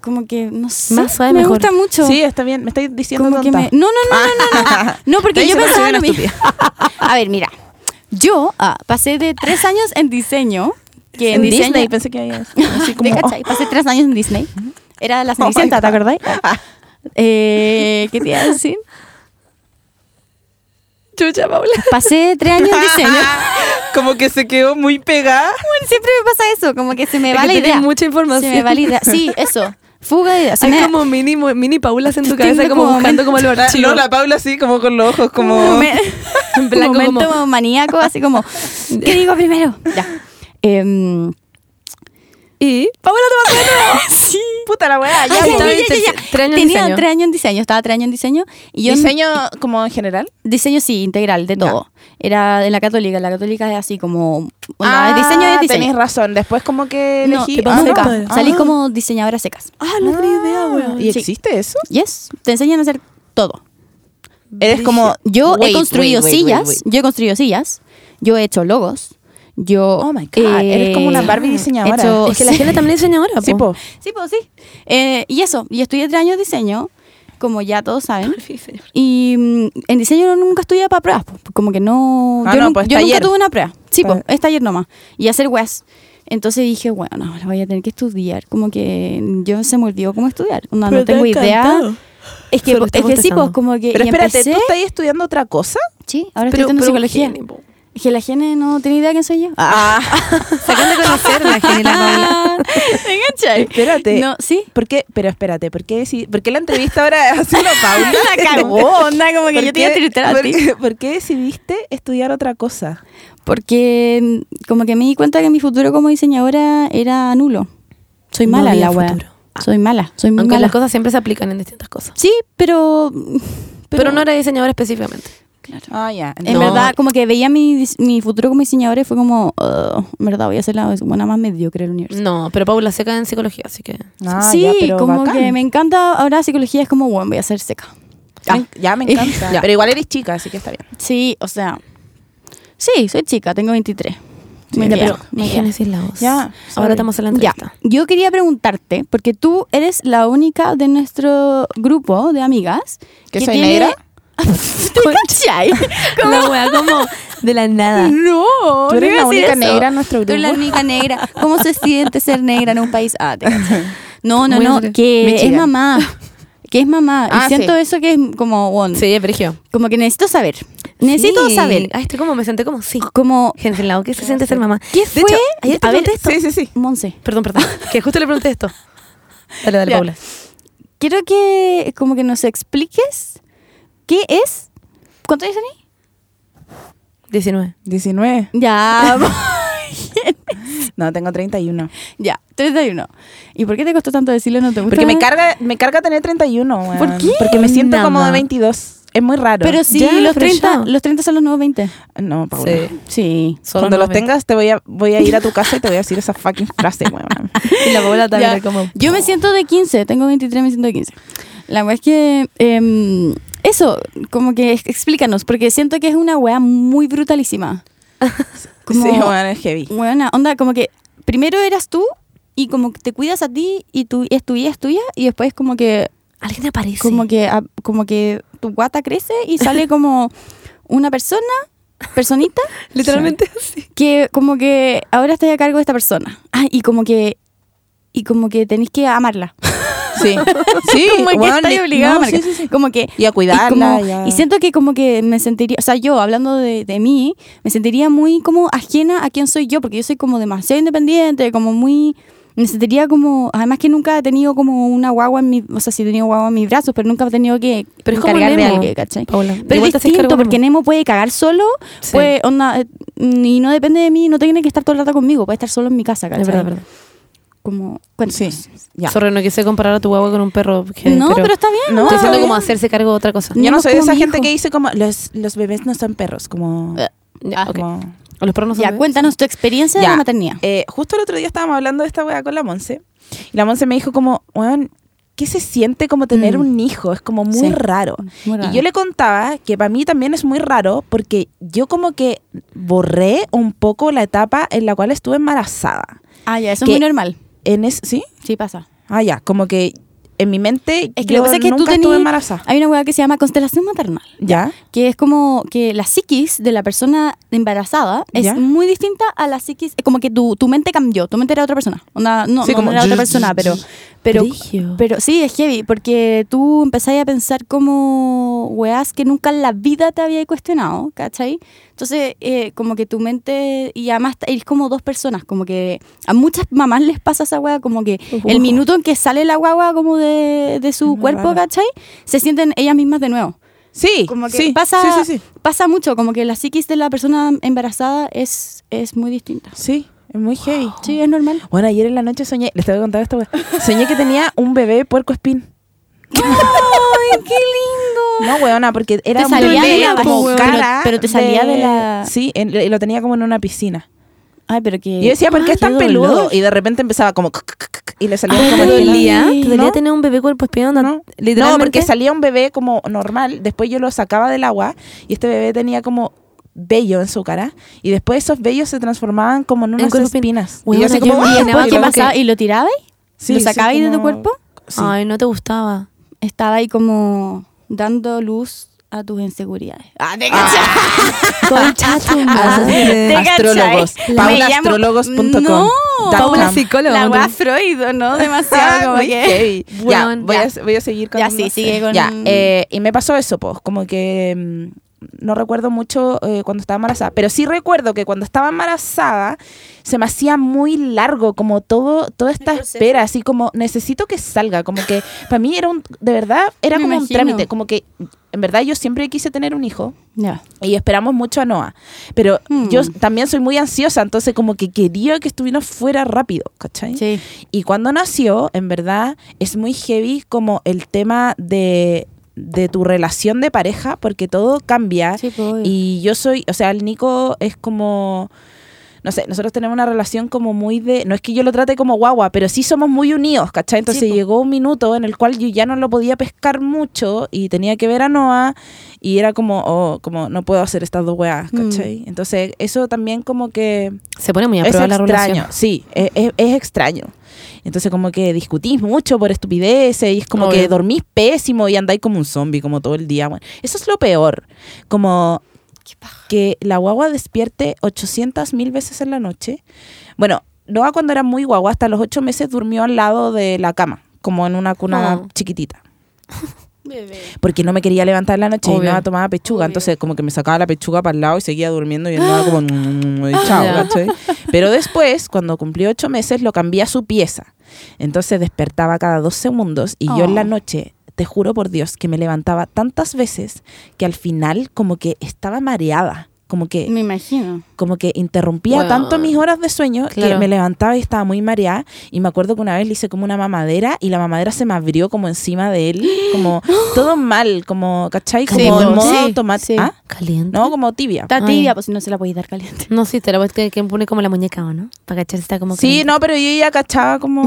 [SPEAKER 1] como que, no sé,
[SPEAKER 2] Más suave,
[SPEAKER 1] me
[SPEAKER 2] mejor.
[SPEAKER 1] gusta mucho.
[SPEAKER 3] Sí, está bien, me estáis diciendo
[SPEAKER 1] como que
[SPEAKER 3] tonta.
[SPEAKER 1] me- no, no, no, no, no,
[SPEAKER 3] <laughs>
[SPEAKER 1] no, no, porque
[SPEAKER 3] Estoy
[SPEAKER 1] yo
[SPEAKER 3] diciendo que soy
[SPEAKER 1] pensaba
[SPEAKER 3] una
[SPEAKER 1] lo mismo. A ver, mira, yo ah, pasé de tres años en diseño, que en,
[SPEAKER 3] <laughs> En
[SPEAKER 1] diseño,
[SPEAKER 3] Disney
[SPEAKER 1] <laughs>
[SPEAKER 3] pensé que había así como oh.
[SPEAKER 1] ¿Te cachai? Pasé tres años en Disney. Era la Cenicienta,
[SPEAKER 3] my
[SPEAKER 1] ¿te <laughs>
[SPEAKER 3] God.
[SPEAKER 1] acordáis? Eh, ¿Qué te iba a decir?
[SPEAKER 2] Chucha, Paula.
[SPEAKER 1] Pasé tres años en diseño.
[SPEAKER 3] <laughs> como que se quedó muy pegada.
[SPEAKER 1] <laughs> Siempre me pasa eso, como que se me
[SPEAKER 2] Es
[SPEAKER 1] va
[SPEAKER 2] que
[SPEAKER 1] la
[SPEAKER 2] tenés
[SPEAKER 1] idea.
[SPEAKER 2] mucha información.
[SPEAKER 1] Se me va la idea.
[SPEAKER 2] <laughs>
[SPEAKER 1] Sí, eso. Fuga de ideas. Se
[SPEAKER 2] Hay
[SPEAKER 1] me-
[SPEAKER 2] como mini, mini Paula en tu
[SPEAKER 1] Estoy
[SPEAKER 2] cabeza,
[SPEAKER 1] viendo
[SPEAKER 2] como
[SPEAKER 1] como
[SPEAKER 2] buscando como el archivo.
[SPEAKER 3] No, la Paula así como con los ojos
[SPEAKER 1] <laughs>
[SPEAKER 3] como...
[SPEAKER 1] un momen-
[SPEAKER 2] <laughs> En blanco,
[SPEAKER 1] un momento maníaco, así como, ¿qué digo primero? Ya. Em,
[SPEAKER 2] Y Paula te va
[SPEAKER 1] <laughs> sí.
[SPEAKER 3] Puta la weá,
[SPEAKER 1] Ay,
[SPEAKER 2] Ah, ya,
[SPEAKER 1] ah, ya,
[SPEAKER 2] estaba
[SPEAKER 1] ya,
[SPEAKER 2] en
[SPEAKER 1] ya, ya.
[SPEAKER 2] tercer- tres años en
[SPEAKER 1] Tenía
[SPEAKER 2] diseño.
[SPEAKER 1] tres años en diseño, estaba tres años en diseño. Y yo en-
[SPEAKER 3] como en general?
[SPEAKER 1] Diseño sí, integral, de
[SPEAKER 3] Ya.
[SPEAKER 1] todo. Era en la católica, la católica es así como... onda,
[SPEAKER 2] Ah,
[SPEAKER 1] es diseño es
[SPEAKER 3] Tenéis
[SPEAKER 1] diseño.
[SPEAKER 3] razón, después como que
[SPEAKER 1] No,
[SPEAKER 3] elegí...
[SPEAKER 2] pasa
[SPEAKER 1] nunca.
[SPEAKER 2] padre.
[SPEAKER 3] Ah.
[SPEAKER 1] Salís como diseñadora secas.
[SPEAKER 2] Ah, no tenía idea, weón.
[SPEAKER 3] ¿Y
[SPEAKER 1] Sí.
[SPEAKER 3] existe eso?
[SPEAKER 1] Yes, te enseñan a hacer todo.
[SPEAKER 3] Eres como...
[SPEAKER 1] Yo he
[SPEAKER 3] Wait,
[SPEAKER 1] construido
[SPEAKER 3] wait, wait,
[SPEAKER 1] sillas,
[SPEAKER 3] wait,
[SPEAKER 1] yo he construido sillas, yo he hecho logos, yo...
[SPEAKER 3] Oh my God, eres como una Barbie diseñadora.
[SPEAKER 1] he hecho-
[SPEAKER 2] Es que la
[SPEAKER 1] sí.
[SPEAKER 2] gente también enseña ahora,
[SPEAKER 3] Sí, po.
[SPEAKER 1] <laughs> Sí, pues sí. Eh, y eso, y estudié tres años de diseño, como ya todos saben. Y mm, en diseño no- nunca estudié para pruebas, po, como que no...
[SPEAKER 3] Ah,
[SPEAKER 1] yo
[SPEAKER 3] no,
[SPEAKER 1] nun-
[SPEAKER 3] pues
[SPEAKER 1] yo nunca
[SPEAKER 3] taller.
[SPEAKER 1] tuve una prueba. Sí, pues,
[SPEAKER 3] Taller.
[SPEAKER 1] es taller nomás. Y hacer webs. Entonces dije, bueno, ahora voy a tener que estudiar. Como que yo se me olvidó cómo estudiar. No, no tengo idea. Es que,
[SPEAKER 2] Solo
[SPEAKER 1] es
[SPEAKER 2] estamos
[SPEAKER 1] que sí,
[SPEAKER 2] empezando.
[SPEAKER 1] pues como que...
[SPEAKER 3] Pero
[SPEAKER 1] y
[SPEAKER 3] espérate,
[SPEAKER 1] empecé-
[SPEAKER 3] ¿tú estás estudiando otra cosa?
[SPEAKER 1] Sí, ahora estoy estudiando psicología. Que la gente no tiene idea quién soy yo.
[SPEAKER 3] <laughs> Ah,
[SPEAKER 2] Sacando a conocer
[SPEAKER 3] <laughs>
[SPEAKER 2] la Jenny y la Paula.
[SPEAKER 1] <laughs> ¿Me cachai?
[SPEAKER 3] espérate.
[SPEAKER 1] No, sí.
[SPEAKER 3] ¿Por qué? Pero espérate, ¿por qué, deci- por qué la entrevista ahora <laughs> es así
[SPEAKER 1] <laughs>
[SPEAKER 3] la Paula?
[SPEAKER 1] La cagó, onda, como que
[SPEAKER 3] <laughs> ¿Por
[SPEAKER 1] yo te iba a
[SPEAKER 3] qué-
[SPEAKER 1] tirotear a
[SPEAKER 3] por
[SPEAKER 1] ti.
[SPEAKER 3] qué- ¿Por qué decidiste estudiar otra cosa?
[SPEAKER 1] Porque mm, como que me di cuenta que mi futuro como diseñadora era nulo. Soy
[SPEAKER 2] No
[SPEAKER 1] mala en la
[SPEAKER 2] había
[SPEAKER 1] wea.
[SPEAKER 2] futuro.
[SPEAKER 1] Soy mala, soy muy
[SPEAKER 2] Aunque
[SPEAKER 1] mala.
[SPEAKER 2] las cosas siempre se aplican en distintas cosas.
[SPEAKER 1] Sí, pero, pero...
[SPEAKER 2] Pero, no era diseñadora específicamente.
[SPEAKER 3] Ah, ya.
[SPEAKER 1] En
[SPEAKER 2] No.
[SPEAKER 1] verdad, como que veía mi, dis- mi futuro como diseñadora y fue como... "Ugh, en verdad, voy a ser la una más mediocre del universo.
[SPEAKER 2] No, pero Paula seca en psicología, así que.
[SPEAKER 1] sí, como que me encanta... Ahora psicología es como, bueno, voy a ser seca.
[SPEAKER 2] Ah.
[SPEAKER 3] Ya, Ah, ya me
[SPEAKER 1] <laughs>
[SPEAKER 3] encanta.
[SPEAKER 1] Ya.
[SPEAKER 3] Pero igual eres chica, así que está bien.
[SPEAKER 1] Sí, o sea... Sí, soy chica, tengo 23. Me queda, me queda.
[SPEAKER 2] Génesis la voz.
[SPEAKER 3] Ya,
[SPEAKER 2] Ahora
[SPEAKER 3] sorry.
[SPEAKER 2] estamos en la entrevista.
[SPEAKER 1] Ya. Yo quería preguntarte, porque tú eres la única de nuestro grupo de amigas
[SPEAKER 3] ¿Que soy negra?
[SPEAKER 1] <laughs> ¿Te
[SPEAKER 2] <laughs>
[SPEAKER 1] cachai? Como-
[SPEAKER 2] La wea <laughs> como de la nada.
[SPEAKER 1] No,
[SPEAKER 3] Tú eres
[SPEAKER 1] no iba
[SPEAKER 3] la
[SPEAKER 1] a decir
[SPEAKER 3] única
[SPEAKER 1] eso.
[SPEAKER 3] negra en nuestro
[SPEAKER 1] Tú eres la
[SPEAKER 3] grupo.
[SPEAKER 1] única negra. ¿Cómo se siente ser negra en un país? Ah, te cachai. No, no,
[SPEAKER 2] Muy
[SPEAKER 1] no,
[SPEAKER 2] negra.
[SPEAKER 1] que es
[SPEAKER 3] Michigan.
[SPEAKER 1] mamá. Que es mamá.
[SPEAKER 3] Ah,
[SPEAKER 1] y siento
[SPEAKER 3] sí.
[SPEAKER 1] eso que es como, bueno,
[SPEAKER 2] Sí, es brigio.
[SPEAKER 1] como que necesito saber. Necesito
[SPEAKER 2] Sí.
[SPEAKER 1] saber.
[SPEAKER 2] Ay, estoy como, me senté como, sí.
[SPEAKER 1] Como,
[SPEAKER 2] Génesis la voz, ¿qué se siente ser mamá?
[SPEAKER 1] ¿qué
[SPEAKER 2] De
[SPEAKER 1] fue?
[SPEAKER 2] hecho, ayer te
[SPEAKER 1] A ver,
[SPEAKER 2] pregunté esto.
[SPEAKER 3] Sí, sí, sí.
[SPEAKER 1] Monse,
[SPEAKER 2] Perdón, perdón. Que justo le pregunté esto. Dale, dale,
[SPEAKER 1] Ya.
[SPEAKER 2] Paula.
[SPEAKER 1] quiero que como que nos expliques qué es. ¿Cuánto años tenés?
[SPEAKER 2] 19.
[SPEAKER 3] 19.
[SPEAKER 1] Ya,
[SPEAKER 3] No, tengo 31.
[SPEAKER 1] <laughs> ya, 31. ¿Y por qué te costó tanto decirlo? ¿No te gusta?
[SPEAKER 3] Porque me carga, me carga tener 31, weón.
[SPEAKER 1] ¿Por qué?
[SPEAKER 3] Porque me siento
[SPEAKER 2] Nada.
[SPEAKER 3] como de 22. Es muy raro.
[SPEAKER 1] Pero sí,
[SPEAKER 2] Ya,
[SPEAKER 1] los,
[SPEAKER 2] pero
[SPEAKER 1] 30,
[SPEAKER 2] ya.
[SPEAKER 1] los 30 son los nuevos 20.
[SPEAKER 3] No, Paula.
[SPEAKER 2] Sí. <laughs>
[SPEAKER 1] Sí.
[SPEAKER 2] Solo
[SPEAKER 3] Cuando los
[SPEAKER 2] 90.
[SPEAKER 3] tengas te voy a, voy a ir a tu casa y te voy a decir esa fucking frase, weón.
[SPEAKER 2] Y la Paula también
[SPEAKER 1] Ya.
[SPEAKER 2] era como.
[SPEAKER 1] Yo me siento de 15, tengo 23, me siento de 15. La weá es que... em, eso, como que ex- explícanos, porque siento que es una weá muy brutalísima. <laughs> Como-
[SPEAKER 3] Sí, weón, es heavy.
[SPEAKER 1] Buena onda, como que primero eras tú y como que te cuidas a ti y tu, es tu vida es tuya y después como que
[SPEAKER 2] Alguien aparece.
[SPEAKER 1] como que a- como que tu guata crece y
[SPEAKER 3] <laughs>
[SPEAKER 1] sale como una persona, personita,
[SPEAKER 2] Literalmente <laughs> así.
[SPEAKER 1] que como que ahora estás a cargo de esta persona. Ah, y como que y como que tenéis que amarla. <laughs>
[SPEAKER 3] Sí. Sí,
[SPEAKER 1] como que
[SPEAKER 3] weón,
[SPEAKER 1] estáis
[SPEAKER 3] li-
[SPEAKER 1] obligada a
[SPEAKER 3] no,
[SPEAKER 1] amarla.
[SPEAKER 3] sí, sí, sí.
[SPEAKER 1] Como que
[SPEAKER 3] Y a cuidarla.
[SPEAKER 1] y, como-
[SPEAKER 3] y a-
[SPEAKER 1] y siento que como que me sentiría, o sea, yo hablando de, de mí, me sentiría muy como ajena a quién soy yo, porque yo soy como demasiado independiente, como muy... Me sentiría como, además que nunca he tenido como una guagua en mi, o sea, sí he tenido guagua en mis brazos, pero nunca he tenido que
[SPEAKER 2] Pero es como
[SPEAKER 1] encargarme de
[SPEAKER 2] Nemo.
[SPEAKER 1] alguien, ¿cachai?
[SPEAKER 2] Paula.
[SPEAKER 1] Pero
[SPEAKER 2] igual
[SPEAKER 1] es
[SPEAKER 2] te haces cargo
[SPEAKER 1] distinto,
[SPEAKER 2] de
[SPEAKER 1] porque
[SPEAKER 2] mamá.
[SPEAKER 1] Nemo puede cagar solo,
[SPEAKER 2] Sí.
[SPEAKER 1] puede, onda, eh, y no depende de mí, no tiene que estar todo el rato conmigo, puede estar solo en mi casa, ¿cachai?
[SPEAKER 2] Es verdad, verdad.
[SPEAKER 1] Como,
[SPEAKER 3] Sí.
[SPEAKER 1] cuéntanos.
[SPEAKER 3] Ya.
[SPEAKER 2] Sorry, no quise comparar a tu guagua con un perro. que-
[SPEAKER 1] No, Ah. pero, está bien.
[SPEAKER 3] No,
[SPEAKER 1] está
[SPEAKER 2] Estoy diciendo
[SPEAKER 1] bien.
[SPEAKER 2] como hacerse cargo de otra cosa.
[SPEAKER 1] Ya.
[SPEAKER 3] Yo no
[SPEAKER 1] Niños
[SPEAKER 3] soy de
[SPEAKER 1] como
[SPEAKER 3] esa
[SPEAKER 1] mi
[SPEAKER 3] gente
[SPEAKER 1] hijo.
[SPEAKER 3] que dice como los, los bebés no son perros, como...
[SPEAKER 1] Eh,
[SPEAKER 2] Ya, ok.
[SPEAKER 3] Ah, como-
[SPEAKER 2] Los perros no son
[SPEAKER 1] Ya,
[SPEAKER 2] bebés.
[SPEAKER 1] cuéntanos tu experiencia de
[SPEAKER 3] Ya.
[SPEAKER 1] la maternidad.
[SPEAKER 3] Eh, justo el otro día estábamos hablando de esta weá con la Monse. Y la Monse me dijo como, weón, ¿qué se siente como tener
[SPEAKER 1] Mm.
[SPEAKER 3] un hijo? Es como muy
[SPEAKER 1] Sí.
[SPEAKER 3] raro.
[SPEAKER 1] Muy raro.
[SPEAKER 3] Y yo le contaba que para mí también es muy raro porque yo como que borré un poco la etapa en la cual estuve embarazada.
[SPEAKER 1] Ah, ya, eso
[SPEAKER 3] que-
[SPEAKER 1] es muy normal.
[SPEAKER 3] En es, ¿Sí?
[SPEAKER 1] Sí, pasa.
[SPEAKER 3] Ah, ya, como que en mi mente
[SPEAKER 1] Es que
[SPEAKER 3] yo
[SPEAKER 1] lo que pasa es que tú
[SPEAKER 3] nunca estuve
[SPEAKER 1] tení-
[SPEAKER 3] embarazada.
[SPEAKER 1] Hay una hueá que se llama constelación maternal,
[SPEAKER 3] ¿Ya?
[SPEAKER 1] que es como que la psiquis de la persona embarazada es
[SPEAKER 3] Ya.
[SPEAKER 1] muy distinta a la psiquis, es como que tu, tu mente cambió, tu mente era otra persona. Onda, no,
[SPEAKER 3] Sí,
[SPEAKER 1] no, no
[SPEAKER 3] como
[SPEAKER 1] era otra
[SPEAKER 3] zzz,
[SPEAKER 1] persona,
[SPEAKER 3] zzz,
[SPEAKER 1] pero,
[SPEAKER 3] zzz.
[SPEAKER 1] pero,
[SPEAKER 2] Brigio.
[SPEAKER 1] pero sí, es heavy, porque tú empezás a pensar como hueás que nunca en la vida te había cuestionado, ¿cachai? Entonces, eh, como que tu mente, y además eres como dos personas, como que a muchas mamás les pasa esa hueá, como que el minuto en que sale la guagua como de, de
[SPEAKER 3] Es
[SPEAKER 1] su
[SPEAKER 3] muy
[SPEAKER 1] cuerpo,
[SPEAKER 3] raro.
[SPEAKER 1] ¿cachai? Se sienten ellas mismas de nuevo.
[SPEAKER 3] Sí,
[SPEAKER 1] Como que
[SPEAKER 3] sí,
[SPEAKER 1] pasa,
[SPEAKER 3] sí, sí, sí.
[SPEAKER 1] pasa mucho, como que la psiquis de la persona embarazada es, es muy distinta.
[SPEAKER 3] Sí, es muy heavy.
[SPEAKER 1] <gasps> Sí, es
[SPEAKER 3] <laughs>
[SPEAKER 1] normal.
[SPEAKER 3] Bueno, ayer en la noche soñé, les tengo que contar esta weá. Soñé que tenía un bebé puerco espín.
[SPEAKER 1] ¡Ay, qué lindo!
[SPEAKER 3] No, weona, porque era
[SPEAKER 1] Te
[SPEAKER 3] un
[SPEAKER 1] salía
[SPEAKER 3] bebé
[SPEAKER 1] de la
[SPEAKER 3] como
[SPEAKER 1] vagina,
[SPEAKER 3] cara
[SPEAKER 1] pero- pero te salía de la-
[SPEAKER 3] Sí, en- y lo tenía como en una piscina.
[SPEAKER 1] Ay, pero que...
[SPEAKER 3] Y yo decía, ¿por qué
[SPEAKER 1] Ah,
[SPEAKER 3] es tan
[SPEAKER 1] dolor. Ah,
[SPEAKER 3] peludo? Y de repente empezaba como... c- c- c- c- Y le salía
[SPEAKER 2] Ay,
[SPEAKER 3] como...
[SPEAKER 2] Ah, ¿Te
[SPEAKER 1] Ay,
[SPEAKER 3] el-
[SPEAKER 2] dolía? ¿Te dolía
[SPEAKER 3] ¿No?
[SPEAKER 2] tener un bebé cuerpo espiando?
[SPEAKER 3] No. No,
[SPEAKER 2] Literalmente.
[SPEAKER 3] porque salía un bebé como normal, después yo lo sacaba del agua y este bebé tenía como vello en su cara y después esos vellos se transformaban como en unas
[SPEAKER 2] cuerpo espín.
[SPEAKER 3] espinas.
[SPEAKER 2] Weona,
[SPEAKER 3] así
[SPEAKER 2] yo
[SPEAKER 3] como,
[SPEAKER 1] <laughs>
[SPEAKER 2] me
[SPEAKER 3] ¡ah!
[SPEAKER 2] imaginaba
[SPEAKER 1] ¿Qué
[SPEAKER 2] como
[SPEAKER 3] Porque-
[SPEAKER 1] pasaba?
[SPEAKER 2] que-
[SPEAKER 1] ¿Y lo tirabas?
[SPEAKER 3] Sí,
[SPEAKER 1] ¿Lo
[SPEAKER 3] sí,
[SPEAKER 1] sacabas ahí de tu
[SPEAKER 3] como-
[SPEAKER 1] cuerpo?
[SPEAKER 3] Sí.
[SPEAKER 2] Ay, no te gustaba.
[SPEAKER 1] Estaba ahí como dando luz a tus inseguridades. ¡Ah, te
[SPEAKER 2] Concha tu madre.
[SPEAKER 1] ¿Te
[SPEAKER 3] Ah, Astrólogos.
[SPEAKER 1] cachai? Me llamo-
[SPEAKER 3] Paulaastrólogos.com.
[SPEAKER 1] No.
[SPEAKER 3] Dot
[SPEAKER 1] Paula
[SPEAKER 3] com.
[SPEAKER 2] psicóloga.
[SPEAKER 1] La wea Freud, ¿no?
[SPEAKER 3] Ah,
[SPEAKER 1] Demasiado como
[SPEAKER 3] muy
[SPEAKER 1] que...
[SPEAKER 3] heavy. Ya,
[SPEAKER 2] Weón,
[SPEAKER 3] voy,
[SPEAKER 1] ya.
[SPEAKER 3] A, voy a seguir con eh,
[SPEAKER 1] Ya, sí, sigue con-
[SPEAKER 3] Ya, eh, y me pasó eso, pues, como que mm, no recuerdo mucho eh, cuando estaba embarazada, pero sí recuerdo que cuando estaba embarazada se me hacía muy largo, como todo, toda esta espera, así como necesito que salga, como que para mí era un, de verdad, era
[SPEAKER 1] Me
[SPEAKER 3] como un
[SPEAKER 1] imagino.
[SPEAKER 3] trámite, como que en verdad yo siempre quise tener un hijo,
[SPEAKER 1] Ya.
[SPEAKER 3] y esperamos mucho a Noah. Pero
[SPEAKER 1] Mm.
[SPEAKER 3] yo también soy muy ansiosa, entonces como que quería que estuviera fuera rápido, ¿cachai?
[SPEAKER 1] Sí.
[SPEAKER 3] Y cuando nació, en verdad, es muy heavy como el tema de, de tu relación de pareja, porque todo cambia.
[SPEAKER 1] Sí, pues, obvio.
[SPEAKER 3] Y yo soy, o sea, el Nico es como, no sé, nosotros tenemos una relación como muy de, no es que yo lo trate como guagua, pero sí somos muy unidos, ¿cachai? Entonces
[SPEAKER 1] Sí, po.
[SPEAKER 3] llegó un minuto en el cual yo ya no lo podía pescar mucho y tenía que ver a Noah y era como, oh, como no puedo hacer estas dos
[SPEAKER 1] Mm.
[SPEAKER 3] weas, ¿cachai? Entonces eso también como que
[SPEAKER 2] Se pone muy a
[SPEAKER 3] es
[SPEAKER 2] prueba la
[SPEAKER 3] extraño,
[SPEAKER 2] relación.
[SPEAKER 3] sí, es, es- es extraño. Entonces como que discutís mucho por estupideces y es como
[SPEAKER 2] Obvio.
[SPEAKER 3] que dormís pésimo y andáis como un zombie como todo el día. Bueno, eso es lo peor, como que la guagua despierte 800 mil veces en la noche. Bueno, Noah cuando era muy guagua, hasta los ocho meses durmió al lado de la cama, como en una cuna
[SPEAKER 2] Oh.
[SPEAKER 3] chiquitita. Porque no me quería levantar en la noche y
[SPEAKER 2] Obvio.
[SPEAKER 3] Noah tomaba pechuga. Entonces, como que me sacaba la pechuga para el lado y seguía durmiendo y
[SPEAKER 2] <gasps>
[SPEAKER 3] él Noah como. "Mm", y chao,
[SPEAKER 2] Ah, Ya.
[SPEAKER 3] ¿cachai? Pero después, cuando cumplió ocho meses, lo cambié a su pieza. Entonces despertaba cada dos segundos y yo en la
[SPEAKER 1] Oh.
[SPEAKER 3] noche. Te juro por Dios que me levantaba tantas veces que al final como que estaba mareada, como que
[SPEAKER 1] Me imagino.
[SPEAKER 3] como que interrumpía
[SPEAKER 2] Bueno.
[SPEAKER 3] tanto mis horas de sueño
[SPEAKER 2] Claro.
[SPEAKER 3] que me levantaba y estaba muy mareada. Y me acuerdo que una vez le hice como una mamadera y la mamadera se me abrió como encima de él, como todo mal, como, ¿cachai? Como
[SPEAKER 2] Sí,
[SPEAKER 3] en
[SPEAKER 2] po.
[SPEAKER 3] modo
[SPEAKER 1] Sí,
[SPEAKER 3] automático.
[SPEAKER 1] sí.
[SPEAKER 3] ¿Ah?
[SPEAKER 2] Caliente.
[SPEAKER 3] No, como tibia.
[SPEAKER 1] Está
[SPEAKER 2] Ay.
[SPEAKER 1] tibia, pues si no se la podéis dar caliente.
[SPEAKER 2] No, sí, te la voy a tener que poner como la muñeca, ¿o no? Para cachar si está como
[SPEAKER 3] Sí,
[SPEAKER 2] caliente.
[SPEAKER 3] no, pero yo ya cachaba como.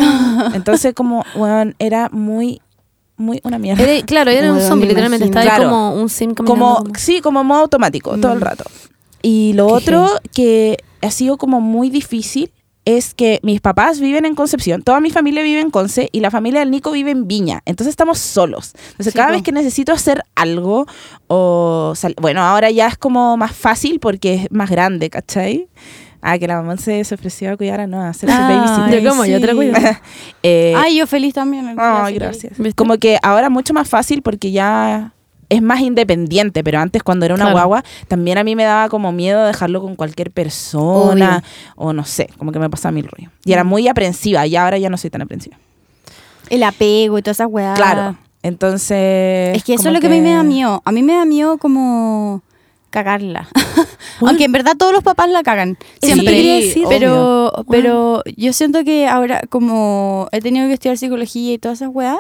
[SPEAKER 3] Entonces, como, weón, era muy, muy una mierda.
[SPEAKER 2] Era- claro, era un
[SPEAKER 1] Bueno,
[SPEAKER 2] zombie,
[SPEAKER 1] me
[SPEAKER 2] literalmente.
[SPEAKER 1] imagino.
[SPEAKER 2] Estaba ahí
[SPEAKER 3] Claro.
[SPEAKER 2] como un sim caminando.
[SPEAKER 3] como, <laughs>
[SPEAKER 2] como-
[SPEAKER 3] sí, como modo automático, todo el rato. Y lo
[SPEAKER 2] Qué
[SPEAKER 3] otro que ha sido como muy difícil es que mis papás viven en Concepción, toda mi familia vive en Conce y la familia del Nico vive en Viña, entonces estamos solos. Entonces
[SPEAKER 1] Sí,
[SPEAKER 3] cada
[SPEAKER 1] po.
[SPEAKER 3] vez que necesito hacer algo o sal- bueno, ahora ya es como más fácil porque es más grande, ¿cachai? Ah, que la mamá se, se ofreció a cuidar a no hacer su babysitter.
[SPEAKER 2] Yo como, yo te la cuido.
[SPEAKER 3] <laughs> Eh,
[SPEAKER 1] Ay, yo feliz también.
[SPEAKER 3] Ay, gracias.
[SPEAKER 2] ¿Viste?
[SPEAKER 3] Como que ahora mucho más fácil porque ya es más independiente, pero antes cuando era una
[SPEAKER 2] Claro.
[SPEAKER 3] guagua también a mí me daba como miedo dejarlo con cualquier persona o no sé, como que me pasaba mil rollo. Y
[SPEAKER 1] Mm.
[SPEAKER 3] era muy aprensiva y ahora ya no soy tan aprensiva.
[SPEAKER 1] El apego y todas esas weas.
[SPEAKER 3] Claro. Entonces...
[SPEAKER 1] Ah. Es que eso
[SPEAKER 3] como
[SPEAKER 1] es lo que, a mí me da miedo. A mí me da miedo como cagarla. Aunque en verdad todos los papás la cagan.
[SPEAKER 2] Eso
[SPEAKER 1] Siempre.
[SPEAKER 2] te quería decir.
[SPEAKER 1] Pero, pero yo siento que ahora, como he tenido que estudiar psicología y todas esas weas,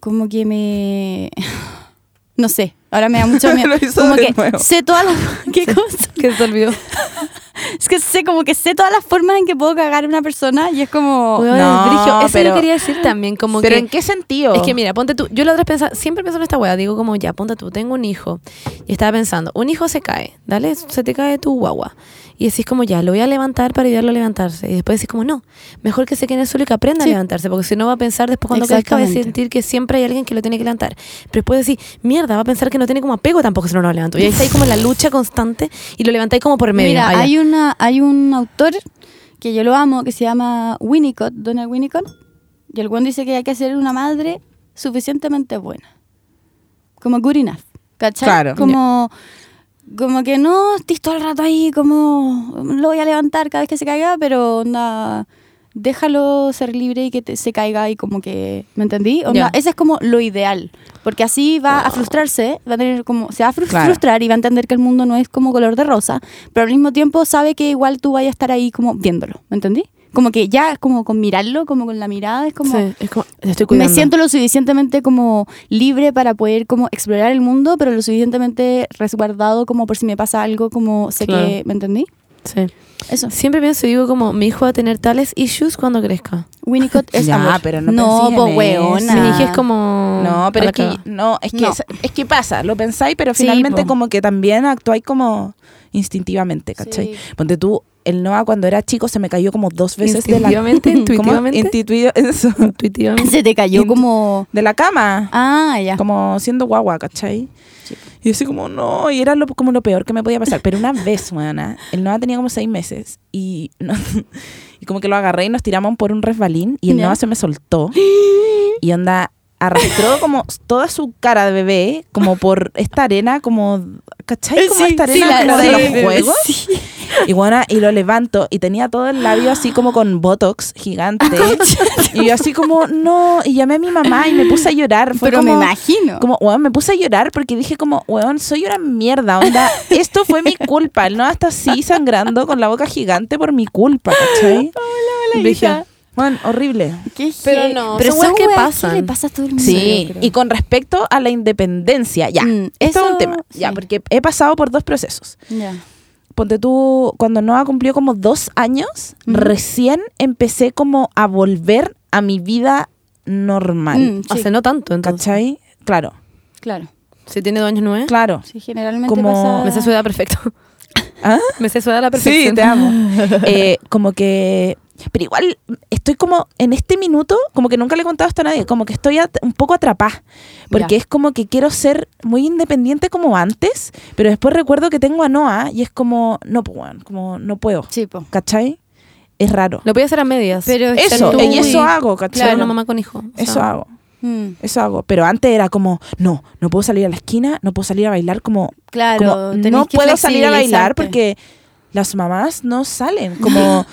[SPEAKER 1] como que me. <laughs> No sé. Ahora me da
[SPEAKER 3] <laughs>
[SPEAKER 1] mucho miedo.
[SPEAKER 3] Lo hizo
[SPEAKER 1] como
[SPEAKER 3] de
[SPEAKER 1] que
[SPEAKER 3] nuevo.
[SPEAKER 1] sé todas
[SPEAKER 3] <laughs>
[SPEAKER 1] las. <laughs> ¿Qué cosa?
[SPEAKER 2] Que se te olvidó.
[SPEAKER 1] Es que sé, como que sé todas las formas en que puedo cagar a una persona y es como.
[SPEAKER 2] Weón,
[SPEAKER 3] No,
[SPEAKER 2] brillo. Eso
[SPEAKER 3] pero-
[SPEAKER 2] yo quería decir también, como
[SPEAKER 3] ¿Pero
[SPEAKER 2] que...
[SPEAKER 3] en qué sentido?
[SPEAKER 2] Es que mira, ponte tú, yo la otra vez pensaba, siempre pensaba en esta weá, digo como ya, ponte tú, tengo un hijo y estaba pensando, un hijo se cae, dale, se te cae tu guagua y decís como ya, lo voy a levantar para ayudarlo a levantarse y después decís como no, mejor que se quede solo y que aprenda
[SPEAKER 1] Sí.
[SPEAKER 2] a levantarse porque si no va a pensar después cuando crezca va a
[SPEAKER 1] Exactamente.
[SPEAKER 2] sentir que siempre hay alguien que lo tiene que levantar, pero después decís, mierda, va a pensar que no tiene como apego tampoco si no lo levanto y ahí está ahí como la lucha constante y lo levantáis como por medio.
[SPEAKER 1] Mira,
[SPEAKER 2] Ah, ya.
[SPEAKER 1] hay, una, hay un autor que yo lo amo que se llama Winnicott, Donald Winnicott, y el buen dice que hay que ser una madre suficientemente buena. Como good enough. ¿Cachai?
[SPEAKER 3] Claro.
[SPEAKER 1] Como, como que no estés todo el rato ahí, como lo voy a levantar cada vez que se caiga, pero onda. Déjalo ser libre y que te- se caiga y como que, ¿me entendí? Onda,
[SPEAKER 2] Ya.
[SPEAKER 1] Ese es como lo ideal, porque así va a frustrarse, va a tener como, se va a frus-
[SPEAKER 3] Claro.
[SPEAKER 1] frustrar y va a entender que el mundo no es como color de rosa, pero al mismo tiempo sabe que igual tú vayas a estar ahí como viéndolo, ¿me entendí? Como que ya es como con mirarlo, como con la mirada, es como...
[SPEAKER 2] Sí, es como, te estoy
[SPEAKER 1] Me
[SPEAKER 2] cuidando.
[SPEAKER 1] siento lo suficientemente como libre para poder como explorar el mundo, pero lo suficientemente resguardado como por si me pasa algo, como sé
[SPEAKER 2] Claro.
[SPEAKER 1] que, ¿me entendí?
[SPEAKER 2] Sí.
[SPEAKER 1] Eso.
[SPEAKER 2] Siempre pienso y digo como mi hijo va a tener tales issues cuando crezca.
[SPEAKER 1] Winnicott es
[SPEAKER 3] Ya,
[SPEAKER 1] amor.
[SPEAKER 3] pero no
[SPEAKER 1] No,
[SPEAKER 3] pensís
[SPEAKER 1] po,
[SPEAKER 3] en
[SPEAKER 1] weona.
[SPEAKER 3] eso.
[SPEAKER 2] Mi hija es como...
[SPEAKER 3] No,
[SPEAKER 2] a
[SPEAKER 3] pero
[SPEAKER 2] la
[SPEAKER 3] es que,
[SPEAKER 2] cagada.
[SPEAKER 3] no, es que,
[SPEAKER 1] Mm, No.
[SPEAKER 3] Es, es que pasa, lo pensáis, pero
[SPEAKER 1] Sí,
[SPEAKER 3] finalmente
[SPEAKER 1] po.
[SPEAKER 3] como que también actuáis como instintivamente, ¿cachai?
[SPEAKER 1] Sí.
[SPEAKER 3] Ponte tú, el Noah cuando era chico se me cayó como dos veces de la...
[SPEAKER 2] Instintivamente,
[SPEAKER 3] <laughs> ¿Cómo?
[SPEAKER 2] intuitivamente.
[SPEAKER 3] Intuitivo- eso.
[SPEAKER 1] <laughs>
[SPEAKER 2] Intuitivamente.
[SPEAKER 1] Se te cayó
[SPEAKER 3] Int-
[SPEAKER 1] como...
[SPEAKER 3] De la cama,
[SPEAKER 1] Ah, ya.
[SPEAKER 3] como siendo guagua, ¿cachai?
[SPEAKER 1] Sí.
[SPEAKER 3] Y así como, no, y era lo, como lo peor que me podía pasar. Pero una vez, weona, el Noah tenía como seis meses y, no- <laughs> y como que lo agarré y nos tiramos por un resbalín y el
[SPEAKER 1] Ya.
[SPEAKER 3] Noah se me
[SPEAKER 1] <gasps>
[SPEAKER 3] soltó y onda arrastró como toda su cara de bebé como por esta arena como
[SPEAKER 1] Eh,
[SPEAKER 3] ¿cachai? Como esta
[SPEAKER 1] sí,
[SPEAKER 3] arena
[SPEAKER 1] la-
[SPEAKER 3] como
[SPEAKER 1] sí,
[SPEAKER 3] de los juegos.
[SPEAKER 1] sí.
[SPEAKER 3] Y bueno, y lo levanto y tenía todo el labio así como con botox
[SPEAKER 1] Ah,
[SPEAKER 3] gigante. y yo así como, no, y llamé a mi mamá y me puse a llorar. Fue
[SPEAKER 1] Pero
[SPEAKER 3] como,
[SPEAKER 1] me imagino.
[SPEAKER 3] Como, weón, me puse a llorar porque dije como, weón, soy una
[SPEAKER 1] <laughs>
[SPEAKER 3] mierda, onda, esto fue mi culpa. El no hasta así sangrando con la boca gigante por mi culpa,
[SPEAKER 1] <laughs>
[SPEAKER 3] ¿cachai? Brigio. Weón, horrible.
[SPEAKER 1] Qué
[SPEAKER 2] Pero
[SPEAKER 1] heavy.
[SPEAKER 2] no,
[SPEAKER 1] pero
[SPEAKER 2] son weas que
[SPEAKER 1] weas
[SPEAKER 2] pasan.
[SPEAKER 1] le pasa a todo el mundo.
[SPEAKER 3] Sí,
[SPEAKER 1] yo creo.
[SPEAKER 3] y con respecto a la independencia, ya.
[SPEAKER 1] Mm,
[SPEAKER 3] esto es
[SPEAKER 1] eso-
[SPEAKER 3] un tema, ya,
[SPEAKER 1] sí.
[SPEAKER 3] porque he pasado por dos procesos.
[SPEAKER 1] Ya.
[SPEAKER 3] Ponte tú, cuando Noah cumplió como dos años,
[SPEAKER 1] Ujú.
[SPEAKER 3] recién empecé como a volver a mi vida normal.
[SPEAKER 1] Mm, sí,
[SPEAKER 2] Hace no tanto, entonces.
[SPEAKER 3] ¿Cachai? Claro,
[SPEAKER 1] claro.
[SPEAKER 2] Si tiene dos años nueve.
[SPEAKER 3] claro.
[SPEAKER 1] Sí, generalmente
[SPEAKER 3] Como-
[SPEAKER 1] pasa...
[SPEAKER 2] Me sé su edad perfecto. <laughs>
[SPEAKER 1] ¿Eh?
[SPEAKER 3] ¿Ah?
[SPEAKER 2] Me sé su edad a la perfección.
[SPEAKER 3] amo. <laughs> Eh, como que... Pero igual estoy como en este minuto, como que nunca le he contado esto a nadie, como que estoy at- un poco atrapada, porque
[SPEAKER 1] Ya.
[SPEAKER 3] es como que quiero ser muy independiente como antes, pero después recuerdo que tengo a Noah y es como, no, pues, weón, como no puedo,
[SPEAKER 1] Sí, po.
[SPEAKER 3] ¿cachai? Es raro.
[SPEAKER 2] Lo podía hacer a medias.
[SPEAKER 1] Pero es ser
[SPEAKER 3] Eso,
[SPEAKER 1] tú
[SPEAKER 3] y
[SPEAKER 1] y-
[SPEAKER 3] eso hago, ¿cachai?
[SPEAKER 2] Claro, una mamá con hijo. O sea,
[SPEAKER 3] Eso hago.
[SPEAKER 1] Mm,
[SPEAKER 3] Eso hago. Pero antes era como, no, no puedo salir a la esquina, no puedo salir a bailar, como,
[SPEAKER 1] Claro,
[SPEAKER 3] como,
[SPEAKER 1] tenés
[SPEAKER 3] no
[SPEAKER 1] que
[SPEAKER 3] puedo salir a bailar
[SPEAKER 1] flexibilizarte.
[SPEAKER 3] porque las mamás no salen, como,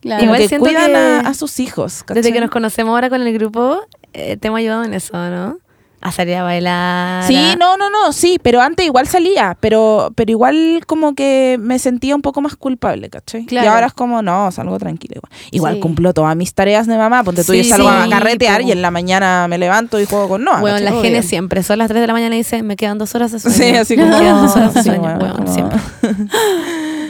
[SPEAKER 1] Claro.
[SPEAKER 3] como
[SPEAKER 2] Igual
[SPEAKER 3] que
[SPEAKER 2] siento
[SPEAKER 3] cuidan
[SPEAKER 2] que
[SPEAKER 3] a, a sus hijos.
[SPEAKER 2] Desde
[SPEAKER 3] ¿cachai?
[SPEAKER 2] que nos conocemos ahora con el grupo, eh, te hemos ayudado en eso, ¿no? A salir a bailar.
[SPEAKER 3] Sí,
[SPEAKER 2] a-
[SPEAKER 3] no, no, no, sí, pero antes igual salía, pero, pero igual como que me sentía un poco más culpable, ¿cachai? Y
[SPEAKER 1] Claro.
[SPEAKER 3] ahora es como, no, salgo tranquila igual. Igual
[SPEAKER 1] Sí.
[SPEAKER 3] cumplo todas mis tareas de mamá, ponte tú,
[SPEAKER 2] Sí,
[SPEAKER 3] yo salgo a
[SPEAKER 2] sí,
[SPEAKER 3] carretear
[SPEAKER 1] po.
[SPEAKER 3] y en la mañana me levanto y juego con Noah.
[SPEAKER 2] Bueno,
[SPEAKER 3] ¿cachai?
[SPEAKER 2] la
[SPEAKER 3] Obvio.
[SPEAKER 2] Gene siempre. Son las 3 de la mañana y dice, me quedan dos horas de sueño.
[SPEAKER 3] Sí, así
[SPEAKER 2] <laughs>
[SPEAKER 3] como...
[SPEAKER 2] Me quedan dos horas de
[SPEAKER 3] sí,
[SPEAKER 2] sueño,
[SPEAKER 3] bueno,
[SPEAKER 2] weón,
[SPEAKER 3] como-
[SPEAKER 2] siempre.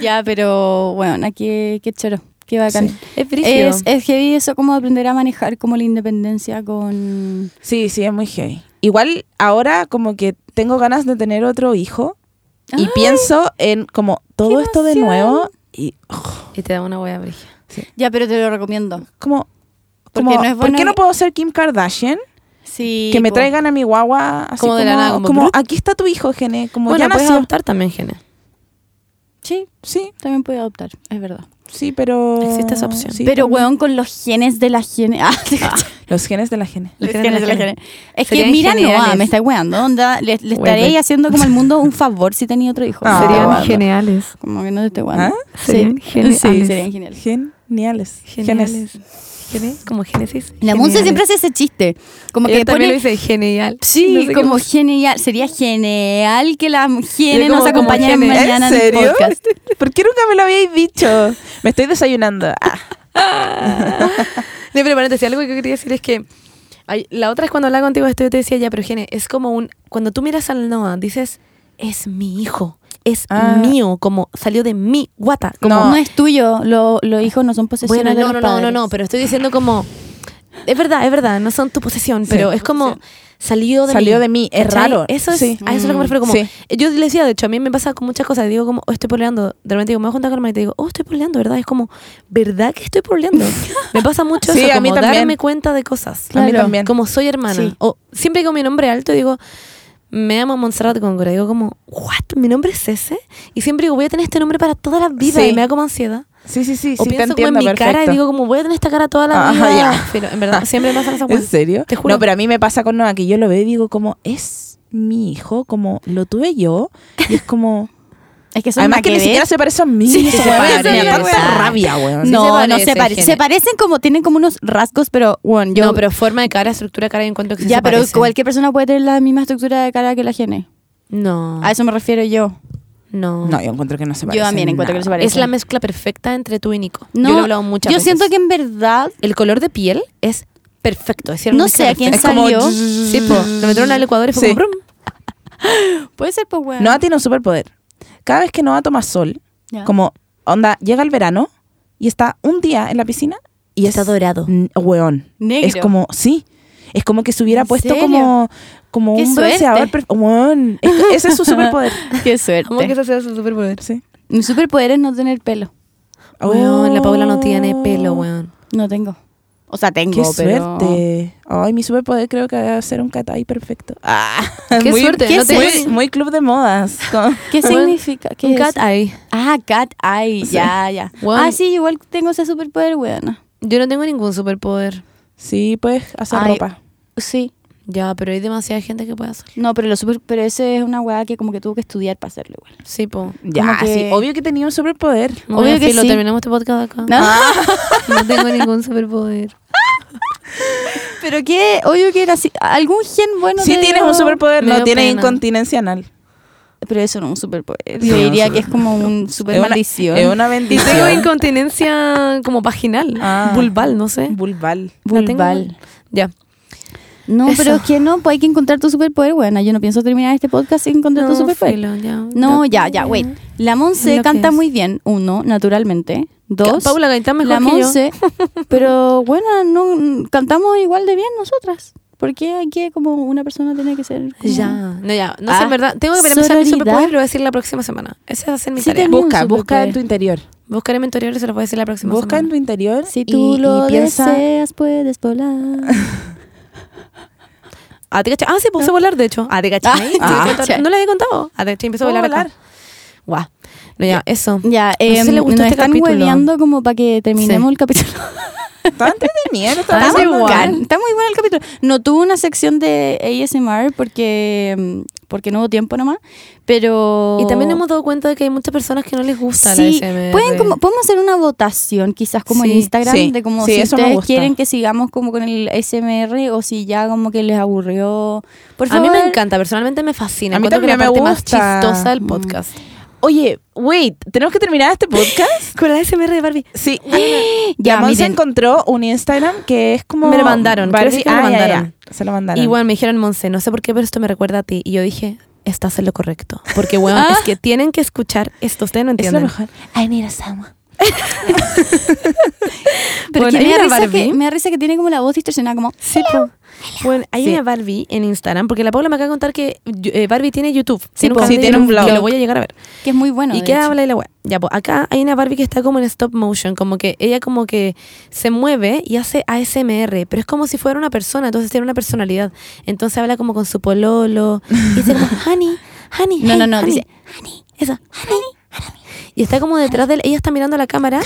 [SPEAKER 1] Ya, pero bueno, aquí qué choro, qué bacán.
[SPEAKER 3] Sí.
[SPEAKER 2] Es
[SPEAKER 1] Es, es heavy eso como aprender a manejar como la independencia con...
[SPEAKER 3] Sí, sí, es muy heavy. Igual ahora como que tengo ganas de tener otro hijo y
[SPEAKER 1] Ah,
[SPEAKER 3] pienso en como todo
[SPEAKER 1] ¡Qué
[SPEAKER 3] esto de
[SPEAKER 1] emoción!
[SPEAKER 3] nuevo y oh,
[SPEAKER 2] Y te da una hueá brigia.
[SPEAKER 1] Ya, pero te lo recomiendo.
[SPEAKER 3] como,
[SPEAKER 1] Porque
[SPEAKER 3] como,
[SPEAKER 1] no es
[SPEAKER 3] ¿por
[SPEAKER 1] bueno
[SPEAKER 3] qué no
[SPEAKER 1] que-
[SPEAKER 3] puedo ser Kim Kardashian?
[SPEAKER 1] Sí.
[SPEAKER 3] que me
[SPEAKER 1] po.
[SPEAKER 3] traigan a mi guagua así
[SPEAKER 2] Como
[SPEAKER 3] como,
[SPEAKER 2] de la nada, como
[SPEAKER 3] como,
[SPEAKER 2] brut.
[SPEAKER 3] aquí está tu hijo, Gene, como
[SPEAKER 2] Bueno, pues,
[SPEAKER 3] ya
[SPEAKER 2] puedes
[SPEAKER 3] nació.
[SPEAKER 2] adoptar también, Gene.
[SPEAKER 1] Sí,
[SPEAKER 3] Sí,
[SPEAKER 1] también puede adoptar, es verdad.
[SPEAKER 3] sí, pero
[SPEAKER 2] Existe esa opción.
[SPEAKER 3] Oh, sí,
[SPEAKER 1] pero
[SPEAKER 3] también.
[SPEAKER 1] weón, con los genes de la gene... <laughs> Ah, te
[SPEAKER 3] <laughs>
[SPEAKER 1] cacho.
[SPEAKER 3] los genes de la Gene.
[SPEAKER 2] Los
[SPEAKER 1] Los genes
[SPEAKER 2] genes de
[SPEAKER 1] de la
[SPEAKER 2] la
[SPEAKER 1] gene. Es que
[SPEAKER 2] Serían
[SPEAKER 1] mira, no, ah,
[SPEAKER 2] geniales.
[SPEAKER 1] me está weando. Onda, le, le
[SPEAKER 2] Weón.
[SPEAKER 1] estaréis haciendo como al mundo un favor si tenía otro hijo.
[SPEAKER 3] Ah,
[SPEAKER 2] Serían
[SPEAKER 3] bueno.
[SPEAKER 2] geniales.
[SPEAKER 1] Como que no te esté weando.
[SPEAKER 3] ¿Ah?
[SPEAKER 1] Sí.
[SPEAKER 2] Serían geniales.
[SPEAKER 1] Sí, serían geniales.
[SPEAKER 3] Geniales. Genes.
[SPEAKER 2] Geniales. Genes, como génesis.
[SPEAKER 1] La Monse
[SPEAKER 2] geniales.
[SPEAKER 1] siempre hace ese chiste. Como que
[SPEAKER 2] Ella también
[SPEAKER 1] pone...
[SPEAKER 2] lo dice genial.
[SPEAKER 1] Sí,
[SPEAKER 2] No sé qué
[SPEAKER 1] como <laughs>
[SPEAKER 2] más.
[SPEAKER 1] genial. Sería genial que la gene
[SPEAKER 2] Yo como-
[SPEAKER 1] nos
[SPEAKER 2] como
[SPEAKER 1] acompañara
[SPEAKER 2] gene. ¿En
[SPEAKER 1] mañana en el
[SPEAKER 3] serio?
[SPEAKER 1] podcast.
[SPEAKER 3] <laughs> ¿Por qué nunca me lo habéis dicho? Me estoy desayunando. Ah,
[SPEAKER 2] <laughs> No, pero paréntesis, algo que quería decir es que ay, la otra es cuando hablaba contigo de esto, yo te decía ya, pero Gene, es como un. Cuando tú miras al Noah, dices, es mi hijo, es
[SPEAKER 3] Ah.
[SPEAKER 2] mío, como salió de mi guata. Como,
[SPEAKER 1] No,
[SPEAKER 3] No.
[SPEAKER 1] es tuyo. lo- los hijos no son posesiones
[SPEAKER 2] bueno,
[SPEAKER 1] de
[SPEAKER 2] no, no,
[SPEAKER 1] los
[SPEAKER 2] no, no,
[SPEAKER 1] padres.
[SPEAKER 2] no, pero estoy diciendo como. Es verdad, es verdad, no son tu posesión, pero es como salió de
[SPEAKER 3] Salió
[SPEAKER 2] mí.
[SPEAKER 3] de mí, es
[SPEAKER 2] ¿Cachai?
[SPEAKER 3] raro.
[SPEAKER 2] Eso es,
[SPEAKER 3] Sí.
[SPEAKER 2] a eso es lo que me refiero. Como,
[SPEAKER 3] Sí.
[SPEAKER 2] Yo le decía, de hecho, a mí me pasa con muchas cosas. Digo, como, oh, estoy poleando. De repente digo, me voy a juntar con la hermana y te digo, oh, estoy poleando, ¿verdad? Es como, ¿verdad que estoy
[SPEAKER 3] <laughs>
[SPEAKER 2] poleando? me pasa mucho
[SPEAKER 3] Sí,
[SPEAKER 2] eso,
[SPEAKER 3] a mí
[SPEAKER 2] como
[SPEAKER 3] también.
[SPEAKER 2] darme cuenta de cosas.
[SPEAKER 3] A mí
[SPEAKER 1] Claro.
[SPEAKER 3] también.
[SPEAKER 2] Como soy hermana.
[SPEAKER 1] Sí.
[SPEAKER 2] O siempre digo mi nombre alto y digo, me amo Montserrat Góngora. Digo, como, ¿what? ¿Mi nombre es ese? Y siempre digo, voy a tener este nombre para toda la vida.
[SPEAKER 3] Sí.
[SPEAKER 2] Y me da como ansiedad.
[SPEAKER 3] Sí, sí, sí,
[SPEAKER 2] O
[SPEAKER 3] sí, te
[SPEAKER 2] pienso como en
[SPEAKER 3] entiendo
[SPEAKER 2] mi cara y
[SPEAKER 3] perfecto.
[SPEAKER 2] digo como voy a tener esta cara toda la
[SPEAKER 3] Ah,
[SPEAKER 2] vida.
[SPEAKER 3] ya.
[SPEAKER 2] <laughs> Pero
[SPEAKER 1] <laughs>
[SPEAKER 2] en verdad siempre me pasan esas
[SPEAKER 3] ¿En
[SPEAKER 2] cosas.
[SPEAKER 3] serio?
[SPEAKER 2] Te juro.
[SPEAKER 3] No, pero a mí me pasa con Noah que yo lo veo y digo como es mi hijo, como lo tuve yo y
[SPEAKER 1] <laughs>
[SPEAKER 3] es como
[SPEAKER 1] Es que son
[SPEAKER 3] además
[SPEAKER 1] nada
[SPEAKER 3] que ni
[SPEAKER 1] ver.
[SPEAKER 3] siquiera se parece a mí.
[SPEAKER 1] Sí,
[SPEAKER 3] eso,
[SPEAKER 1] se
[SPEAKER 3] weón,
[SPEAKER 1] parece,
[SPEAKER 3] me da
[SPEAKER 1] weón.
[SPEAKER 3] tanta rabia, weón.
[SPEAKER 1] No,
[SPEAKER 2] Sí se
[SPEAKER 1] no
[SPEAKER 2] parece,
[SPEAKER 1] se parecen.
[SPEAKER 2] Gene.
[SPEAKER 1] Se parecen como, tienen como unos rasgos, pero bueno, yo...
[SPEAKER 2] no, pero forma de cara, estructura de cara yo encuentro que sí
[SPEAKER 1] ya,
[SPEAKER 2] se
[SPEAKER 1] pero
[SPEAKER 2] parecen.
[SPEAKER 1] cualquier persona puede tener la misma estructura de cara que la gene.
[SPEAKER 2] No,
[SPEAKER 1] A eso me refiero yo.
[SPEAKER 2] no.
[SPEAKER 3] No, yo encuentro que no se
[SPEAKER 1] Ah, Yo
[SPEAKER 3] parece.
[SPEAKER 1] también encuentro que no se parece.
[SPEAKER 2] es la mezcla perfecta entre tú y Nico.
[SPEAKER 1] No,
[SPEAKER 2] yo lo he hablado muchas
[SPEAKER 1] yo
[SPEAKER 2] veces.
[SPEAKER 1] siento que en verdad...
[SPEAKER 2] el color de piel es perfecto. Es
[SPEAKER 1] No sé a quién
[SPEAKER 3] Es como-
[SPEAKER 1] salió.
[SPEAKER 2] Sí, po, lo metieron al Ecuador y fue
[SPEAKER 3] Sí.
[SPEAKER 2] como brum.
[SPEAKER 1] Puede ser, pues, weón.
[SPEAKER 3] Noah tiene un superpoder. Cada vez que Noah toma sol,
[SPEAKER 1] Ya.
[SPEAKER 3] como onda, llega el verano y está un día en la piscina y
[SPEAKER 2] Está
[SPEAKER 3] es
[SPEAKER 2] dorado.
[SPEAKER 3] n- Weón.
[SPEAKER 1] Negro.
[SPEAKER 3] Es como, sí. Es como que se hubiera
[SPEAKER 1] ¿En
[SPEAKER 3] puesto
[SPEAKER 1] serio?
[SPEAKER 3] como, como
[SPEAKER 1] ¡Qué
[SPEAKER 3] un
[SPEAKER 1] suerte!
[SPEAKER 3] bronceador. perf- Weón. Es- ese
[SPEAKER 1] <laughs>
[SPEAKER 3] es su superpoder.
[SPEAKER 1] <laughs> Qué suerte.
[SPEAKER 2] Como que ese sea su superpoder.
[SPEAKER 3] Sí.
[SPEAKER 1] Mi superpoder es no tener pelo.
[SPEAKER 2] Weón, la Paula no tiene
[SPEAKER 3] Oh.
[SPEAKER 2] pelo,
[SPEAKER 1] <laughs>
[SPEAKER 2] weón.
[SPEAKER 1] No tengo. O sea, tengo,
[SPEAKER 3] Qué
[SPEAKER 1] pero...
[SPEAKER 3] suerte. Ay, mi superpoder creo que debe ser un catai perfecto. Ah,
[SPEAKER 2] Qué suerte,
[SPEAKER 1] ¿qué
[SPEAKER 2] no te-
[SPEAKER 3] muy, muy club de <laughs> modas. Como-
[SPEAKER 1] ¿Qué
[SPEAKER 2] Weón,
[SPEAKER 1] significa? ¿Qué
[SPEAKER 2] Un
[SPEAKER 1] es?
[SPEAKER 2] cat eye.
[SPEAKER 1] Ah, cat eye. Ya, ya.
[SPEAKER 2] Weón.
[SPEAKER 1] Ah, sí, igual tengo ese superpoder, weón.
[SPEAKER 2] Yo no tengo ningún superpoder.
[SPEAKER 3] Sí, pues hacer
[SPEAKER 1] Ay,
[SPEAKER 3] ropa.
[SPEAKER 1] Sí.
[SPEAKER 2] Ya, pero hay demasiada gente que puede hacerlo.
[SPEAKER 1] No, pero lo super, pero ese es una weá que como que tuvo que estudiar para hacerlo igual.
[SPEAKER 2] Sí, po.
[SPEAKER 3] Ya,
[SPEAKER 1] Como que-
[SPEAKER 3] sí, obvio que tenía un <laughs> superpoder.
[SPEAKER 2] No,
[SPEAKER 1] Obvio
[SPEAKER 2] ya,
[SPEAKER 1] que
[SPEAKER 2] filo,
[SPEAKER 1] sí.
[SPEAKER 2] terminamos este podcast acá.
[SPEAKER 1] ¿No? <laughs>
[SPEAKER 2] No tengo ningún superpoder.
[SPEAKER 1] pero que, obvio que era así, algún gen bueno.
[SPEAKER 3] sí
[SPEAKER 1] te
[SPEAKER 3] tienes
[SPEAKER 1] dio-
[SPEAKER 3] un superpoder,
[SPEAKER 2] me
[SPEAKER 3] no
[SPEAKER 2] dio
[SPEAKER 3] tienes
[SPEAKER 2] pena.
[SPEAKER 3] incontinencia anal.
[SPEAKER 1] Pero eso no es un superpoder.
[SPEAKER 3] Sí,
[SPEAKER 1] Yo
[SPEAKER 3] no,
[SPEAKER 1] diría
[SPEAKER 3] super-
[SPEAKER 1] que es como un
[SPEAKER 3] Es
[SPEAKER 1] super
[SPEAKER 3] una-
[SPEAKER 1] maldición.
[SPEAKER 3] Es una
[SPEAKER 2] Y tengo
[SPEAKER 3] bendición.
[SPEAKER 2] incontinencia como vaginal,
[SPEAKER 3] Ah.
[SPEAKER 2] vulval, no sé.
[SPEAKER 3] Bulbal.
[SPEAKER 2] La tengo
[SPEAKER 1] Vulval.
[SPEAKER 2] mal. Ya.
[SPEAKER 1] No,
[SPEAKER 2] Eso.
[SPEAKER 1] pero es que no, pues hay que encontrar tu superpoder, buena. Yo no pienso terminar este podcast sin encontrar tu superpoder.
[SPEAKER 2] filo, ya.
[SPEAKER 1] No,
[SPEAKER 2] Ya.
[SPEAKER 1] ya, ya, wait. La
[SPEAKER 2] Lo
[SPEAKER 1] Monse
[SPEAKER 2] que
[SPEAKER 1] canta
[SPEAKER 2] es.
[SPEAKER 1] muy bien, uno, naturalmente.
[SPEAKER 2] Ca-
[SPEAKER 1] Dos,
[SPEAKER 2] Paula Gaitán mejor
[SPEAKER 1] la
[SPEAKER 2] que yo. <laughs>
[SPEAKER 1] Monse. Pero bueno, no, cantamos igual de bien nosotras. Porque aquí como una persona tiene que ser... como-
[SPEAKER 2] Ya. No, ya. No sé,
[SPEAKER 1] Ah,
[SPEAKER 2] en verdad. Tengo que pensar mi
[SPEAKER 1] sororidad.
[SPEAKER 2] superpoder y lo voy a decir la próxima semana. Esa va a ser mi
[SPEAKER 1] Sí,
[SPEAKER 2] tarea.
[SPEAKER 1] tenés-
[SPEAKER 3] Busca,
[SPEAKER 1] un
[SPEAKER 3] busca en
[SPEAKER 1] superpoder.
[SPEAKER 3] tu interior.
[SPEAKER 2] Buscaré mentoría y se lo voy a decir la próxima
[SPEAKER 3] Busca en
[SPEAKER 2] semana.
[SPEAKER 3] tu interior.
[SPEAKER 1] Si tú
[SPEAKER 3] y-
[SPEAKER 1] lo
[SPEAKER 3] y piensa-
[SPEAKER 1] deseas, puedes volar.
[SPEAKER 2] Ah, te cachai. Ah, se puso a volar, de hecho. Ah, te cachai.
[SPEAKER 1] Ah,
[SPEAKER 2] Sí,
[SPEAKER 1] ah.
[SPEAKER 2] te contaron. No le había contado. Ah, te cachai. Empezó a
[SPEAKER 3] ¿Puedo
[SPEAKER 2] volar acá.
[SPEAKER 3] volar?
[SPEAKER 2] Guau. No, ya, eso.
[SPEAKER 1] Ya,
[SPEAKER 2] sé
[SPEAKER 1] eh,
[SPEAKER 2] si le gustó
[SPEAKER 1] nos
[SPEAKER 2] este
[SPEAKER 1] están
[SPEAKER 2] capítulo.
[SPEAKER 1] hueveando como para que terminemos
[SPEAKER 2] Sí.
[SPEAKER 1] el
[SPEAKER 3] <laughs>
[SPEAKER 1] capítulo.
[SPEAKER 3] Está <laughs> entretenido. está
[SPEAKER 2] Ah,
[SPEAKER 1] Está muy,
[SPEAKER 2] sí,
[SPEAKER 3] pasando
[SPEAKER 2] igual.
[SPEAKER 1] bacán, está muy bueno el capítulo. No tuvo una sección de ASMR porque, mm, porque no hubo tiempo nomás, pero...
[SPEAKER 2] Y también hemos dado cuenta de que hay muchas personas que no les gusta
[SPEAKER 1] Oh. Sí,
[SPEAKER 2] la ASMR.
[SPEAKER 1] pueden como, podemos hacer una votación quizás como
[SPEAKER 2] Sí,
[SPEAKER 1] en Instagram
[SPEAKER 3] sí,
[SPEAKER 1] de como
[SPEAKER 3] sí,
[SPEAKER 1] si
[SPEAKER 3] eso me
[SPEAKER 1] ustedes
[SPEAKER 3] gusta.
[SPEAKER 1] quieren que sigamos como con el ASMR o si ya como que les aburrió. Por
[SPEAKER 2] A
[SPEAKER 1] favor.
[SPEAKER 2] mí me encanta, personalmente me fascina.
[SPEAKER 3] A mí
[SPEAKER 2] Encuentro que es la
[SPEAKER 3] también me
[SPEAKER 2] parte
[SPEAKER 3] gusta.
[SPEAKER 2] más chistosa del
[SPEAKER 1] Mm.
[SPEAKER 2] podcast.
[SPEAKER 3] Oye, wait, ¿tenemos que terminar
[SPEAKER 2] <laughs>
[SPEAKER 3] este podcast?
[SPEAKER 2] Con la ASMR de Barbie.
[SPEAKER 3] <gasps> Sí.
[SPEAKER 1] Ya,
[SPEAKER 3] la Monse
[SPEAKER 1] miren,
[SPEAKER 3] encontró un Instagram que es como.
[SPEAKER 2] Me lo mandaron, creo que me lo
[SPEAKER 3] Ah, ya,
[SPEAKER 2] mandaron.
[SPEAKER 3] ya, Se lo mandaron.
[SPEAKER 2] Y bueno, me dijeron, Monse, no sé por qué, pero esto me recuerda a ti. Y yo dije, estás en lo correcto. Porque, bueno, es que tienen que escuchar esto. Ustedes no
[SPEAKER 3] es lo
[SPEAKER 2] entienden. <laughs>
[SPEAKER 3] mejor. I need a someone.
[SPEAKER 1] pero
[SPEAKER 2] Bueno,
[SPEAKER 1] que
[SPEAKER 2] hay
[SPEAKER 1] me, da
[SPEAKER 2] una
[SPEAKER 1] risa que,
[SPEAKER 2] Barbie.
[SPEAKER 1] me da risa que tiene como la voz distorsionada, como...
[SPEAKER 2] Sí, po. Bueno, hay
[SPEAKER 3] Sí.
[SPEAKER 2] una Barbie en Instagram, porque la Paula me acaba de contar que eh, Barbie tiene YouTube.
[SPEAKER 3] po.
[SPEAKER 2] canal
[SPEAKER 3] Sí,
[SPEAKER 2] de
[SPEAKER 3] tiene un
[SPEAKER 2] YouTube, que
[SPEAKER 3] blog.
[SPEAKER 2] lo voy a llegar a ver.
[SPEAKER 1] Que es muy bueno.
[SPEAKER 2] ¿Y
[SPEAKER 1] de
[SPEAKER 2] qué
[SPEAKER 1] hecho.
[SPEAKER 2] habla y la wea? Ya, pues acá hay una Barbie que está como en stop motion, como que ella como que se mueve y hace ASMR, pero es como si fuera una persona, entonces tiene una personalidad. Entonces habla como con su pololo, y
[SPEAKER 1] <laughs>
[SPEAKER 2] dice como, honey, honey,
[SPEAKER 1] No,
[SPEAKER 2] hey,
[SPEAKER 1] no, no,
[SPEAKER 2] honey,
[SPEAKER 1] dice,
[SPEAKER 2] honey, eso, honey. Y está como detrás de él, ella está mirando a la cámara.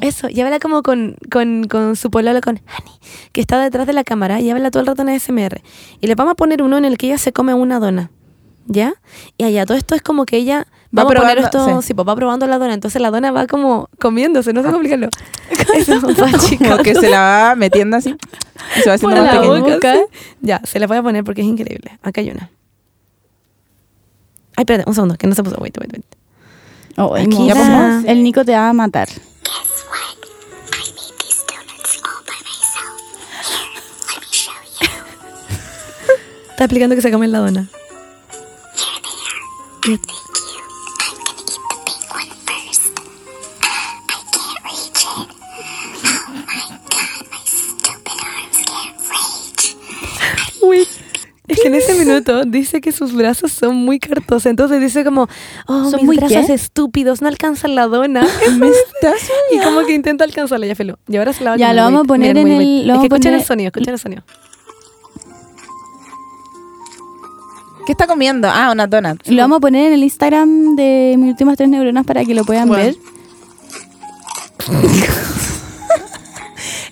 [SPEAKER 2] Eso, y habla como con, con, con su pololo, con Honey, que está detrás de la cámara y habla todo el rato en ASMR. Y le vamos a poner uno en el que ella se come una dona. ¿Ya? Y allá todo esto es como que ella va
[SPEAKER 3] Va
[SPEAKER 2] a poner
[SPEAKER 3] probando,
[SPEAKER 2] esto,
[SPEAKER 3] sí.
[SPEAKER 2] sí, pues, va probando la dona. Entonces la dona va como comiéndose, no sé cómo
[SPEAKER 3] <laughs>
[SPEAKER 2] explicarlo. Eso, va
[SPEAKER 3] Como
[SPEAKER 2] achicando <laughs>
[SPEAKER 3] que se la va metiendo así. Y se va haciendo
[SPEAKER 2] por
[SPEAKER 3] más
[SPEAKER 2] la
[SPEAKER 3] pequeña.
[SPEAKER 2] boca. Ya, se la voy a poner porque es increíble. Acá hay una. Ay, espérate, un segundo, que no se puso. Wait, wait, wait.
[SPEAKER 1] Oh,
[SPEAKER 2] Aquí
[SPEAKER 1] hermoso.
[SPEAKER 3] ya, pues, Monse.
[SPEAKER 1] el Nico te va a matar.
[SPEAKER 2] Está explicando que se come la dona. Uy, es que en ese minuto dice que sus brazos son muy cartosos. Entonces dice como, oh,
[SPEAKER 1] ¿Son
[SPEAKER 2] mis
[SPEAKER 1] muy
[SPEAKER 2] brazos
[SPEAKER 1] qué?
[SPEAKER 2] estúpidos, no alcanzan la dona.
[SPEAKER 1] <laughs>
[SPEAKER 3] ¿Me estás
[SPEAKER 2] y como que intenta alcanzarla, ya filo. Y ahora se la va a
[SPEAKER 1] Ya,
[SPEAKER 2] comer,
[SPEAKER 1] lo vamos a
[SPEAKER 2] wait,
[SPEAKER 1] poner
[SPEAKER 2] miren,
[SPEAKER 1] en
[SPEAKER 2] wait,
[SPEAKER 1] el-
[SPEAKER 2] wait.
[SPEAKER 1] lo
[SPEAKER 2] Es
[SPEAKER 1] vamos
[SPEAKER 2] que
[SPEAKER 1] a
[SPEAKER 2] escuchen
[SPEAKER 1] poner-
[SPEAKER 2] el sonido, escuchen el sonido.
[SPEAKER 3] ¿Qué está comiendo? Ah, una donut.
[SPEAKER 1] Lo vamos a poner en el Instagram de mis últimas tres neuronas para que lo puedan
[SPEAKER 3] Bueno.
[SPEAKER 1] ver.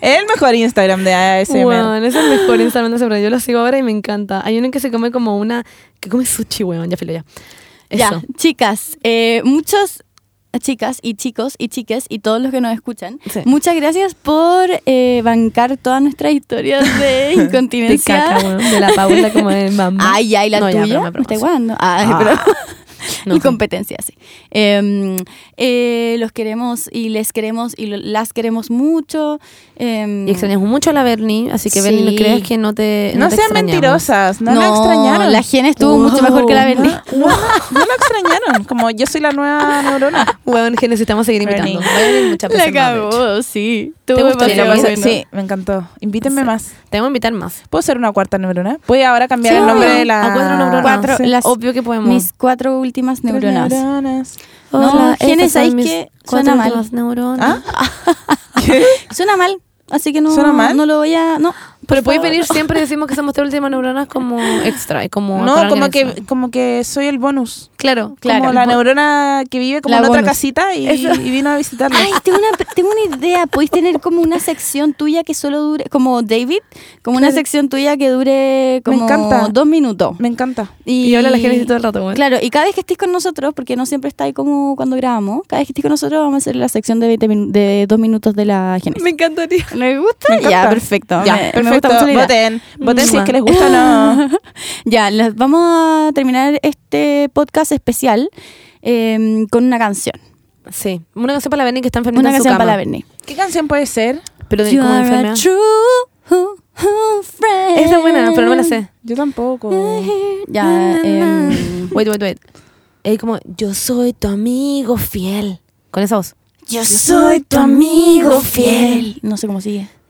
[SPEAKER 3] El mejor Instagram de ASMR.
[SPEAKER 2] Weón, es el mejor Instagram de Instagram. Yo lo sigo ahora y me encanta. Hay uno en que se come como una. que come sushi, weón. Ya filo, ya. Eso.
[SPEAKER 1] Ya, chicas, eh, muchas chicas y chicos y chiques y todos los que nos escuchan,
[SPEAKER 2] Sí.
[SPEAKER 1] muchas gracias por eh, bancar todas nuestras
[SPEAKER 2] <laughs>
[SPEAKER 1] historias de
[SPEAKER 2] De
[SPEAKER 1] incontinencia.
[SPEAKER 2] caca, weón. De la Paula como <laughs> de mamá.
[SPEAKER 1] Ay, ay, la
[SPEAKER 2] No, ya,
[SPEAKER 1] tuya.
[SPEAKER 2] broma,
[SPEAKER 1] me
[SPEAKER 2] broma,
[SPEAKER 1] está
[SPEAKER 2] sí.
[SPEAKER 1] guardando. Ay,
[SPEAKER 3] Ah.
[SPEAKER 1] <laughs> pero-
[SPEAKER 2] No,
[SPEAKER 1] y
[SPEAKER 2] sí.
[SPEAKER 1] competencia, sí. Em, eh, los queremos y les queremos y lo- las queremos mucho. em,
[SPEAKER 2] Y extrañas mucho a la Bernie, así
[SPEAKER 1] Sí.
[SPEAKER 2] que Bernie, no creas que no te.
[SPEAKER 3] No,
[SPEAKER 2] te
[SPEAKER 3] sean
[SPEAKER 2] extrañamos.
[SPEAKER 3] mentirosas, no, la extrañaron.
[SPEAKER 1] La Gina estuvo mucho mejor que la
[SPEAKER 2] Wow.
[SPEAKER 1] Berni.
[SPEAKER 3] <laughs> No, no la extrañaron. Como yo soy la nueva neurona.
[SPEAKER 2] Weón, que necesitamos seguir
[SPEAKER 3] Bernie.
[SPEAKER 2] invitando. Va a venir <laughs> muchas
[SPEAKER 1] La
[SPEAKER 2] veces más, de hecho.
[SPEAKER 1] cagó, sí.
[SPEAKER 2] ¿Te
[SPEAKER 1] Tuvo
[SPEAKER 2] gustó?
[SPEAKER 3] Sí,
[SPEAKER 2] Sí,
[SPEAKER 3] la
[SPEAKER 2] bueno.
[SPEAKER 3] pasé- sí, me encantó. Invítenme más.
[SPEAKER 2] Te vamos a invitar más.
[SPEAKER 3] ¿Puedo ser una cuarta neurona? Voy ahora cambiar
[SPEAKER 1] Sí,
[SPEAKER 3] el nombre
[SPEAKER 1] obvio.
[SPEAKER 3] de la.
[SPEAKER 2] A cuatro neuronas.
[SPEAKER 1] Cuatro,
[SPEAKER 3] Sí.
[SPEAKER 1] las-
[SPEAKER 2] Obvio que podemos.
[SPEAKER 1] Mis cuatro últimas
[SPEAKER 3] Tres
[SPEAKER 1] neuronas.
[SPEAKER 3] neuronas.
[SPEAKER 1] No,
[SPEAKER 2] estas
[SPEAKER 1] Genes,
[SPEAKER 2] son
[SPEAKER 1] ¿sabes
[SPEAKER 2] mis
[SPEAKER 1] qué?
[SPEAKER 2] cuatro
[SPEAKER 1] Suena mal. <laughs>
[SPEAKER 2] últimas neuronas.
[SPEAKER 3] ¿Ah? ¿Qué?
[SPEAKER 1] Suena mal, así que no,
[SPEAKER 3] ¿Suena mal?
[SPEAKER 1] no lo voy a... No,
[SPEAKER 2] Pero podéis venir <laughs> siempre y decimos que somos tres últimas neuronas como extra. y Como
[SPEAKER 3] No,
[SPEAKER 2] aparato
[SPEAKER 3] como
[SPEAKER 2] extra.
[SPEAKER 3] que, como que soy el bonus.
[SPEAKER 2] Claro,
[SPEAKER 1] Claro.
[SPEAKER 3] Como la neurona que vive como
[SPEAKER 1] La
[SPEAKER 3] en otra
[SPEAKER 1] bonus.
[SPEAKER 3] casita y,
[SPEAKER 1] Eso.
[SPEAKER 3] y vino a visitarnos.
[SPEAKER 1] Ay, tengo una, tengo una idea. Podéis tener como una sección tuya que solo dure, como David, como una sección tuya que dure como
[SPEAKER 3] encanta.
[SPEAKER 1] dos minutos.
[SPEAKER 3] Me encanta.
[SPEAKER 1] Ah,
[SPEAKER 2] Y, habla la gente todo el rato, güey.
[SPEAKER 1] Claro, y cada vez que estéis con nosotros, porque no siempre estáis como cuando grabamos, cada vez que estéis con nosotros vamos a hacer la sección de, 20 min- de dos minutos de la Génesis.
[SPEAKER 2] Me encantaría.
[SPEAKER 1] ¿Les gusta?
[SPEAKER 3] Me encanta.
[SPEAKER 1] Ya, perfecto.
[SPEAKER 3] Ya,
[SPEAKER 1] Me- me gusta
[SPEAKER 3] perfecto.
[SPEAKER 1] mucho la idea.
[SPEAKER 3] voten. Voten si es
[SPEAKER 2] Mua.
[SPEAKER 3] que les gusta o
[SPEAKER 1] <laughs>
[SPEAKER 3] no.
[SPEAKER 1] Ya, las- vamos a terminar este podcast especial eh, con una canción.
[SPEAKER 2] Sí, una canción para la Berni que está enfermita
[SPEAKER 1] Una
[SPEAKER 2] en su
[SPEAKER 1] canción
[SPEAKER 2] cama.
[SPEAKER 1] para la Berni.
[SPEAKER 3] ¿Qué canción puede ser?
[SPEAKER 2] Pero de
[SPEAKER 1] You
[SPEAKER 2] como
[SPEAKER 1] are a
[SPEAKER 2] enfermedad.
[SPEAKER 1] true friend.
[SPEAKER 2] Esa es buena, pero no me la sé.
[SPEAKER 3] Yo tampoco.
[SPEAKER 1] Ya, em,
[SPEAKER 2] Wait, wait, wait. Es como, yo soy tu amigo fiel. Con esa voz.
[SPEAKER 1] Yo
[SPEAKER 2] soy tu amigo fiel.
[SPEAKER 1] No sé cómo sigue.